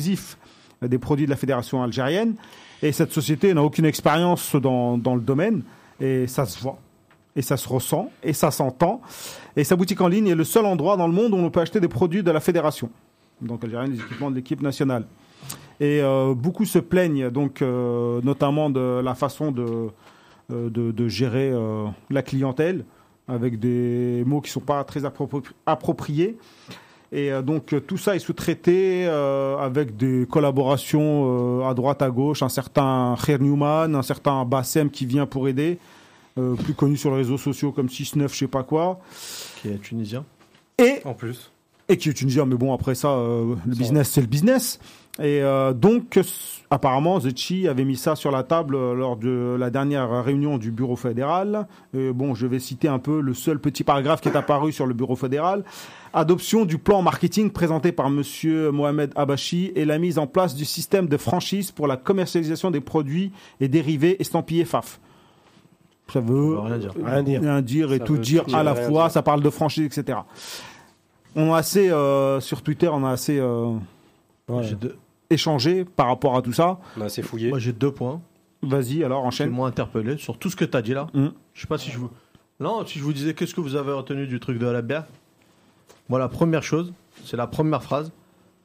euh, des produits de la fédération algérienne. Et cette société n'a aucune expérience dans, dans le domaine et ça se voit. Et ça se ressent, et ça s'entend. Et sa boutique en ligne est le seul endroit dans le monde où on peut acheter des produits de la fédération. Donc algérienne, des équipements de l'équipe nationale et euh, beaucoup se plaignent donc euh, notamment de la façon de euh, de, de gérer euh, la clientèle avec des mots qui sont pas très appropri- appropriés et euh, donc euh, tout ça est sous-traité euh, avec des collaborations euh, à droite à gauche un certain Khair Newman un certain Bassem qui vient pour aider euh, plus connu sur les réseaux sociaux comme 6-9 je sais pas quoi qui est tunisien. et En plus. et qui est tunisien, mais bon, après ça, euh, le business, c'est le business. Et euh, donc, s- apparemment, Zetchi avait mis ça sur la table euh, lors de la dernière réunion du Bureau fédéral. Et bon, je vais citer un peu le seul petit paragraphe qui est apparu sur le Bureau fédéral. Adoption du plan marketing présenté par Monsieur Mohamed Abachi et la mise en place du système de franchise pour la commercialisation des produits et dérivés estampillés FAF. Ça veut veut rien dire. Rien dire. rien dire et Ça tout veut dire tout dire, à la rien fois, dire. ça parle de franchise, etc. On a assez, euh, sur Twitter, on a assez euh, J'ai deux- échangé par rapport à tout ça. On a assez fouillé. Moi, j'ai deux points Vas-y, alors qui enchaîne. m'ont interpellé sur tout ce que tu as dit là. Mm. Mhm. Je sais pas si je vous. Non, si je vous disais qu'est-ce que vous avez retenu du truc de la bière. Moi, la première chose, c'est la première phrase.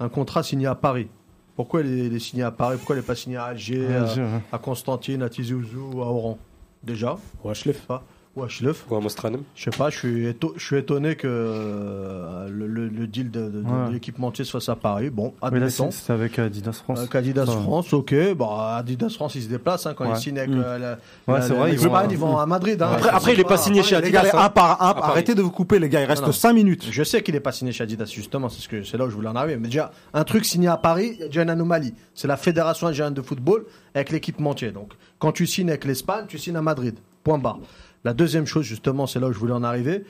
Un contrat signé à Paris. Pourquoi il est, il est signé à Paris Pourquoi il n'est pas signé à Alger, à, Alger, ouais. à Constantine, à Tizi Ouzou, à Oran Déjà, Ou HLF. pas. Ou à Schleff. Ou un Mostranum. Je sais pas, je suis, éto- je suis étonné que euh, le, le- le deal de, de- de- Ouais. de l'équipementier se fasse à Paris. Bon, Mais là, admettons. c'est c'est avec Adidas France. Euh, qu'Adidas Ça va. France, ok. Bah, Adidas France, ils se déplacent hein, quand Ouais. ils signent avec Mm. euh, la- Ouais, la- c'est la- vrai, ils l'Espagne, vont à- ils vont à Madrid. hein. Après- après, il est pas signé chez Les Adidas, gars, les- hein. un par un, À Paris. arrêtez de vous couper, les gars, il reste Non, non. 5 minutes. Je sais qu'il n'est pas signé chez Adidas, justement, c'est ce que c'est là où je voulais en arriver. Mais déjà, un truc signé à Paris, il y a déjà une anomalie. C'est la Fédération algérienne de football avec l'équipementier. Donc, quand tu signes avec l'Espagne, tu signes à Madrid. Point barre. La deuxième chose, justement, c'est là où je voulais en arriver.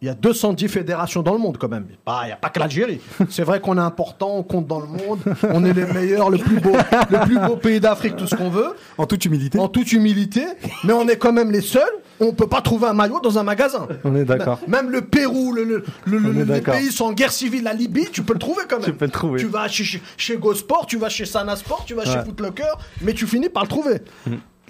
Il y a 210 fédérations dans le monde quand même. Bah, Il n'y a pas que l'Algérie. C'est vrai qu'on est important, on compte dans le monde, on est les meilleurs, le plus beau, le plus beau pays d'Afrique, tout ce qu'on veut. En toute humilité. En toute humilité, mais on est quand même les seuls. On peut pas trouver un maillot dans un magasin. On est d'accord. Même le Pérou, le, le- le- le- On est les d'accord. pays sont en guerre civile, la Libye, tu peux le trouver quand même. Tu peux le trouver. Tu vas chez, chez- chez GoSport, tu vas chez Sanasport, tu vas chez Footlocker, mais tu finis par le trouver.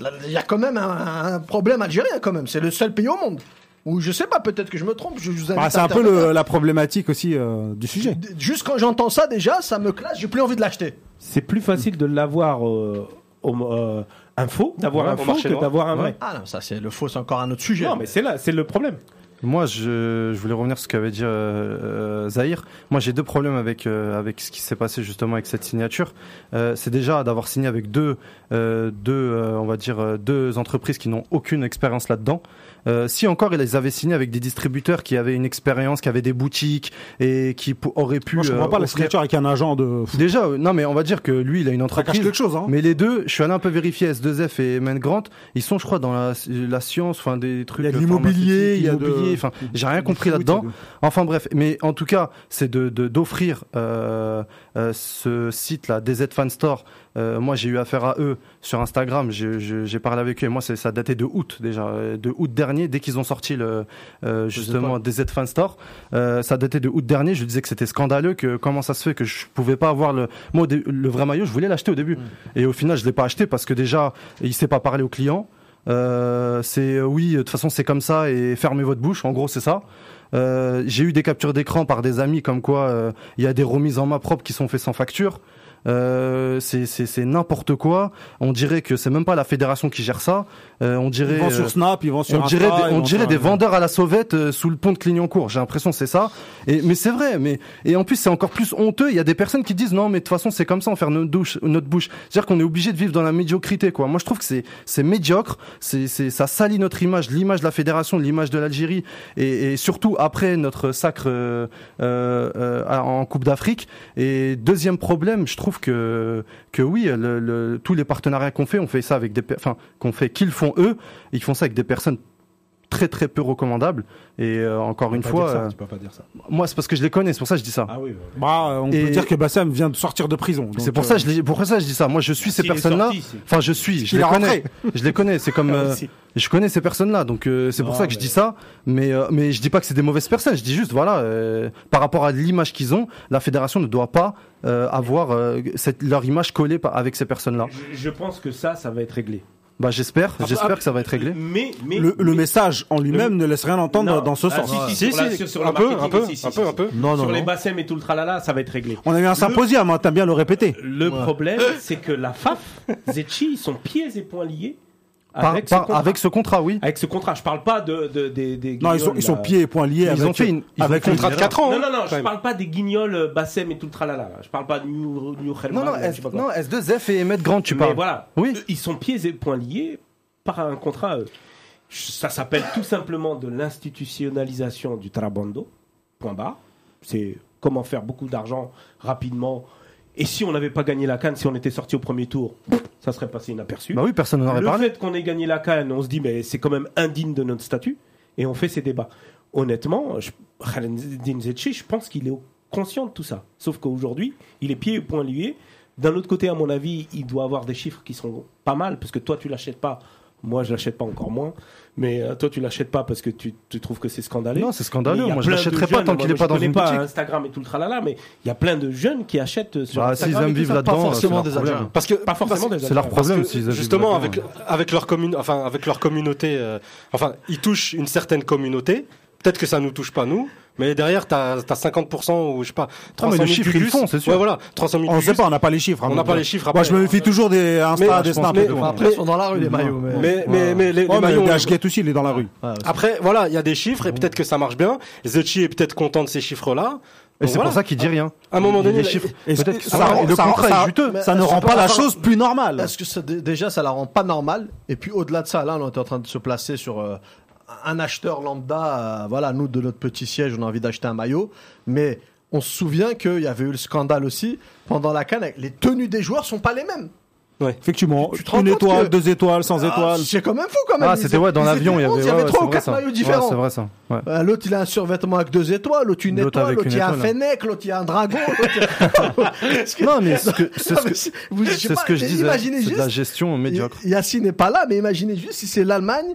Là, Il y a quand même un, un problème algérien quand même. C'est le seul pays au monde. Ou je sais pas, peut-être que je me trompe. Je, je vous invite Bah, c'est à un peu intervenir. le- la problématique aussi euh, du sujet. D- Juste quand j'entends ça déjà, ça me classe. J'ai plus envie de l'acheter. C'est plus facile de l'avoir euh, homo- euh, un faux, d'avoir Ouais, un au faux marché que noir. d'avoir un vrai. Ouais. Ah non, ça c'est le faux, c'est encore un autre sujet. Non, mais c'est là, c'est le problème. Moi, je, je voulais revenir sur ce qu'avait dit euh, euh, Zahir. Moi, j'ai deux problèmes avec, euh, avec ce qui s'est passé justement avec cette signature. Euh, c'est déjà d'avoir signé avec deux, euh, deux euh, on va dire, euh, deux entreprises qui n'ont aucune expérience là-dedans. Euh, si encore ils les avaient signés avec des distributeurs qui avaient une expérience, qui avaient des boutiques et qui pou- auraient pu. Moi, je comprends euh, pas la offrir- signature avec un agent de. Déjà, euh, non, mais on va dire que lui, il a une Ça cache entreprise. quelque chose, hein. Mais les deux, je suis allé un peu vérifier S2F et Men Grant, ils sont, je crois, dans la, la science, enfin des trucs. Il y a de euh, l'immobilier, il y a de- immobilier, enfin, j'ai rien compris là-dedans. Enfin bref, mais en tout cas, c'est de de- d'offrir euh, euh, ce site-là, DZ Fan Store. Euh, moi, j'ai eu affaire à eux sur Instagram. J'ai- J'ai j'ai parlé avec eux. Et moi, c'est- ça datait de août déjà, euh, de août dernier, dès qu'ils ont sorti le euh, justement DZ Fan Store. Euh, ça datait de août dernier. Je disais que c'était scandaleux, que comment ça se fait que je pouvais pas avoir le moi au dé- le vrai maillot. Je voulais l'acheter au début, et au final, je l'ai pas acheté parce que déjà, il s'est pas parlé au client. Euh, c'est euh, oui, de toute façon c'est comme ça et fermez votre bouche. En gros, c'est ça. Euh, j'ai eu des captures d'écran par des amis comme quoi euh, il y a des remises en main propre qui sont faites sans facture. Euh, c'est c'est- c'est n'importe quoi. On dirait que c'est même pas la fédération qui gère ça. Euh, on Ils dirait vont euh, sur Snap, ils vont sur. on dirait, Insta, des, ils on vont dirait sur- des vendeurs à la sauvette euh, sous le pont de Clignancourt. J'ai l'impression que c'est ça. Et, mais c'est vrai. Mais et en plus c'est encore plus honteux. Il y a des personnes qui disent non, mais de toute façon c'est comme ça, on ferme notre douche, notre bouche. C'est-à-dire qu'on est obligé de vivre dans la médiocrité. Quoi. Moi je trouve que c'est c'est médiocre. C'est c'est ça salit notre image, l'image de la fédération, l'image de l'Algérie, et, et surtout après notre sacre euh, euh, euh, en Coupe d'Afrique. Et deuxième problème, je trouve que que oui, le- le- tous les partenariats qu'on fait, on fait ça avec des, per- enfin qu'on fait qu'ils font eux, ils font ça avec des personnes très très peu recommandables. Et euh, encore une Pas fois, dire ça, euh, tu peux pas dire ça. moi c'est parce que je les connais, c'est pour ça que je dis ça. Ah oui. ouais. Bah, euh, on Et- peut dire que Bassam vient de sortir de prison. c'est pour ça, je les- pour ça que je dis ça. Moi je suis ces euh, S'il est personnes-là. sorti, c'est- Enfin je suis, je qu'il les est connais. rentré. Je les connais. C'est comme euh, Si. je connais ces personnes-là, donc euh, c'est pour Non, ça que je mais- dis ça. Mais euh, mais je dis pas que c'est des mauvaises personnes. Je dis juste voilà, euh, par rapport à l'image qu'ils ont, la fédération ne doit pas euh, avoir euh, cette, leur image collée par- avec ces personnes-là. Je, je pense que ça, ça va être réglé. Bah j'espère, Ah, j'espère que ça va être réglé. Mais, mais, euh, Le, le mais- message en lui-même ne laisse rien entendre Non. dans ce Ah, sens. si, Si, si, sur la- si, sur- sur le un peu, un marketing, peu, si, si, un si, peu, si. un peu. Non, non, sur les non. bassins et tout le tralala, ça va être réglé. On a eu un symposium, hein, t'aimes bien le répéter. Le problème, c'est que la FAF, *laughs* Zetchi, ils sont pieds et poings liés Par- par- avec, ce contrat. avec... contrat, oui. ce contrat. Je parle pas de, de- des, des Non, ils sont, guignols, ils sont là. pieds et poings liés Ils avec, ont fait une- ils ont avec fait le une tra- Contrat de 4 ans. Non, non, hein, non, quand je même. parle pas des guignols, euh, Bassem et tout le tralala. là. Je parle pas de New, New Non, Helmand, non, Ah, je sais S, pas quoi. non, S2F et Emmett Grant, tu Mais parles. voilà. Oui. Eux, Ils sont pieds et poings liés par un contrat. euh, Ça s'appelle tout simplement de l'institutionnalisation du trabando. Point barre. C'est comment faire beaucoup d'argent rapidement. Et si on n'avait pas gagné la canne, si on était sorti au premier tour, ça serait passé inaperçu. Bah oui, personne n'en aurait Le parlé. fait qu'on ait gagné la Cannes, on se dit, mais c'est quand même indigne de notre statut, et on fait ces débats. Honnêtement, je, Khaled Zetchi, je pense qu'il est conscient de tout ça. Sauf qu'aujourd'hui, il est pieds et poings liés. D'un autre côté, à mon avis, il doit avoir des chiffres qui sont pas mal, parce que toi, tu l'achètes pas. Moi, je l'achète pas encore moins. Mais euh, toi, tu l'achètes pas parce que tu, tu trouves que c'est scandaleux. Non, c'est Mais scandaleux. il y a Moi, je plein l'achèterai de pas jeunes, tant qu'il moi, est pas je dans connais une pas boutique. Instagram et tout le tralala, mais il y a plein de jeunes qui achètent euh, sur Bah, s'ils Instagram. et aiment tout vivre ça, pas là-dedans, forcément c'est leur des problème. agents. Parce que pas forcément des C'est leur adultes. problème Parce que, s'ils abusent justement avec là-dedans. avec leur commune enfin avec leur communauté euh, enfin ils touchent une certaine communauté peut-être que ça nous touche pas nous mais derrière t'as as 50% ou je sais pas 300 mais 000 le chiffre, ils le gugus. font, c'est sûr. Ouais, voilà 300 000 On sait gugus. pas, on n'a pas les chiffres. hein, On n'a donc, pas euh, les chiffres Moi, après. je me méfie toujours des Insta, Mais- des je Snap. pense- et mais- tout. Enfin, Ouais, après, ils sont dans la rue, les maillots. mais- mais mais mais les, Oh, les mais maillots, le on- euh, DHGate aussi, il est dans la rue. Ouais, c'est- après voilà il y a des chiffres et peut-être que ça marche bien Zetchi est peut-être content de ces chiffres là Et c'est pour ça qu'il dit rien. à un moment donné les chiffres. Et Peut-être ça- que ça- le ça- contrat ça- est juteux. Mais Ça ne est-ce rend que- pas la attends, chose plus normale. Est-ce que ça, dé- déjà ça la rend pas normale Et puis au-delà de ça, là on est en train de se placer sur euh, un acheteur lambda. euh, voilà, nous de notre petit siège, on a envie d'acheter un maillot, mais on se souvient qu'il y avait eu le scandale aussi pendant la canne. Les tenues des joueurs sont pas les mêmes. Effectivement, Tu te rends une compte étoile, que- deux étoiles, sans Ah, étoile. C'est quand même fou quand même. Ah, Ils c'était étaient- ouais, dans ils l'avion, il étaient y avait. onze, il y avait ouais, trois c'est ou vrai, quatre ça. maillots Ouais, différents. C'est vrai ça. Ouais. Euh, L'autre, il a un survêtement avec deux étoiles, l'autre une L'autre étoile, avec l'autre une il y a un étoile, hein. fennec, l'autre il y a un *laughs* dragon. l'autre, il y a- Est-ce que- Non, mais ce que- *laughs* c'est Non, ce mais que- c'est- vous- je sais c'est pas, ce que je disais. imaginez C'est de la juste- gestion médiocre. Y- Yacine n'est pas là, mais imaginez juste si c'est l'Allemagne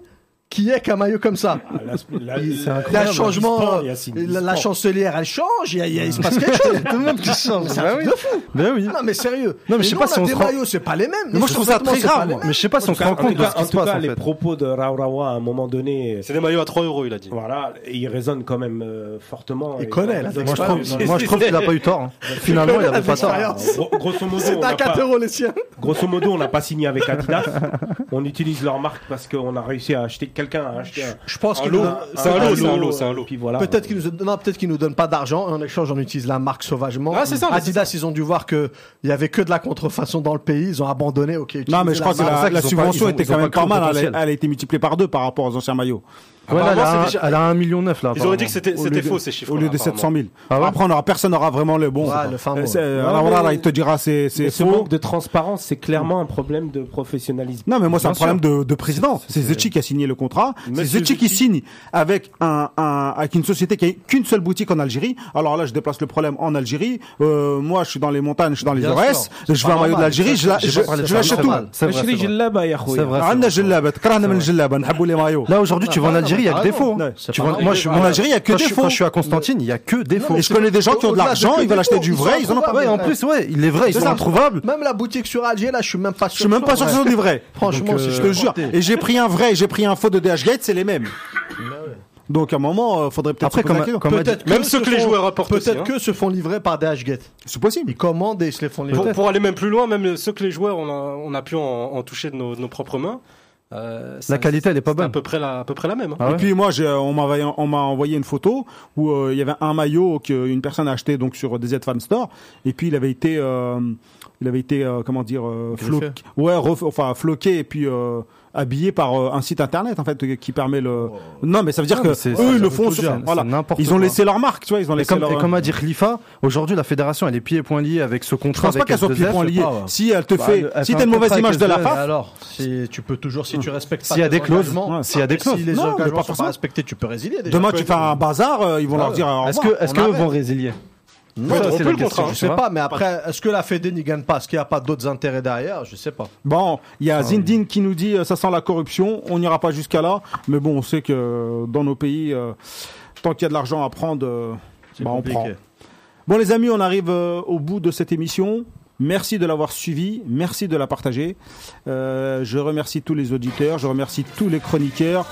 qui est qu'un maillot comme ça. Ah, la- la- Il la- y a un Sport, changement. euh, Yacine, La, la sport. chancelière, elle change. Il y a- il y a- il se passe quelque chose. Tout le monde qui change. C'est un truc de fou. Ben oui. Non, mais sérieux. Non, mais je sais Et nous, pas on si a on des se rend- maillots, c'est pas les mêmes. Mais moi, je trouve ça Survêtement, très c'est pas grave. les mêmes. Mais je sais pas si on se rend En compte tout de cas, ce en qui se tout cas, passe en les fait. propos de Raourawa à un moment donné, c'est des maillots à 3 euros il a dit voilà, il résonne quand même euh, fortement. Il Et- connaît, là, Moi, Moi, je trouve- je trouve- *laughs* Moi, je trouve qu'il a pas eu tort. hein. Finalement, il avait pas tort. Gro- Grosso modo, C'est on à n'a pas- 4 euros les siens. Grosso modo, on n'a pas signé *laughs* avec Adidas. On utilise leur marque parce qu'on a réussi à acheter quelqu'un a acheté un- Je pense un qu'il lot. nous donne- c'est un lot, c'est un lot, c'est un Puis voilà. Peut-être qu'ils nous non, peut-être qu'ils nous donnent pas d'argent. En échange, on utilise la marque sauvagement. Ah, c'est ça, mais Adidas, ils ont dû voir que il y avait que de la contrefaçon dans le pays. Ils ont abandonné. Ok. Non, utilisez mais je crois que marque. la, la Ils ont subvention pas- ils ont- était ils ont quand même cru pas au mal. Elle potentiel. a, elle a été multipliée par deux par rapport aux anciens maillots. Ouais, là, elle, Apparemment, a un, c'est déjà- elle a un million neuf là. Ils auraient apparemment. dit que c'était Au c'était lieu de- faux ces chiffres. Au lieu de 700 000. Ah ouais Après, on aura, personne n'aura vraiment le bon. Ouais, le fin mot, Euh, c'est- ouais. euh, Non, là, mais- voilà, il te dira c'est c'est Mais ce faux. manque de transparence, c'est clairement un problème de professionnalisme. Non, mais moi, c'est un Bien problème de, de président. C'est Zetchi qui a signé le contrat. C'est Monsieur Zetchi qui Zetchi. signe avec un, un- avec une société qui a qu'une seule boutique en Algérie. Alors là, je déplace le problème en Algérie. Euh, moi, je suis dans les montagnes, je suis dans les Bien Aurès. sûr. C'est Je pas veux un maillot de normal. l'Algérie, je la- J'ai je pas parlé de je ça, l'achète c'est tout. normal. C'est vrai, Chérie, c'est j'ai vrai. le lab à Yahoo. C'est vrai. عندنا جلابات كرهنا من الجلابه نحبوا les maillots. Là aujourd'hui, tu vas en Algérie, il y a que Ah, des non, faux. ouais, Tu vas- moi, je suis En Algérie, il y a Ah, que quand je des suis- quand faux. je suis à Constantine, il y a que des faux. Et je connais des gens qui ont de Au-delà de l'argent, que ils veulent des acheter faux, du ils vrai, sont ils en ont pas. trouvables. Ouais, en plus, ouais, il est vrai, ils C'est sont ça. introuvables. Même la boutique sur Alger, là, je suis même pas sûr. Je suis même pas sûr que ce sont des vrais. Franchement, Donc, si euh, Je je te jure. Et j'ai pris un vrai, et j'ai pris un faux de DH Gate, c'est les mêmes. Donc à un moment, euh, faudrait peut-être. Après, se poser la comme- question. comme- Peut-être Même ceux se que les font- joueurs apportent aussi, Peut-être hein. que se font livrer par DH Gate. c'est possible. Ils commandent et ils se les font livrer. Pour, pour aller même plus loin, même ceux que les joueurs, on a, on a pu en, en toucher de nos, de nos propres mains. euh, ça- La qualité, elle est pas c'est à bonne. peu près la, à peu près la même. hein. Ah ouais Et puis moi, j'ai, euh, on m'avait- on m'a envoyé une photo où euh, il y avait un maillot qu'une personne a acheté donc sur DZ Fan Store, et puis il avait été, euh, il avait été euh, comment dire, euh, flo- Griffé. ouais, ref- enfin floqué et puis euh, habillé par euh, un site internet en fait qui permet le. Non, mais ça veut dire Ah, que mais c'est- eux c'est- ils le c'est font tout sur jeune, voilà. c'est n'importe Ils ont quoi. laissé leur marque, tu vois, ils ont Et laissé comme, leur. et comme a dit Khalifa, aujourd'hui la fédération elle est pieds et poings liés avec ce je contrat. pense pas qu'elle soit pieds poings liés. pas, ouais. Si elle te Bah, fait, elle- elle si fait t'as un une mauvaise contrat image avec de le la DH. Et FAF, alors, si tu peux toujours, si tu respectes pas S'il y a tes des clauses, engagements, ouais. s'il y a des clauses. si les Non, mais pas engagements sont pas forcément. respectés, tu peux résilier. déjà. demain tu fais un bazar, euh, ils vont Ah leur ouais. dire. euh, au Est-ce revoir. que est-ce On que arrête. vont résilier Ouais, on peut le contrat, hein. Je sais pas, mais après, est-ce que la Fédé n'y gagne pas Est-ce qu'il n'y a pas d'autres intérêts derrière Je sais pas. Bon, il Ah y a Zindine qui nous dit euh, ça sent la corruption, on n'ira pas jusqu'à là, mais bon, on sait que euh, dans nos pays, euh, tant qu'il y a de l'argent à prendre, euh, C'est bah, on prend. compliqué. Bon les amis, on arrive euh, au bout de cette émission. Merci de l'avoir suivi, merci de la partager. Euh, je remercie tous les auditeurs, je remercie tous les chroniqueurs,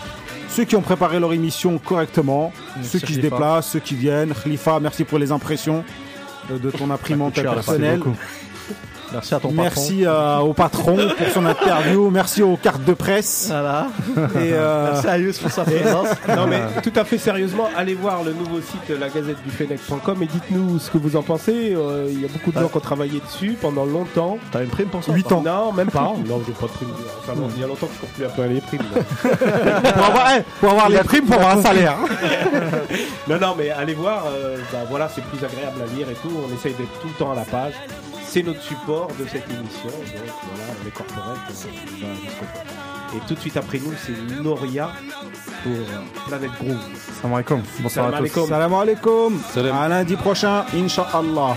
ceux qui ont préparé leur émission correctement, ceux qui se Khalifa. déplacent, ceux qui viennent. Khalifa, merci pour les impressions euh, de ton imprimante cher, merci personnelle. beaucoup. Merci à ton patron. Merci euh, au patron pour son interview. Merci aux cartes de presse. *laughs* Voilà. Et, euh, Merci à Yous pour sa présence. Non mais tout à fait sérieusement, allez voir le nouveau site euh, lagazetteduFennec.com et dites-nous ce que vous en pensez. Euh, Il y a beaucoup de gens qui ont travaillé dessus pendant longtemps. T'as une prime pour ça 8 ans. Non, même pas. *laughs* non, j'ai pas de prime. Enfin, non, il y a longtemps que je compte plus appeler les primes. Pour avoir, eh, pour avoir les primes, pour avoir un salaire. *laughs* hein. non, non, mais allez voir. euh, bah, voilà, c'est plus agréable à lire et tout. On essaye d'être tout le temps à la page. C'est notre support de cette émission. Donc voilà, on est corporate. donc, on va jusqu'au bout. Et tout de suite après nous, c'est Noria pour euh, Planète Groove. Salam alaikum. Bonsoir à Salam tous. alaikum. Salam alaikum. Salam. À lundi prochain, Inch'Allah.